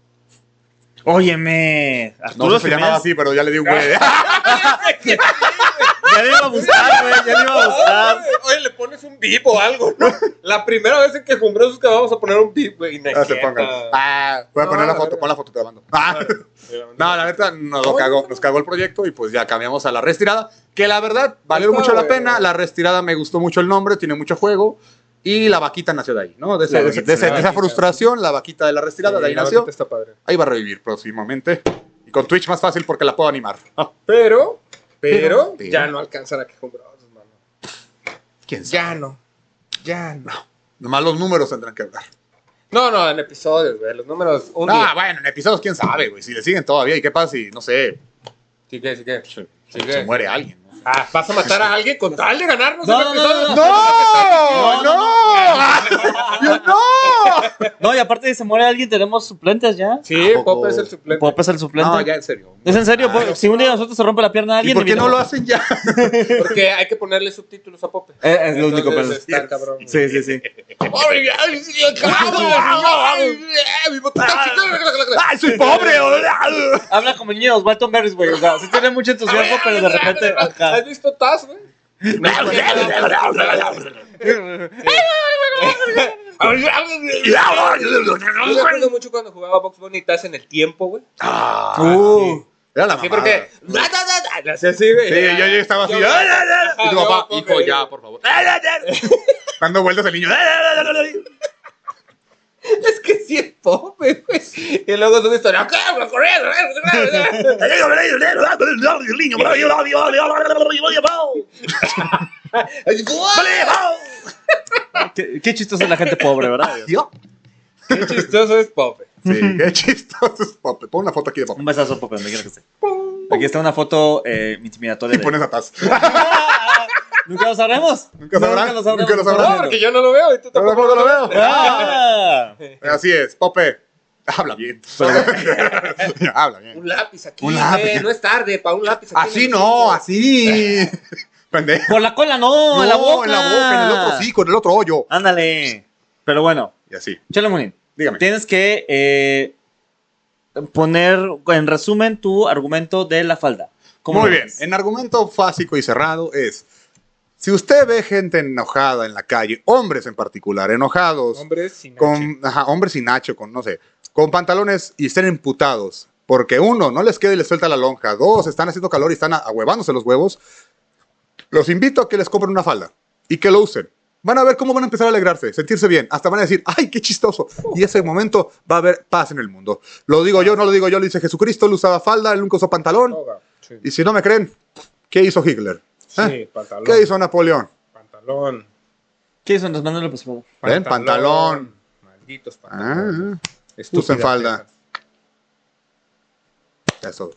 Speaker 2: Óyeme.
Speaker 1: No
Speaker 2: Arturo
Speaker 1: sé si se
Speaker 2: Jiménez.
Speaker 1: llamaba así, pero ya le di un güey.
Speaker 2: Ya le iba a gustar, güey. Ya le iba a gustar.
Speaker 3: Oye, le pones un bip o algo, ¿no? La primera vez en que compré que vamos a poner un bip, güey.
Speaker 1: Ah, se pongan. Ah, voy a
Speaker 3: No,
Speaker 1: poner la
Speaker 3: la
Speaker 1: foto,
Speaker 3: verga.
Speaker 1: pon la foto, te la mando. Ah. No, la verdad nos lo cagó, nos cagó el proyecto y pues ya cambiamos a la restirada, que la verdad valió
Speaker 3: Está
Speaker 1: mucho la
Speaker 3: bueno.
Speaker 1: pena, la restirada me gustó mucho el nombre, tiene mucho juego y la vaquita nació de ahí, ¿no? De, ese-
Speaker 2: La
Speaker 1: de
Speaker 2: vaquita,
Speaker 1: ese- de ese-
Speaker 3: la
Speaker 1: de esa
Speaker 3: vaquita.
Speaker 1: frustración, la vaquita de la restirada, de ahí nació,
Speaker 3: Está padre.
Speaker 1: ahí va a revivir próximamente. Y con Twitch más fácil porque la puedo animar.
Speaker 3: Pero, pero,
Speaker 1: Pero-
Speaker 3: ya no alcanzan a que compramos, mano.
Speaker 1: ¿Quién sabe?
Speaker 3: Ya no. Ya no.
Speaker 1: Nomás los números tendrán que hablar.
Speaker 3: No, no, en episodios, güey. Los números. Un
Speaker 1: Ah,
Speaker 3: día.
Speaker 1: bueno, en episodios, quién sabe, güey. Si le siguen todavía, ¿y qué pasa si, no sé,
Speaker 3: Sí que, sí que.
Speaker 1: se,
Speaker 3: Sí,
Speaker 1: se-
Speaker 3: güey.
Speaker 1: se muere alguien? ¿no?
Speaker 3: Ah, ¿vas a matar a alguien con tal de ganarnos
Speaker 2: No,
Speaker 3: un
Speaker 2: no, no,
Speaker 3: episodio?
Speaker 2: no, No,
Speaker 1: ¡No!
Speaker 2: no,
Speaker 1: ¡No! ¡Yo no!
Speaker 2: No, y aparte de se muere alguien, tenemos suplentes ya.
Speaker 3: Sí,
Speaker 1: Tampoco.
Speaker 3: Pop es el suplente.
Speaker 2: ¿Puedo pasar el suplente?
Speaker 1: No, ya en serio.
Speaker 2: Es en serio, pues,
Speaker 1: Claro.
Speaker 2: si un día a nosotros se rompe la pierna a
Speaker 1: ¿Y
Speaker 2: alguien.
Speaker 1: por qué
Speaker 2: mira-
Speaker 1: no lo hacen ya?
Speaker 3: Porque hay que ponerle subtítulos a Pope.
Speaker 2: Eh, es lo único, pero.
Speaker 3: Entonces, está cabrón, güey.
Speaker 2: Sí, sí, sí.
Speaker 3: ¡Ay, ay, sí, acabo, ay, ay, mi botella, sí, claro, claro, claro.
Speaker 1: ¡Ay, soy pobre! oh!
Speaker 2: Habla como niños, Walton Berries, güey. O sea, sí tiene mucho entusiasmo, pero de repente.
Speaker 3: ¿Has
Speaker 2: Ajá.
Speaker 3: visto Taz, güey? Yo me acuerdo mucho cuando jugaba Box Bunny y Taz en el tiempo, güey.
Speaker 1: Ah, Era la
Speaker 3: Sí,
Speaker 1: mamada.
Speaker 3: porque. ¡Da, da, da, da! Le hacía así, güey.
Speaker 1: Sí, yo, yo estaba así.
Speaker 3: Yo-
Speaker 1: ¡Ah, la, la, la! Y tu
Speaker 3: Yo-
Speaker 1: papá,
Speaker 3: yo-
Speaker 1: hijo, ya, por favor. ¡Ah, la, la! Dando vueltas el niño. ¡Ah, la, la, la, la!
Speaker 3: Es que sí es Pope, güey. Y luego su historia. ¡Ah, güey, corriendo, corriendo, corriendo! Así, ¡guau!
Speaker 2: Qué, qué chistoso es la gente pobre, ¿verdad?
Speaker 1: Yo.
Speaker 3: ¡Qué chistoso es Pope!
Speaker 1: Sí, qué chistoso es Pope. Pon una foto aquí de Pope.
Speaker 2: Un besazo, Pope, donde quiera que esté. Aquí está una foto eh, intimidatoria.
Speaker 1: Y
Speaker 2: de-
Speaker 1: pones a Taz.
Speaker 2: Nunca lo sabremos.
Speaker 1: Nunca sabrán,
Speaker 2: Nunca lo sabremos.
Speaker 1: nunca lo sabrán.
Speaker 3: No, porque yo no lo veo y tú
Speaker 1: Pero
Speaker 3: tampoco.
Speaker 1: tampoco lo veo.
Speaker 2: Ah.
Speaker 1: Así es, Pope. Habla bien. Habla bien.
Speaker 3: Un lápiz aquí,
Speaker 1: Un
Speaker 3: un
Speaker 1: lápiz.
Speaker 3: no es tarde para un lápiz aquí.
Speaker 1: Así
Speaker 3: en el
Speaker 1: no,
Speaker 3: piso.
Speaker 1: así. Pendejo.
Speaker 2: Por la cola, no, en la boca.
Speaker 1: en la boca, en el otro hocico, en el otro hoyo.
Speaker 2: Ándale. Pero bueno,
Speaker 1: Y así.
Speaker 2: Chelo Munin,
Speaker 1: Dígame.
Speaker 2: tienes que eh, poner en resumen tu argumento de la falda. ¿Cómo
Speaker 1: Muy
Speaker 2: lo
Speaker 1: bien.
Speaker 2: ves?
Speaker 1: En argumento fásico y cerrado es: si usted ve gente enojada en la calle, hombres en particular, enojados,
Speaker 3: Hombres sin H.
Speaker 1: con ajá, hombres sin nacho, con no sé, con pantalones y estén emputados, porque uno, no les queda y les suelta la lonja, dos, están haciendo calor y están a- ahuevándose los huevos, los invito a que les compren una falda y que lo usen. Van a ver cómo van a empezar a alegrarse, sentirse bien, hasta van a decir, ¡ay, qué chistoso! Y ese momento va a haber paz en el mundo. Lo digo yo, no lo digo yo, lo dice Jesucristo, él usaba falda, él nunca usó pantalón.
Speaker 3: Toga. Sí,
Speaker 1: Y si no me creen, ¿qué hizo Hitler?
Speaker 3: Sí, pantalón.
Speaker 1: ¿Qué hizo Napoleón?
Speaker 3: Pantalón.
Speaker 2: ¿Qué hizo Andrés Manuel López Obrador?
Speaker 1: Ven, pantalón.
Speaker 3: Malditos pantalones.
Speaker 1: Ah,
Speaker 3: Estúpidas
Speaker 1: Usen falda.
Speaker 3: tetas.
Speaker 1: eso.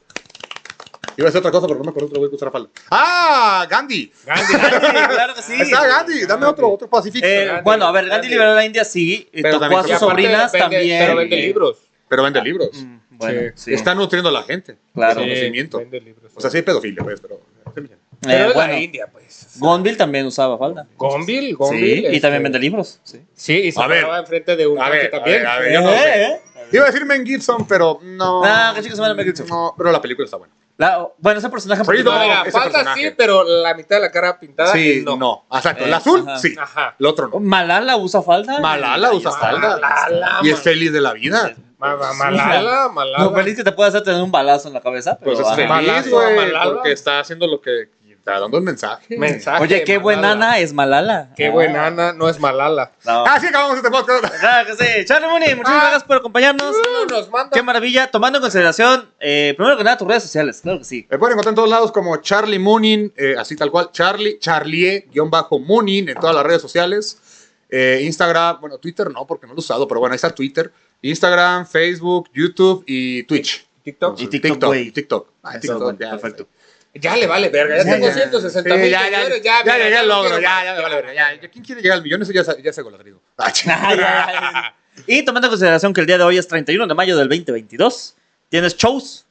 Speaker 1: Iba a decir otra cosa, pero no me acuerdo otro güey que usara falda. ¡Ah! ¡Gandhi!
Speaker 3: Gandhi.
Speaker 2: claro que sí.
Speaker 1: Ahí está Gandhi, dame otro, otro pacifista.
Speaker 2: Eh,
Speaker 3: Gandhi,
Speaker 2: bueno, a ver, Gandhi
Speaker 3: Gandhi.
Speaker 2: liberó a la India, sí. y
Speaker 1: Pero
Speaker 2: tocó
Speaker 1: también
Speaker 2: a
Speaker 1: y
Speaker 2: sus
Speaker 1: aparte
Speaker 2: sobrinas
Speaker 3: vende-
Speaker 2: también.
Speaker 3: Pero vende libros.
Speaker 1: pero vende libros.
Speaker 2: Mm, Bueno, sí.
Speaker 1: Está nutriendo a la gente.
Speaker 2: Claro. Eh,
Speaker 1: Ese
Speaker 2: Sí,
Speaker 1: conocimiento.
Speaker 3: vende libros.
Speaker 1: O sea, sí hay pedofilia, pues, pero.
Speaker 3: Pero
Speaker 2: Eh,
Speaker 3: es la
Speaker 2: bueno,
Speaker 3: India, pues.
Speaker 2: Gondil también usaba falda.
Speaker 3: Gombil,
Speaker 2: sí,
Speaker 3: Gombil.
Speaker 2: y también vende libros. Sí.
Speaker 3: Sí, este, y se
Speaker 1: A ver.
Speaker 3: paraba enfrente de un
Speaker 1: A
Speaker 3: tanque
Speaker 1: ver, a
Speaker 3: también.
Speaker 1: ver, a ver, yo no sé.
Speaker 2: Eh, eh.
Speaker 1: Iba a decir Mel Gibson, pero no.
Speaker 2: Ah, qué chica se llama Mel Gibson.
Speaker 1: No, pero la película está buena.
Speaker 2: La- bueno, ese personaje. en
Speaker 1: Freedom.
Speaker 2: particular-
Speaker 3: No, mira,
Speaker 1: ese
Speaker 3: falda
Speaker 1: personaje.
Speaker 3: sí, pero la mitad de la cara pintada.
Speaker 1: sí,
Speaker 3: y
Speaker 1: no.
Speaker 3: no.
Speaker 1: Exacto. El
Speaker 2: Eh,
Speaker 1: azul,
Speaker 2: ajá. Oh,
Speaker 1: sí.
Speaker 3: Ajá.
Speaker 1: El otro no.
Speaker 2: Malala usa falda.
Speaker 1: Malala usa falda.
Speaker 3: Malala,
Speaker 1: y es feliz de la vida.
Speaker 3: Ma- ma- Malala, Malala.
Speaker 2: Lo feliz que te puede hacer tener un balazo en la cabeza. pero,
Speaker 1: Pues es
Speaker 2: ajá.
Speaker 1: feliz,
Speaker 3: Malala,
Speaker 1: güey,
Speaker 3: Malala.
Speaker 1: Porque está haciendo lo que. Está dando el mensaje.
Speaker 3: Mensaje,
Speaker 2: Oye, qué buena
Speaker 3: Malala.
Speaker 2: Ana es Malala.
Speaker 3: Qué
Speaker 2: Ah.
Speaker 3: buena Ana, no es Malala.
Speaker 2: No. Ah,
Speaker 1: Así acabamos este podcast.
Speaker 2: Claro que sí. Charlie Mooney, muchas gracias por acompañarnos.
Speaker 3: Ah. Uh, Nos manda
Speaker 2: Qué maravilla. Tomando en consideración, eh, primero que nada, tus redes sociales. Claro que sí.
Speaker 1: Me pueden encontrar en todos lados como Charlie Moonin, eh, así tal cual, Charlie, Charlie-Moonin en todas las redes sociales. Eh, Instagram, bueno, Twitter no, porque no lo he usado, pero bueno, ahí está Twitter. Instagram, Facebook, YouTube y Twitch.
Speaker 3: TikTok.
Speaker 2: Y TikTok, güey.
Speaker 1: y TikTok. Ah,
Speaker 2: Eso,
Speaker 1: TikTok,
Speaker 2: bueno,
Speaker 1: ya,
Speaker 2: perfecto.
Speaker 3: Ya le vale verga, ya, tengo 160 mil
Speaker 1: Sí, ya, ya,
Speaker 3: seguidores,
Speaker 1: ya,
Speaker 3: mira,
Speaker 1: llegué al
Speaker 3: no
Speaker 1: logro,
Speaker 3: quiero
Speaker 1: ya,
Speaker 3: más.
Speaker 1: ya me vale verga, ya, ya. ¿Quién quiere llegar al millón? Eso ya, se- ya se golodrido. Ah, chingada.
Speaker 2: Ay, ay, ay. Y tomando en consideración que el día de hoy es 31 de mayo del 2022, tienes shows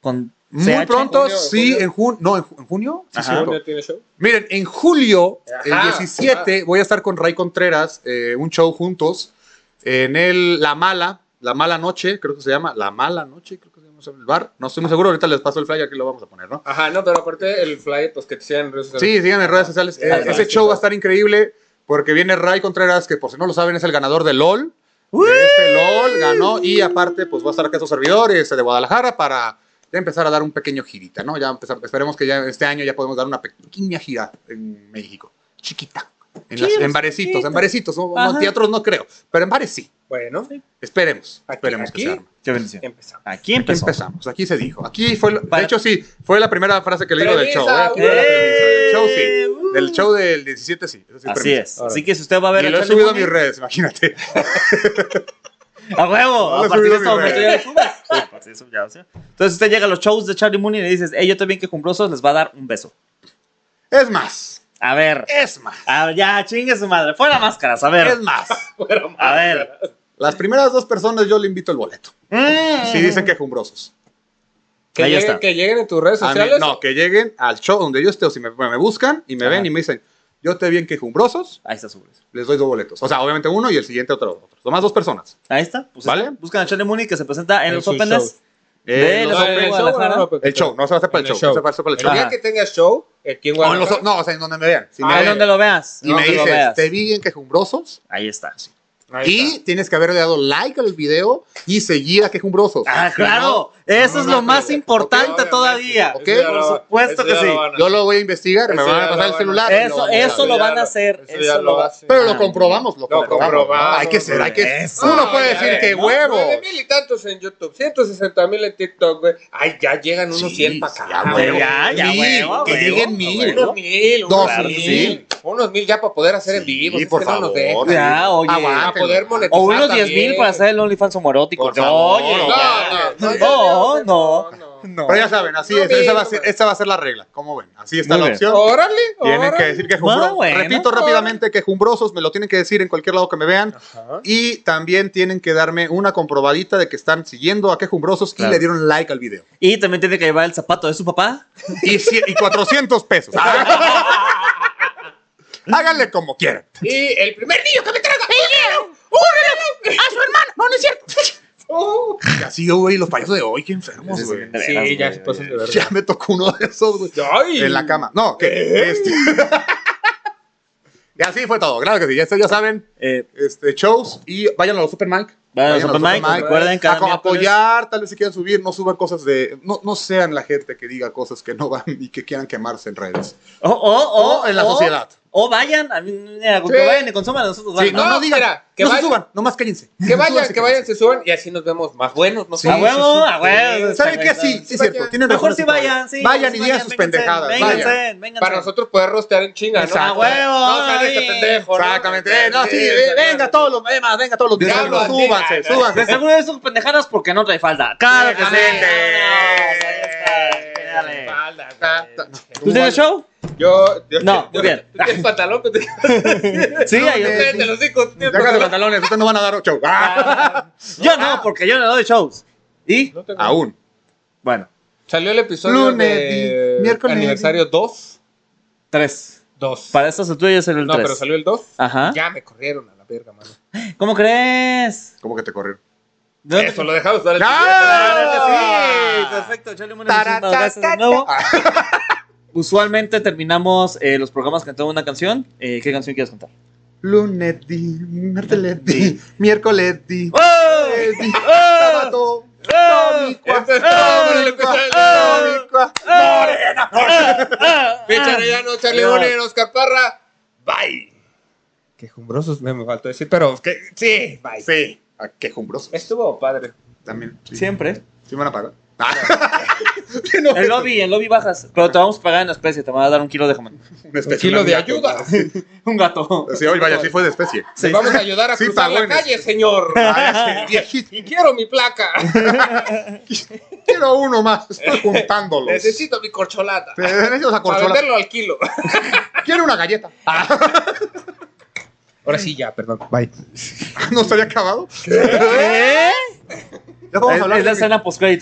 Speaker 2: con
Speaker 1: Muy
Speaker 2: CH.
Speaker 1: pronto,
Speaker 3: junio,
Speaker 1: sí,
Speaker 3: junio.
Speaker 1: en junio. No, en, ju- en junio. Sí,
Speaker 2: Ajá.
Speaker 1: cierto.
Speaker 3: ¿Junio tiene show?
Speaker 1: Miren, en julio,
Speaker 3: Ajá,
Speaker 1: el 17, voy a estar con Ray Contreras, eh, un show juntos, en el La Mala, La Mala Noche, creo que se llama, La Mala Noche, creo que se llama el bar, no estoy muy seguro, ahorita les paso el flyer, aquí lo vamos a poner, ¿no?
Speaker 3: Ajá, no, pero aparte el flyer, pues que te sigan en redes sociales.
Speaker 1: Sí, síganme en redes sociales, Eh,
Speaker 3: Ah,
Speaker 1: ese
Speaker 3: gracias.
Speaker 1: show va a estar increíble, porque viene Ray Contreras, que por si no lo saben es el ganador de LOL, de este LOL ganó, y aparte pues va a estar acá sus servidores de Guadalajara para... Ya empezar a dar un pequeño girita, ¿no? Ya empezar, esperemos que ya este año ya podemos dar una pequeña gira en México. Chiquita. En, las-
Speaker 2: Sí,
Speaker 1: en barecitos,
Speaker 2: chiquita.
Speaker 1: en barecitos. No, no,
Speaker 2: Ajá.
Speaker 1: teatros no creo, pero en bares sí.
Speaker 3: Bueno,
Speaker 1: Esperemos,
Speaker 3: Aquí-
Speaker 1: esperemos
Speaker 3: aquí
Speaker 1: que se arme.
Speaker 2: Qué bendición.
Speaker 3: empezamos.
Speaker 2: Aquí
Speaker 1: Aquí
Speaker 2: empezó.
Speaker 1: empezamos, aquí se dijo. Aquí fue, lo-
Speaker 2: Para-
Speaker 1: de hecho sí, fue la primera frase que le digo del
Speaker 3: Premisa,
Speaker 1: show. ¿eh? Aquí fue la premisa del show, sí.
Speaker 2: Eh, uh.
Speaker 1: Del show del 17, sí. eso sí
Speaker 2: Así
Speaker 1: permiso.
Speaker 2: es.
Speaker 3: Órale.
Speaker 2: Así que si usted va a ver
Speaker 1: Y
Speaker 2: el
Speaker 1: lo he
Speaker 2: show de
Speaker 1: subido a
Speaker 2: Boogie,
Speaker 1: mis redes, imagínate.
Speaker 2: A huevo,
Speaker 1: No lo
Speaker 2: a
Speaker 1: he
Speaker 2: partir de esto,
Speaker 1: subido a mi
Speaker 2: hombre, tú
Speaker 1: red.
Speaker 2: ya lo subes. Sí, a partir de eso ya, ¿sí? Entonces usted llega a los shows de Charlie Moon y le dices, hey, yo también que cumbrosos les va a dar un beso.
Speaker 1: Es más,
Speaker 2: A ver,
Speaker 1: es más,
Speaker 2: a ver, ya, chingue su madre, fuera máscaras, a
Speaker 1: es
Speaker 2: ver,
Speaker 1: más.
Speaker 2: a ver.
Speaker 1: Las primeras dos personas yo le invito el boleto.
Speaker 2: Eh.
Speaker 1: Si dicen quejumbrosos.
Speaker 3: Que,
Speaker 2: Ahí
Speaker 3: lleguen,
Speaker 2: está.
Speaker 3: que lleguen en tus redes
Speaker 1: A mí-
Speaker 3: sociales.
Speaker 1: Ah, no, que lleguen al show donde yo esté o si me, me buscan y me
Speaker 2: Ajá.
Speaker 1: ven y me dicen, yo te vi en quejumbrosos,
Speaker 2: Ahí está su beso.
Speaker 1: les doy dos boletos. O sea, obviamente uno y el siguiente otro. otro. Nomás dos personas.
Speaker 2: Ahí está. Pues
Speaker 1: ¿Vale?
Speaker 2: está. Buscan a Charlie Mooney que se presenta en,
Speaker 3: En
Speaker 2: los
Speaker 3: su
Speaker 2: Opens.
Speaker 3: show.
Speaker 2: De
Speaker 1: Eh,
Speaker 2: los
Speaker 1: los-
Speaker 3: No, en
Speaker 2: Open
Speaker 3: el show,
Speaker 2: Guadalajara.
Speaker 3: no, no,
Speaker 1: el show, no se va a hacer para el
Speaker 3: En
Speaker 1: show. No se va a hacer para el
Speaker 3: El
Speaker 1: show.
Speaker 3: día
Speaker 2: Ajá.
Speaker 3: que tengas show, aquí en
Speaker 1: O en los-
Speaker 3: Guadalajara.
Speaker 1: no, o sea, en donde me vean. Si me
Speaker 3: Ah,
Speaker 2: Ahí
Speaker 1: ven
Speaker 3: eh.
Speaker 2: donde lo veas.
Speaker 1: y me
Speaker 2: donde lo
Speaker 1: dices,
Speaker 2: veas.
Speaker 1: te vi en quejumbrosos,
Speaker 2: Ahí está.
Speaker 3: Ahí
Speaker 1: y
Speaker 3: está.
Speaker 1: tienes que haberle dado like al video y seguir a quejumbrosos.
Speaker 2: Ah,
Speaker 1: Si
Speaker 2: claro. Eso
Speaker 3: no,
Speaker 2: es
Speaker 3: no,
Speaker 2: lo
Speaker 3: no,
Speaker 2: más
Speaker 3: pero-
Speaker 2: importante
Speaker 3: ok,
Speaker 2: todavía.
Speaker 1: Ok,
Speaker 3: Eso ya
Speaker 2: por
Speaker 3: lo va-
Speaker 2: supuesto
Speaker 3: eso
Speaker 2: que
Speaker 3: ya
Speaker 2: sí.
Speaker 3: lo van
Speaker 1: no,
Speaker 3: a-
Speaker 1: yo lo voy a investigar, me
Speaker 3: Eso
Speaker 1: van
Speaker 3: ya
Speaker 1: a
Speaker 3: lo
Speaker 1: pasar el
Speaker 3: van a-
Speaker 1: celular.
Speaker 2: Eso-
Speaker 1: vamos a
Speaker 2: eso
Speaker 1: hacer.
Speaker 2: lo van a
Speaker 3: ya
Speaker 2: hacer,
Speaker 3: Eso,
Speaker 2: eso
Speaker 3: ya
Speaker 2: lo
Speaker 3: lo
Speaker 2: va-
Speaker 3: hacen.
Speaker 1: Pero
Speaker 2: Ah,
Speaker 1: lo comprobamos, lo,
Speaker 3: lo
Speaker 1: comprobamos.
Speaker 3: comprobamos.
Speaker 1: Hay que ser, hay que.
Speaker 2: Eso,
Speaker 1: uno puede
Speaker 3: ya
Speaker 1: decir
Speaker 3: ves,
Speaker 1: que
Speaker 3: ¿no?
Speaker 1: huevo.
Speaker 3: 9 mil y tantos en YouTube, 160 mil en TikTok, güey. Ay, ya llegan unos
Speaker 4: Sí,
Speaker 3: 100 para
Speaker 4: sí,
Speaker 3: acá.
Speaker 4: ya,
Speaker 3: güey.
Speaker 2: Ya, ya,
Speaker 1: Ah, Sí,
Speaker 2: huevo,
Speaker 1: que
Speaker 2: huevo,
Speaker 1: lleguen mil.
Speaker 2: huevo.
Speaker 3: Unos mil, unos
Speaker 1: Dos
Speaker 3: mil.
Speaker 1: mil.
Speaker 3: Unos mil ya para poder hacer en vivo.
Speaker 1: Sí,
Speaker 3: es
Speaker 1: por
Speaker 3: que no nos dejan.
Speaker 1: favor.
Speaker 2: Ya, oye.
Speaker 1: Aguántenlo.
Speaker 3: A poder monetizar.
Speaker 2: O unos 10
Speaker 3: también.
Speaker 2: mil para hacer el OnlyFans homorótico.
Speaker 1: Por
Speaker 2: No,
Speaker 1: favor,
Speaker 2: oye,
Speaker 1: no,
Speaker 2: ya.
Speaker 3: No,
Speaker 2: No, no.
Speaker 3: no.
Speaker 2: No.
Speaker 1: Pero ya saben, así
Speaker 3: No,
Speaker 1: es, esa va, a
Speaker 3: mil,
Speaker 1: ser,
Speaker 3: güey.
Speaker 1: esa va a ser la regla. ¿Cómo ven? Así está
Speaker 2: Muy
Speaker 1: la
Speaker 2: bien.
Speaker 1: opción.
Speaker 3: Órale,
Speaker 1: Tienen que
Speaker 3: órale.
Speaker 1: decir quejumbrosos.
Speaker 2: Ah, bueno.
Speaker 1: Repito rápidamente, quejumbrosos, me lo tienen que decir en cualquier lado que me vean.
Speaker 3: Ajá.
Speaker 1: Y también tienen que darme una comprobadita de que están siguiendo a quejumbrosos
Speaker 2: Claro.
Speaker 1: y le dieron like al video.
Speaker 2: Y también tiene que llevar el zapato de su papá.
Speaker 1: Y, cien- y 400 pesos. Háganle como quieran.
Speaker 3: Y el primer niño que me traga.
Speaker 1: ¡A su hermano! ¡No, no es cierto!
Speaker 3: ¡Oh!
Speaker 1: Y así, güey, los payasos de hoy, qué enfermos,
Speaker 2: Sí, pues,
Speaker 1: güey.
Speaker 2: De
Speaker 3: Sí,
Speaker 2: veras,
Speaker 3: ya
Speaker 2: güey,
Speaker 3: se pasan de
Speaker 1: Ya
Speaker 3: verdad.
Speaker 1: me tocó uno de esos, güey.
Speaker 3: Ay.
Speaker 1: En la cama. No,
Speaker 2: ¿Eh?
Speaker 1: que. este- y así fue todo. Claro que sí. Ya, ya saben,
Speaker 2: Eh,
Speaker 1: este, shows y vayan a los Open Mic.
Speaker 2: Vayan a los
Speaker 1: a
Speaker 2: Open Mic, recuerden, cada
Speaker 1: A co-
Speaker 2: miércoles.
Speaker 1: apoyar, tal vez si quieran subir, no suban cosas de. No, no sean la gente que diga cosas que no van y que quieran quemarse en redes.
Speaker 2: o, o, o,
Speaker 1: O en la
Speaker 2: o-
Speaker 1: sociedad.
Speaker 2: oh, O vayan, a mí, a- que
Speaker 3: Sí.
Speaker 2: vayan y consuman a nosotros.
Speaker 1: Sí,
Speaker 2: vale,
Speaker 1: no,
Speaker 3: no,
Speaker 1: no digan.
Speaker 3: mira, que
Speaker 1: no se
Speaker 3: vayan.
Speaker 1: suban, nomás cállense.
Speaker 3: Que vayan,
Speaker 1: Súbanse,
Speaker 3: que vayan,
Speaker 1: cállense.
Speaker 3: se suban y así nos vemos más buenos, ¿no?
Speaker 1: Sí,
Speaker 2: a huevo,
Speaker 1: sí, sí.
Speaker 2: a huevo.
Speaker 1: ¿Saben qué? Sí, sí, es cierto.
Speaker 3: vayan.
Speaker 1: Tienen
Speaker 2: Mejor
Speaker 1: razón
Speaker 2: si
Speaker 1: ese cabrón.
Speaker 2: vayan, sí.
Speaker 1: Vayan y
Speaker 2: sí,
Speaker 1: digan sus
Speaker 2: vénganse,
Speaker 1: pendejadas.
Speaker 2: Vénganse,
Speaker 1: Vayan.
Speaker 2: vénganse.
Speaker 3: Para nosotros poder rostear en chinga, ¿no?
Speaker 1: Exacto.
Speaker 2: A huevo,
Speaker 3: No, sean este
Speaker 2: ay.
Speaker 3: pendejo. ¿no?
Speaker 1: Exactamente. Eh, no, sí,
Speaker 3: Sí,
Speaker 1: eh, venga todos los temas, venga todos los
Speaker 3: Ya
Speaker 1: videos.
Speaker 3: lo
Speaker 1: Súbanse,
Speaker 3: digan.
Speaker 1: súbanse.
Speaker 2: De seguro de sus pendejadas porque no trae falda. Claro que sí.
Speaker 1: Exactamente.
Speaker 2: Vámonos, ahí está, dale.
Speaker 3: Espalda,
Speaker 1: Ta,
Speaker 3: güey.
Speaker 1: ta,
Speaker 2: ¿Tú tienes show?
Speaker 3: Yo, yo-
Speaker 2: No,
Speaker 3: yo-
Speaker 2: muy bien.
Speaker 3: ¿Tú tienes pantalón? pues, ¿Tú tienes-
Speaker 2: Sí, ahí
Speaker 1: me-
Speaker 3: Cállate los hijos, tú tienes
Speaker 1: Déjate los
Speaker 3: pantalón.
Speaker 1: pantalones, ustedes no van a dar show. Ah,
Speaker 2: Yo no, porque yo no doy shows. ¿Y?
Speaker 3: No tengo-
Speaker 1: Aún.
Speaker 2: Bueno,
Speaker 3: Salió el episodio
Speaker 1: Lunes,
Speaker 3: de
Speaker 1: di- miércoles,
Speaker 3: aniversario 2.
Speaker 2: tres.
Speaker 3: 2.
Speaker 2: Para estas alturas es el
Speaker 3: No,
Speaker 2: tres.
Speaker 3: pero salió el 2.
Speaker 2: Ajá.
Speaker 3: Ya me corrieron a la verga, mano.
Speaker 2: ¿Cómo crees?
Speaker 1: ¿Cómo que te corrieron?
Speaker 2: ¿De dónde Ah,
Speaker 3: Eso lo Ah. dejamos para el
Speaker 1: ¡No!
Speaker 2: Claro que sí.
Speaker 3: siguiente.
Speaker 2: Perfecto, Charlie Moon,
Speaker 1: Tará,
Speaker 2: muchísimas
Speaker 1: tá,
Speaker 2: gracias
Speaker 1: tá,
Speaker 2: de nuevo. Usualmente terminamos eh, los programas cantando una canción. Eh, ¿Qué canción quieres cantar?
Speaker 1: Lunes, di, martes, di, miércoles, di, jueves, di,
Speaker 2: ¡Oh!
Speaker 1: sábado,
Speaker 2: ¡Oh!
Speaker 1: domingo,
Speaker 3: Eso es todo por el
Speaker 1: domingo,
Speaker 3: episodio.
Speaker 1: domingo.
Speaker 2: Ah,
Speaker 3: Fecha Arellano, Charlie
Speaker 2: Dios.
Speaker 3: Bonen, Oscar Parra. Bye. Quejumbrosos me, me faltó decir, pero que, sí, bye.
Speaker 1: Sí, ah, quejumbrosos.
Speaker 3: Estuvo padre.
Speaker 1: También. Sí.
Speaker 2: Siempre.
Speaker 1: ¿Sí me van a pagar? Ah. No,
Speaker 2: El lobby, el lobby bajas. Pero te vamos a pagar en especie. Te van a dar un kilo de jamón.
Speaker 1: una
Speaker 3: Un
Speaker 1: especie,
Speaker 3: kilo
Speaker 1: una
Speaker 3: de
Speaker 1: amiga.
Speaker 3: ayuda.
Speaker 2: Un gato.
Speaker 1: Sí, oye, vaya, sí fue de especie.
Speaker 3: Les vamos a ayudar a
Speaker 1: Sí,
Speaker 3: cruzar la
Speaker 1: pagones.
Speaker 3: calle, señor.
Speaker 1: Ah, este, viejito,
Speaker 3: Y quiero mi placa.
Speaker 1: Quiero uno más, estoy juntándolos.
Speaker 3: Necesito mi corcholata.
Speaker 1: Te den ellos
Speaker 3: Para
Speaker 1: a consolar.
Speaker 3: venderlo al kilo.
Speaker 1: Quiero una galleta.
Speaker 3: Ahora sí, ya, perdón. Bye.
Speaker 1: ¿No estaría acabado?
Speaker 2: ¿Qué? ¿Eh?
Speaker 1: Ya vamos a hablar
Speaker 2: Es la
Speaker 1: de-
Speaker 2: escena post